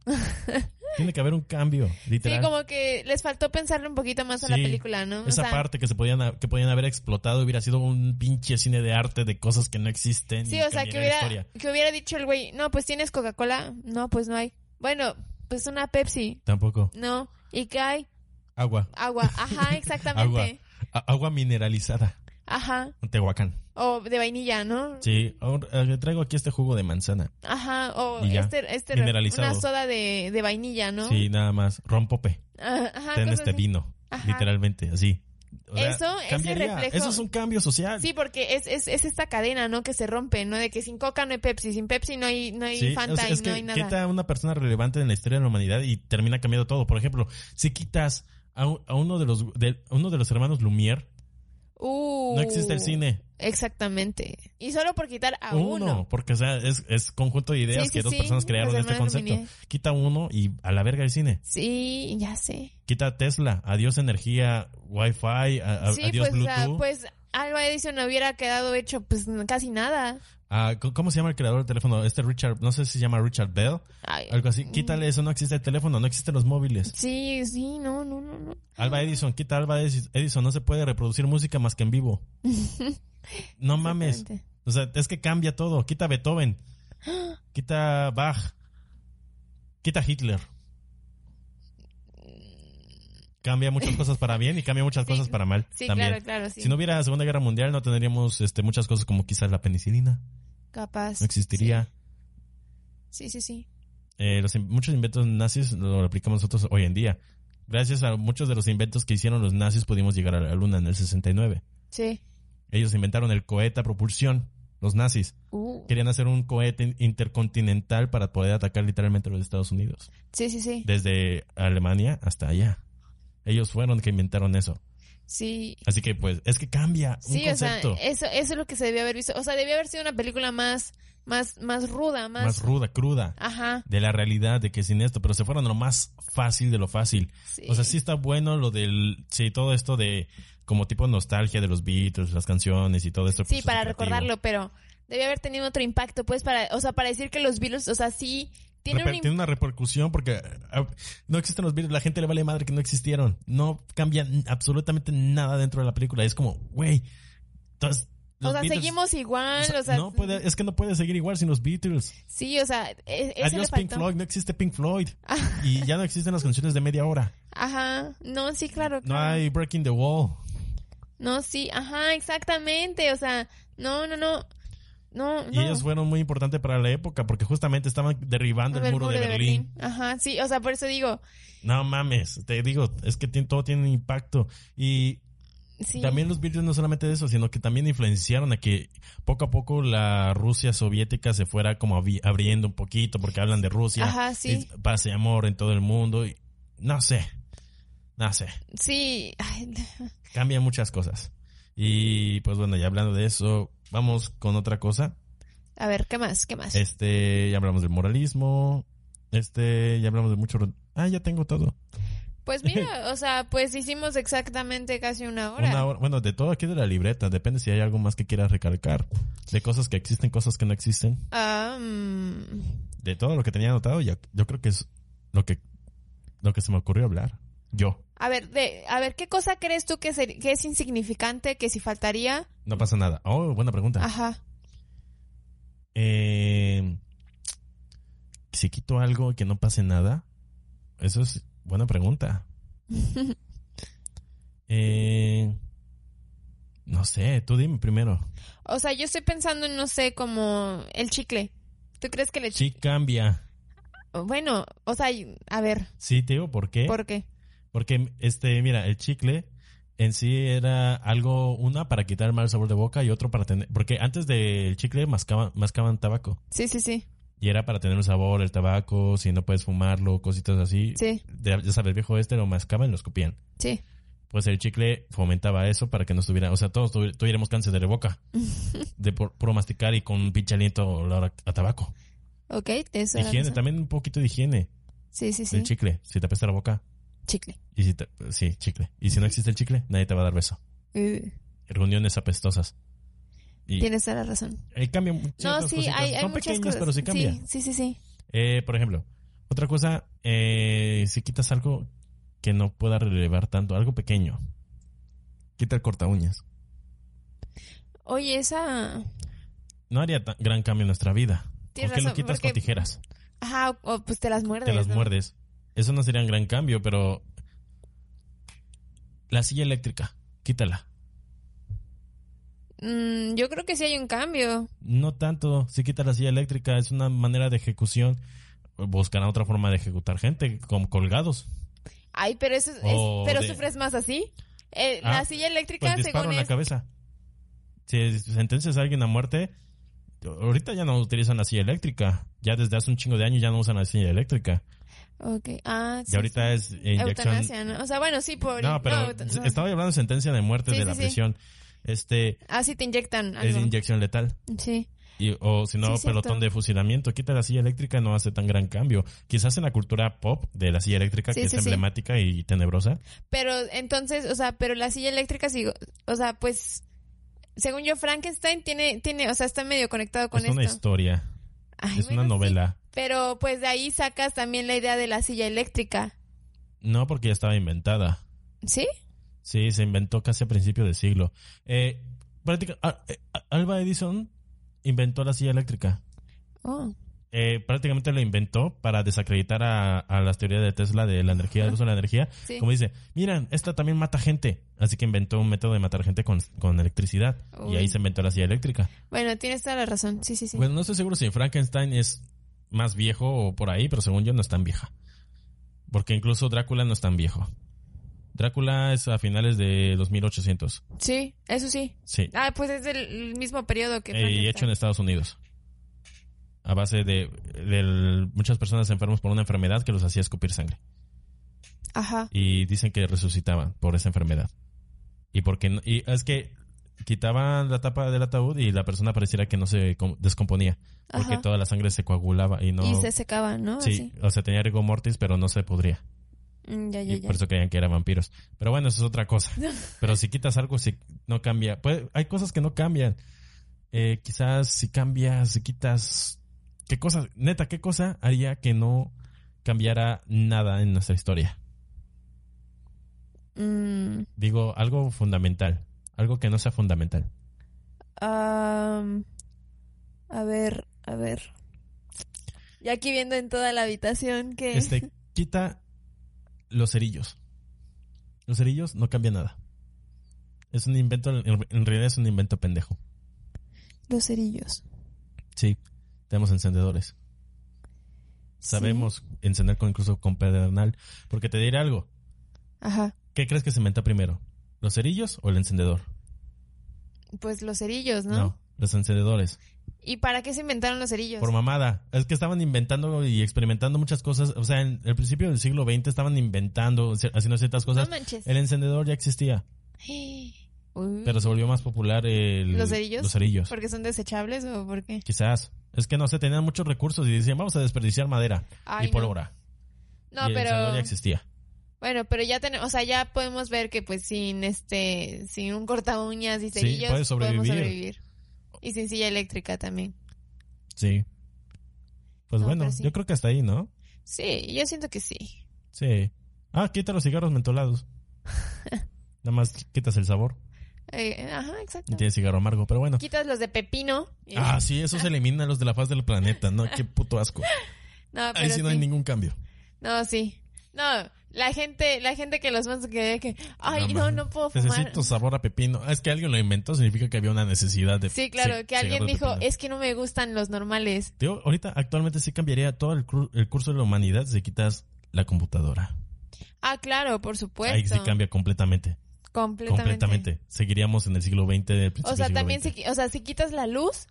Speaker 1: Tiene que haber un cambio,
Speaker 2: sí,
Speaker 1: literal.
Speaker 2: como que les faltó pensarle un poquito más a la
Speaker 1: Sí,
Speaker 2: película, ¿no? O
Speaker 1: Esa
Speaker 2: sea,
Speaker 1: parte que se podían que podían haber explotado hubiera sido un pinche cine de arte de cosas que no existen.
Speaker 2: Sí,
Speaker 1: y
Speaker 2: o sea, que
Speaker 1: cambiaría la
Speaker 2: hubiera,
Speaker 1: historia.
Speaker 2: que hubiera dicho el güey, no, pues tienes Coca-Cola. No, pues no hay. Bueno, pues una Pepsi.
Speaker 1: Tampoco.
Speaker 2: No. ¿Y qué hay?
Speaker 1: Agua. [LAUGHS]
Speaker 2: Agua. Ajá, exactamente.
Speaker 1: A- agua mineralizada.
Speaker 2: Ajá.
Speaker 1: Tehuacán.
Speaker 2: O de vainilla, ¿no?
Speaker 1: Sí, ahora, eh, traigo aquí este jugo de manzana.
Speaker 2: Ajá. O
Speaker 1: Y ya.
Speaker 2: este, este
Speaker 1: Mineralizado.
Speaker 2: una soda de, de vainilla, ¿no?
Speaker 1: Sí, nada más. Rompope.
Speaker 2: Ah, Ajá.
Speaker 1: Ten
Speaker 2: cosas
Speaker 1: este
Speaker 2: así.
Speaker 1: vino.
Speaker 2: Ajá.
Speaker 1: Literalmente, así. O sea,
Speaker 2: Eso, ese
Speaker 1: cambiaría.
Speaker 2: reflejo-
Speaker 1: Eso es un cambio social.
Speaker 2: Sí, porque es, es, es esta cadena, ¿no? Que se rompe, ¿no? De que sin Coca no hay Pepsi, sin Pepsi no hay, no hay
Speaker 1: Sí,
Speaker 2: Fanta
Speaker 1: o sea,
Speaker 2: y
Speaker 1: es
Speaker 2: no
Speaker 1: que
Speaker 2: hay nada.
Speaker 1: quita a una persona relevante en la historia de la humanidad y termina cambiando todo. Por ejemplo, si quitas a, un- a uno de los de- a uno de los hermanos Lumière,
Speaker 2: Uh,
Speaker 1: no existe el cine.
Speaker 2: Exactamente. Y solo por quitar a
Speaker 1: uno,
Speaker 2: uno.
Speaker 1: porque o sea, es, es conjunto de ideas
Speaker 2: Sí,
Speaker 1: que
Speaker 2: sí,
Speaker 1: dos
Speaker 2: sí,
Speaker 1: personas crearon
Speaker 2: los
Speaker 1: este
Speaker 2: hermanos
Speaker 1: concepto.
Speaker 2: Lumière.
Speaker 1: Quita uno y a la verga el cine.
Speaker 2: Sí, ya sé.
Speaker 1: Quita a Tesla, adiós energía, wifi, a- a-
Speaker 2: sí,
Speaker 1: adiós
Speaker 2: pues, o sea,
Speaker 1: Bluetooth.
Speaker 2: pues Alba Edison no hubiera quedado hecho pues casi nada.
Speaker 1: Ah, ¿cómo- ¿Cómo se llama el creador del teléfono? Este Richard, no sé si se llama Richard Bell,
Speaker 2: Ay,
Speaker 1: algo así. Quítale eso, no existe el teléfono, no existen los móviles.
Speaker 2: sí, sí, no, no, no, no.
Speaker 1: Alba Edison, quita a Alba Edis- Edison, no se puede reproducir música más que en vivo.
Speaker 2: [LAUGHS]
Speaker 1: No mames.
Speaker 2: Exactamente.
Speaker 1: O sea, es que cambia todo.
Speaker 2: [GASPS]
Speaker 1: Quita Beethoven, quita Bach, quita Hitler. Cambia muchas cosas para bien y cambia muchas
Speaker 2: Sí.
Speaker 1: cosas para mal.
Speaker 2: Sí,
Speaker 1: también.
Speaker 2: claro, claro, sí.
Speaker 1: Si no hubiera Segunda Guerra Mundial, no tendríamos este, muchas cosas como quizás la penicilina.
Speaker 2: Capaz.
Speaker 1: No existiría.
Speaker 2: Sí, sí, sí.
Speaker 1: eh, los in- muchos inventos nazis lo aplicamos nosotros hoy en día. Gracias a muchos de los inventos que hicieron los nazis pudimos llegar a la luna en el 69.
Speaker 2: Sí.
Speaker 1: Ellos inventaron el cohete a propulsión, los nazis.
Speaker 2: Uh,
Speaker 1: Querían hacer un cohete in- intercontinental para poder atacar literalmente los Estados Unidos,
Speaker 2: sí, sí, sí.
Speaker 1: desde Alemania hasta allá. Ellos fueron que inventaron eso.
Speaker 2: Sí.
Speaker 1: Así que pues es que cambia un
Speaker 2: Sí, o sea,
Speaker 1: concepto
Speaker 2: eso, eso es lo que se debió haber visto. O sea, debió haber sido una película más, más, más ruda, más.
Speaker 1: más ruda, cruda,
Speaker 2: Ajá.
Speaker 1: de la realidad de que sin esto, pero se fueron a lo más fácil de lo fácil.
Speaker 2: Sí.
Speaker 1: O sea, sí está bueno lo del. Sí, todo esto de. Como tipo nostalgia de los Beatles, las canciones y todo esto.
Speaker 2: Sí,
Speaker 1: pues,
Speaker 2: para
Speaker 1: es creativo.
Speaker 2: recordarlo, pero debió haber tenido otro impacto, pues, para, o sea, para decir que los virus, o sea, sí, tiene un
Speaker 1: Reper- Tiene
Speaker 2: impacto.
Speaker 1: una repercusión porque ah, no existen los Beatles, la gente le vale madre que no existieron. No cambian absolutamente nada dentro de la película. Es como, güey. Entonces.
Speaker 2: O
Speaker 1: los
Speaker 2: sea,
Speaker 1: Beatles-
Speaker 2: seguimos igual,
Speaker 1: o sea,
Speaker 2: o sea,
Speaker 1: no puede, es que no puede seguir igual sin los Beatles.
Speaker 2: sí, o sea, e- ese le
Speaker 1: Adiós Pink
Speaker 2: faltó.
Speaker 1: Floyd, no existe Pink Floyd.
Speaker 2: Ah.
Speaker 1: Y ya no existen las canciones de media hora.
Speaker 2: Ajá, no, sí, claro.
Speaker 1: No
Speaker 2: claro.
Speaker 1: hay Breaking the Wall.
Speaker 2: No, sí, ajá, exactamente, o sea, no, no, no, no,
Speaker 1: Y
Speaker 2: no.
Speaker 1: ellos fueron muy importantes para la época porque justamente estaban derribando el,
Speaker 2: Del
Speaker 1: muro, de Berlín.
Speaker 2: Ajá, sí, o sea, por eso digo,
Speaker 1: No mames, te digo, es que tiene- todo tiene un impacto. Y
Speaker 2: Sí.
Speaker 1: También los virus no solamente de eso, sino que también influenciaron a que poco a poco la Rusia soviética se fuera como abri- abriendo un poquito, porque hablan de Rusia,
Speaker 2: Ajá, sí.
Speaker 1: es paz y amor en todo el mundo, y no sé, no sé,
Speaker 2: Sí. Ay,
Speaker 1: cambian muchas cosas. Y pues bueno, ya hablando de eso, vamos con otra cosa.
Speaker 2: A ver, ¿qué más? ¿Qué más?
Speaker 1: Este, ya hablamos del moralismo, este, ya hablamos de mucho... ro- Ah, ya tengo todo.
Speaker 2: Pues
Speaker 1: [LAUGHS]
Speaker 2: mira, o sea, pues hicimos exactamente casi una hora.
Speaker 1: Una hora- bueno, de todo aquí de la libreta, depende si hay algo más que quieras recalcar. De cosas que existen, cosas que no existen.
Speaker 2: Ah, mm,
Speaker 1: De todo lo que tenía anotado, ya- yo creo que es lo que, lo que se me ocurrió hablar. Yo.
Speaker 2: a ver, de, a ver, ¿qué cosa crees tú que, ser- que es insignificante, que si faltaría?
Speaker 1: No pasa nada. Oh, buena pregunta.
Speaker 2: Ajá.
Speaker 1: Eh, si quito algo que no pase nada, eso es buena pregunta. Eh, no sé, tú dime primero.
Speaker 2: O sea, yo estoy pensando en, no sé, como el chicle. ¿Tú crees que el chicle?
Speaker 1: Sí cambia.
Speaker 2: Bueno, o sea, y- a ver,
Speaker 1: Sí, te digo por qué.
Speaker 2: ¿por qué?
Speaker 1: Porque, este, mira, el chicle en sí era algo, una para quitar el mal sabor de boca y otro para tener, porque antes del chicle mascaban, mascaban tabaco
Speaker 2: Sí, sí, sí.
Speaker 1: y era para tener el sabor, el tabaco, si no puedes fumarlo, cositas así.
Speaker 2: Sí,
Speaker 1: De- ya sabes, el viejo este lo mascaban y lo escupían.
Speaker 2: sí.
Speaker 1: Pues el chicle fomentaba eso para que no estuviera, o sea, todos tuvi- tuviéramos cáncer de
Speaker 2: [LAUGHS]
Speaker 1: boca, de por, puro masticar y con un pinche aliento olor a, a tabaco.
Speaker 2: Ok, eso. era
Speaker 1: Higiene,
Speaker 2: cosa.
Speaker 1: también un poquito de higiene
Speaker 2: Sí, sí,
Speaker 1: del
Speaker 2: sí.
Speaker 1: chicle, si te apesta la boca.
Speaker 2: Chicle.
Speaker 1: Y si te- sí, chicle. Y si no existe el chicle, nadie te va a dar beso.
Speaker 2: Uh,
Speaker 1: reuniones apestosas. Y
Speaker 2: Tienes toda la razón.
Speaker 1: eh, cambian
Speaker 2: No,
Speaker 1: ciertas
Speaker 2: sí,
Speaker 1: cositas.
Speaker 2: hay, hay
Speaker 1: Son
Speaker 2: muchas
Speaker 1: pequeñas,
Speaker 2: cosas.
Speaker 1: pero sí cambia.
Speaker 2: sí, sí, sí.
Speaker 1: Eh, por ejemplo, otra cosa, eh, si quitas algo que no pueda relevar tanto, algo pequeño, quita el corta uñas.
Speaker 2: Oye, esa...
Speaker 1: No haría tan- gran cambio en nuestra vida. ¿Por
Speaker 2: Tienes
Speaker 1: qué lo
Speaker 2: razón,
Speaker 1: quitas
Speaker 2: porque-
Speaker 1: con tijeras?
Speaker 2: Ajá, o, o, pues te las muerdes.
Speaker 1: Te las
Speaker 2: ¿no?
Speaker 1: muerdes. Eso no sería un gran cambio, pero la silla eléctrica, quítala.
Speaker 2: Mm, yo creo que sí hay un cambio.
Speaker 1: No tanto, si quitas la silla eléctrica, es una manera de ejecución. Buscarán otra forma de ejecutar gente, como colgados.
Speaker 2: Ay, pero eso es- es-
Speaker 1: O
Speaker 2: pero
Speaker 1: Oh, de-
Speaker 2: sufres más así. Eh,
Speaker 1: Ah,
Speaker 2: la silla eléctrica,
Speaker 1: Pues disparo
Speaker 2: según
Speaker 1: en la
Speaker 2: es-
Speaker 1: cabeza. Si sentencias a alguien a muerte, ahorita ya no utilizan la silla eléctrica. Ya desde hace un chingo de años ya no usan la silla eléctrica.
Speaker 2: Ok, ah, sí.
Speaker 1: y ahorita es eh, inyección.
Speaker 2: Eutanasia, ¿no? O sea, bueno, sí, por...
Speaker 1: No, pero
Speaker 2: euta-
Speaker 1: se-
Speaker 2: no.
Speaker 1: estaba hablando de sentencia de muerte
Speaker 2: Sí,
Speaker 1: de
Speaker 2: sí,
Speaker 1: la
Speaker 2: sí.
Speaker 1: prisión. Este
Speaker 2: Ah, sí, te inyectan
Speaker 1: es
Speaker 2: algo.
Speaker 1: inyección letal.
Speaker 2: sí.
Speaker 1: Y, o si no,
Speaker 2: Sí, cierto.
Speaker 1: pelotón de fusilamiento. Quita la silla eléctrica, no hace tan gran cambio. Quizás en la cultura pop de la silla eléctrica,
Speaker 2: Sí,
Speaker 1: que
Speaker 2: sí,
Speaker 1: es
Speaker 2: sí.
Speaker 1: emblemática y tenebrosa.
Speaker 2: Pero entonces, o sea, pero la silla eléctrica sí, o sea, pues según yo Frankenstein tiene tiene, o sea, está medio conectado con
Speaker 1: es una
Speaker 2: esto.
Speaker 1: historia,
Speaker 2: Ay,
Speaker 1: es
Speaker 2: bueno,
Speaker 1: una
Speaker 2: sí.
Speaker 1: novela.
Speaker 2: Pero pues de ahí sacas también la idea de la silla eléctrica.
Speaker 1: No porque ya estaba inventada.
Speaker 2: ¿Sí?
Speaker 1: Sí, se inventó casi a principio de siglo. Eh, práctica- a- eh, a- Alba Edison inventó la silla eléctrica.
Speaker 2: Oh.
Speaker 1: Eh, prácticamente lo inventó para desacreditar a, a las teorías de Tesla de la energía, del uso de la energía.
Speaker 2: Sí.
Speaker 1: Como dice, miren, esta también mata gente. Así que inventó un método de matar gente con, con electricidad. Y
Speaker 2: Uy.
Speaker 1: ahí se inventó la silla eléctrica.
Speaker 2: Bueno, tienes toda la razón. Sí, sí, sí.
Speaker 1: Bueno, no estoy seguro si Frankenstein es más viejo o por ahí, pero según yo no es tan vieja. Porque incluso Drácula no es tan viejo. Drácula es a finales de los 1800.
Speaker 2: Sí, eso sí.
Speaker 1: Sí.
Speaker 2: Ah, pues es del mismo periodo que
Speaker 1: Eh, y
Speaker 2: Frankenstein.
Speaker 1: hecho en Estados Unidos. A base de, del- muchas personas enfermas por una enfermedad que los hacía escupir sangre.
Speaker 2: Ajá.
Speaker 1: Y dicen que resucitaban por esa enfermedad. Y porque no- y es que quitaban la tapa del ataúd y la persona pareciera que no se com- descomponía. Porque
Speaker 2: Ajá.
Speaker 1: toda la sangre se coagulaba y no...
Speaker 2: Y se secaba, ¿no?
Speaker 1: sí, o sea, tenía rigor mortis, pero no se podría.
Speaker 2: Así. Mm, ya, ya,
Speaker 1: Y
Speaker 2: ya.
Speaker 1: por eso creían que eran vampiros. Pero bueno, eso es otra cosa.
Speaker 2: [LAUGHS]
Speaker 1: Pero si quitas algo, si no cambia. Puede- hay cosas que no cambian. Eh, quizás si cambias, si quitas. ¿Qué cosa? Neta, ¿qué cosa haría que no cambiara nada en nuestra historia?
Speaker 2: Mm,
Speaker 1: Digo, algo fundamental. Algo que no sea fundamental.
Speaker 2: am, a ver, a ver. Y aquí viendo en toda la habitación que
Speaker 1: Este, quita los cerillos. Los cerillos no cambian nada. Es un invento, en en realidad es un invento pendejo.
Speaker 2: los cerillos.
Speaker 1: Sí, tenemos encendedores. sabemos encender con incluso con pedernal. Porque te diré algo.
Speaker 2: Sí. Ajá.
Speaker 1: ¿Qué crees que se inventó primero? ¿Los cerillos o el encendedor?
Speaker 2: Pues los cerillos, ¿no?
Speaker 1: los encendedores.
Speaker 2: ¿Y para qué se inventaron los cerillos?
Speaker 1: Por mamada. Es que estaban inventando y experimentando muchas cosas. O sea, en el principio del siglo XX estaban inventando, ce- haciendo ciertas
Speaker 2: no
Speaker 1: cosas.
Speaker 2: manches.
Speaker 1: El encendedor ya existía,
Speaker 2: [GASPS] Uy.
Speaker 1: pero se volvió más popular el,
Speaker 2: Mm. ¿Los cerillos?
Speaker 1: Los cerillos.
Speaker 2: ¿Porque son desechables o por qué?
Speaker 1: Quizás. Es que no se tenían muchos recursos y decían, vamos a desperdiciar madera
Speaker 2: Ay,
Speaker 1: y
Speaker 2: no.
Speaker 1: pólvora.
Speaker 2: No,
Speaker 1: y el encendedor ya
Speaker 2: pero
Speaker 1: existía.
Speaker 2: bueno, pero ya tenemos, o sea, ya podemos ver que pues sin este, sin un corta uñas y
Speaker 1: Sí,
Speaker 2: cerillos
Speaker 1: puedes
Speaker 2: podemos
Speaker 1: sobrevivir.
Speaker 2: sobrevivir. Y sin silla eléctrica también.
Speaker 1: Sí. Pues
Speaker 2: No,
Speaker 1: bueno,
Speaker 2: pero sí.
Speaker 1: yo creo que hasta ahí, ¿no?
Speaker 2: Sí, yo siento que sí.
Speaker 1: Sí. Ah, quita los
Speaker 2: [LAUGHS]
Speaker 1: cigarros mentolados. Nada más quitas el sabor.
Speaker 2: Eh, ajá, exacto.
Speaker 1: Y tiene cigarro amargo, pero bueno.
Speaker 2: Quitas los de pepino. y-
Speaker 1: Ah, sí, esos eliminan los de la faz del planeta, ¿no? Qué
Speaker 2: [LAUGHS]
Speaker 1: puto asco.
Speaker 2: no, pero
Speaker 1: Ahí sí no hay
Speaker 2: sí.
Speaker 1: ningún cambio.
Speaker 2: No, sí. No, la gente, la gente que los más que, que ay, no,
Speaker 1: mames.
Speaker 2: no puedo fumar.
Speaker 1: Necesito sabor a pepino. Ah, Es que alguien lo inventó, significa que había una necesidad de.
Speaker 2: Sí, claro,
Speaker 1: ci-
Speaker 2: que alguien
Speaker 1: cigarro de
Speaker 2: dijo,
Speaker 1: pepino.
Speaker 2: es que no me gustan los normales.
Speaker 1: Tío, ahorita actualmente sí cambiaría todo el, cru- el curso de la humanidad si quitas la computadora.
Speaker 2: Ah, claro, por supuesto.
Speaker 1: Ahí sí cambia completamente.
Speaker 2: completamente.
Speaker 1: Completamente. Seguiríamos en el siglo XX del principio
Speaker 2: O sea,
Speaker 1: del siglo
Speaker 2: también
Speaker 1: XX.
Speaker 2: si, qui- o sea, si quitas la luz,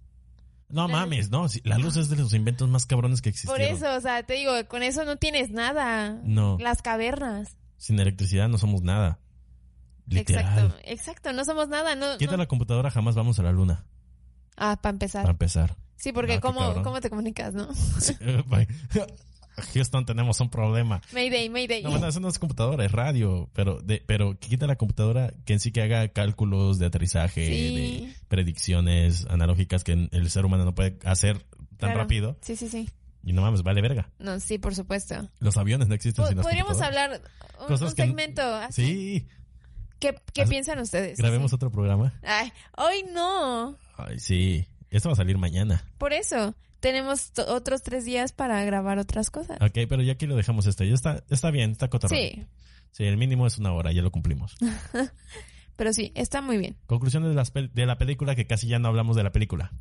Speaker 1: No
Speaker 2: la
Speaker 1: mames, no. sí, La luz es de los inventos más cabrones que
Speaker 2: por
Speaker 1: existieron.
Speaker 2: eso, o sea, te digo, con eso no tienes nada.
Speaker 1: No,
Speaker 2: Las cavernas.
Speaker 1: sin electricidad no somos nada. Literal.
Speaker 2: Exacto, exacto, no somos nada, no.
Speaker 1: Quita
Speaker 2: no-
Speaker 1: la computadora, jamás vamos a la luna.
Speaker 2: Ah, para empezar. [LAUGHS]
Speaker 1: Para empezar.
Speaker 2: Sí, porque
Speaker 1: No, qué
Speaker 2: ¿cómo,
Speaker 1: cabrón.
Speaker 2: ¿cómo te comunicas,
Speaker 1: [LAUGHS]
Speaker 2: no?
Speaker 1: Sí, eh, bye. Houston, tenemos un problema.
Speaker 2: Mayday, Mayday.
Speaker 1: No, bueno, eso no es computadora, es radio. Pero, de, pero que quita la computadora que en sí que haga cálculos de aterrizaje, de
Speaker 2: sí.
Speaker 1: predicciones analógicas que el ser humano no puede hacer tan
Speaker 2: Claro.
Speaker 1: rápido.
Speaker 2: sí, sí, sí.
Speaker 1: Y no mames, vale verga.
Speaker 2: No, sí, por supuesto.
Speaker 1: Los aviones no existen
Speaker 2: Po-
Speaker 1: sin las
Speaker 2: Podríamos
Speaker 1: computadoras.
Speaker 2: hablar un- un,
Speaker 1: ¿eh? Cosas que-
Speaker 2: segmento. así.
Speaker 1: Sí,
Speaker 2: ¿Qué, qué
Speaker 1: Haz-
Speaker 2: piensan ustedes?
Speaker 1: grabemos otro programa.
Speaker 2: Ay, hoy no.
Speaker 1: Ay, sí. Esto va a salir mañana.
Speaker 2: Por eso, tenemos to- otros tres días para grabar otras cosas.
Speaker 1: Ok, pero ya aquí lo dejamos este. Ya está, está bien, Ah, está cotarrón.
Speaker 2: Sí,
Speaker 1: Sí, el mínimo es una hora, ya
Speaker 2: [LAUGHS]
Speaker 1: lo cumplimos.
Speaker 2: pero sí, está muy bien.
Speaker 1: Conclusiones de, las pel- de la película, que casi ya no hablamos de la película.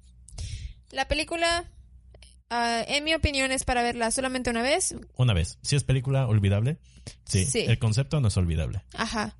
Speaker 2: La película, ah, en mi opinión, es para verla solamente una vez.
Speaker 1: Una vez. Si es película olvidable, sí.
Speaker 2: Sí.
Speaker 1: El concepto no es olvidable.
Speaker 2: Ajá.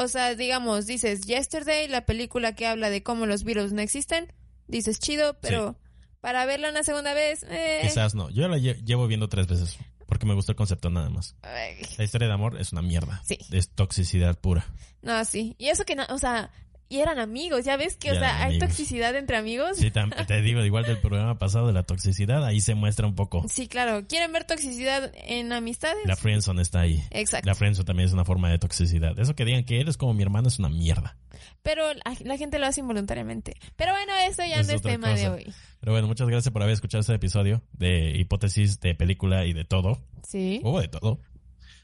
Speaker 2: O sea, digamos, dices Yesterday, la película que habla de cómo los virus no existen. Dices chido, pero para verla una segunda vez. eh,
Speaker 1: Quizás no. Yo la lle- llevo viendo tres veces porque me gustó el concepto nada más.
Speaker 2: ay,
Speaker 1: La historia de amor es una mierda.
Speaker 2: Sí.
Speaker 1: Es toxicidad pura.
Speaker 2: No, sí. Y eso que, no, o sea, y eran amigos, ya ves que,
Speaker 1: Y
Speaker 2: o sea,
Speaker 1: eran
Speaker 2: hay
Speaker 1: amigos.
Speaker 2: toxicidad entre amigos. [LAUGHS]
Speaker 1: Sí, tam- te digo, igual del programa pasado de la toxicidad, ahí se muestra un poco.
Speaker 2: Sí, claro. ¿Quieren ver toxicidad en amistades?
Speaker 1: La friendzone está ahí.
Speaker 2: Exacto.
Speaker 1: La friendzone también es una forma de toxicidad. Eso que digan que eres como mi hermano es una mierda.
Speaker 2: Pero la, la gente lo hace involuntariamente. Pero bueno, eso ya
Speaker 1: Es
Speaker 2: no es
Speaker 1: otra
Speaker 2: tema de
Speaker 1: cosa.
Speaker 2: hoy.
Speaker 1: Pero bueno, muchas gracias por haber escuchado este episodio de hipótesis de película y de todo.
Speaker 2: Sí.
Speaker 1: Hubo de todo.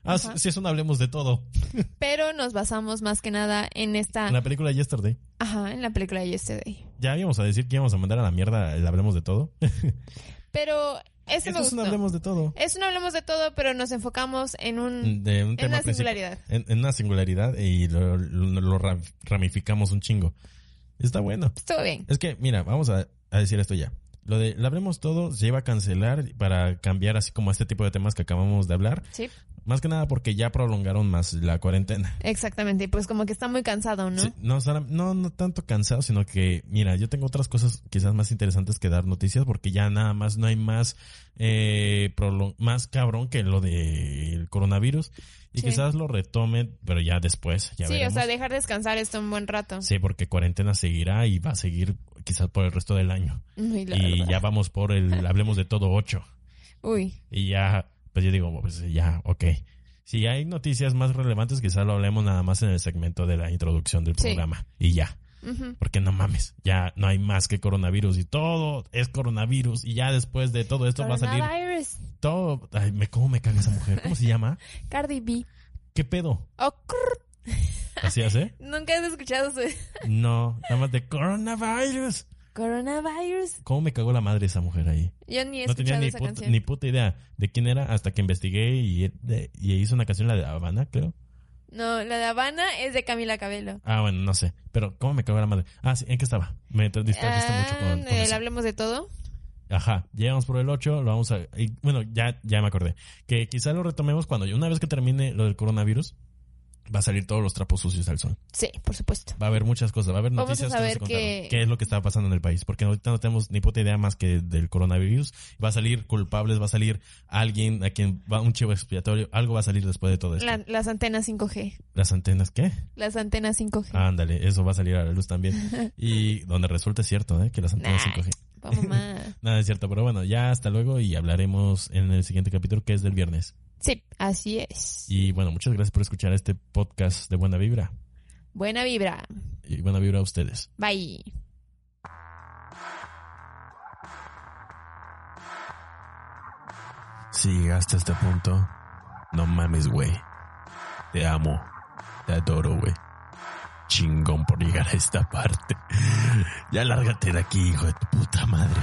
Speaker 1: Ah,
Speaker 2: Ajá.
Speaker 1: si es un hablemos de todo.
Speaker 2: Pero nos basamos más que nada en esta.
Speaker 1: En la película Yesterday.
Speaker 2: Ajá, en la película de Yesterday.
Speaker 1: Ya íbamos a decir que íbamos a mandar a la mierda el hablemos de todo.
Speaker 2: Pero este me
Speaker 1: Esto es un
Speaker 2: gustó.
Speaker 1: hablemos de todo. Mm,
Speaker 2: Es un hablemos de todo, pero nos enfocamos en un.
Speaker 1: De un
Speaker 2: En
Speaker 1: tema
Speaker 2: la
Speaker 1: principal.
Speaker 2: singularidad.
Speaker 1: En, en una singularidad y lo, lo- lo ra- ramificamos un chingo. Está bueno.
Speaker 2: Estuvo bien.
Speaker 1: Es que, mira, vamos a, a decir esto ya. Lo de lo hablemos todo se iba a cancelar para cambiar así como este tipo de temas que acabamos de hablar.
Speaker 2: Sí,
Speaker 1: Más que nada porque ya prolongaron más la cuarentena.
Speaker 2: exactamente. Y Pues como que está muy cansado, ¿no?
Speaker 1: Sí, no, Sara, no, no tanto cansado, sino que, mira, yo tengo otras cosas quizás más interesantes que dar noticias porque ya nada más no hay más, eh, prolo- más cabrón que lo del coronavirus. Y
Speaker 2: Sí.
Speaker 1: quizás lo retome, pero ya después, ya
Speaker 2: Sí, o
Speaker 1: veremos.
Speaker 2: sea, dejar descansar esto un buen rato.
Speaker 1: Sí, porque cuarentena seguirá y va a seguir quizás por el resto del año.
Speaker 2: Muy
Speaker 1: Y
Speaker 2: largo.
Speaker 1: ya vamos por
Speaker 2: [LAUGHS]
Speaker 1: el, hablemos de todo 8.
Speaker 2: Uy,
Speaker 1: Y ya, pues yo digo, pues ya, ok. Si hay noticias más relevantes, quizás lo hablemos nada más en el segmento de la introducción del
Speaker 2: Sí.
Speaker 1: programa. Y ya,
Speaker 2: ujú,
Speaker 1: porque no mames, ya no hay más que coronavirus y todo es coronavirus. Y ya después de todo esto va a salir
Speaker 2: Coronavirus,
Speaker 1: todo. Ay, me, ¿cómo me caga esa mujer? ¿Cómo se llama?
Speaker 2: Cardi B.
Speaker 1: ¿Qué pedo?
Speaker 2: Oh, crrr,
Speaker 1: ¿Así hace?
Speaker 2: Nunca has escuchado su
Speaker 1: No, nada más de coronavirus.
Speaker 2: coronavirus.
Speaker 1: ¿Cómo me cagó la madre esa mujer ahí?
Speaker 2: Yo ni he
Speaker 1: No tenía
Speaker 2: escuchado
Speaker 1: ni
Speaker 2: esa
Speaker 1: puta,
Speaker 2: canción.
Speaker 1: ni puta idea de quién era hasta que investigué y, de- y hizo una canción, la de Habana, creo.
Speaker 2: No, la de Habana es de Camila Cabello.
Speaker 1: Ah, bueno, no sé. Pero, ¿cómo me cagó la madre? Ah, sí, ¿en qué estaba? Me tra- distrajiste mucho
Speaker 2: Ah,
Speaker 1: con, con
Speaker 2: del
Speaker 1: eso.
Speaker 2: hablemos de todo.
Speaker 1: Ajá, llegamos por el 8, lo vamos a... y, bueno, ya, ya me acordé. Que quizá lo retomemos cuando yo, una vez que termine lo del coronavirus, va a salir todos los trapos sucios al sol.
Speaker 2: Sí, por supuesto.
Speaker 1: Va a haber muchas cosas, va a haber
Speaker 2: Vamos a
Speaker 1: noticias
Speaker 2: saber
Speaker 1: que no se contaron.
Speaker 2: que-
Speaker 1: ¿Qué es lo que está pasando en el país? Porque ahorita no tenemos ni puta idea más que del coronavirus. Va a salir culpables, va a salir alguien a quien va un chivo expiatorio. Algo va a salir después de todo esto.
Speaker 2: La- las antenas 5G.
Speaker 1: Las antenas, ¿qué?
Speaker 2: Las antenas 5G.
Speaker 1: Ándale, eso va a salir a la
Speaker 2: [LAUGHS]
Speaker 1: luz también. Y donde resulta cierto, ¿eh? Que las antenas
Speaker 2: Nah.
Speaker 1: 5G.
Speaker 2: Vamos más.
Speaker 1: Nada, es cierto, pero bueno, ya hasta luego y hablaremos en el siguiente capítulo que es del viernes.
Speaker 2: Sí, así es.
Speaker 1: Y bueno, muchas gracias por escuchar este podcast de Buena Vibra.
Speaker 2: Buena vibra.
Speaker 1: Y buena vibra a ustedes.
Speaker 2: Bye.
Speaker 3: Si llegaste a este punto, no mames, güey. Te amo. Te adoro, güey. Chingón por llegar a esta parte. Ya lárgate de aquí, hijo de tu puta madre.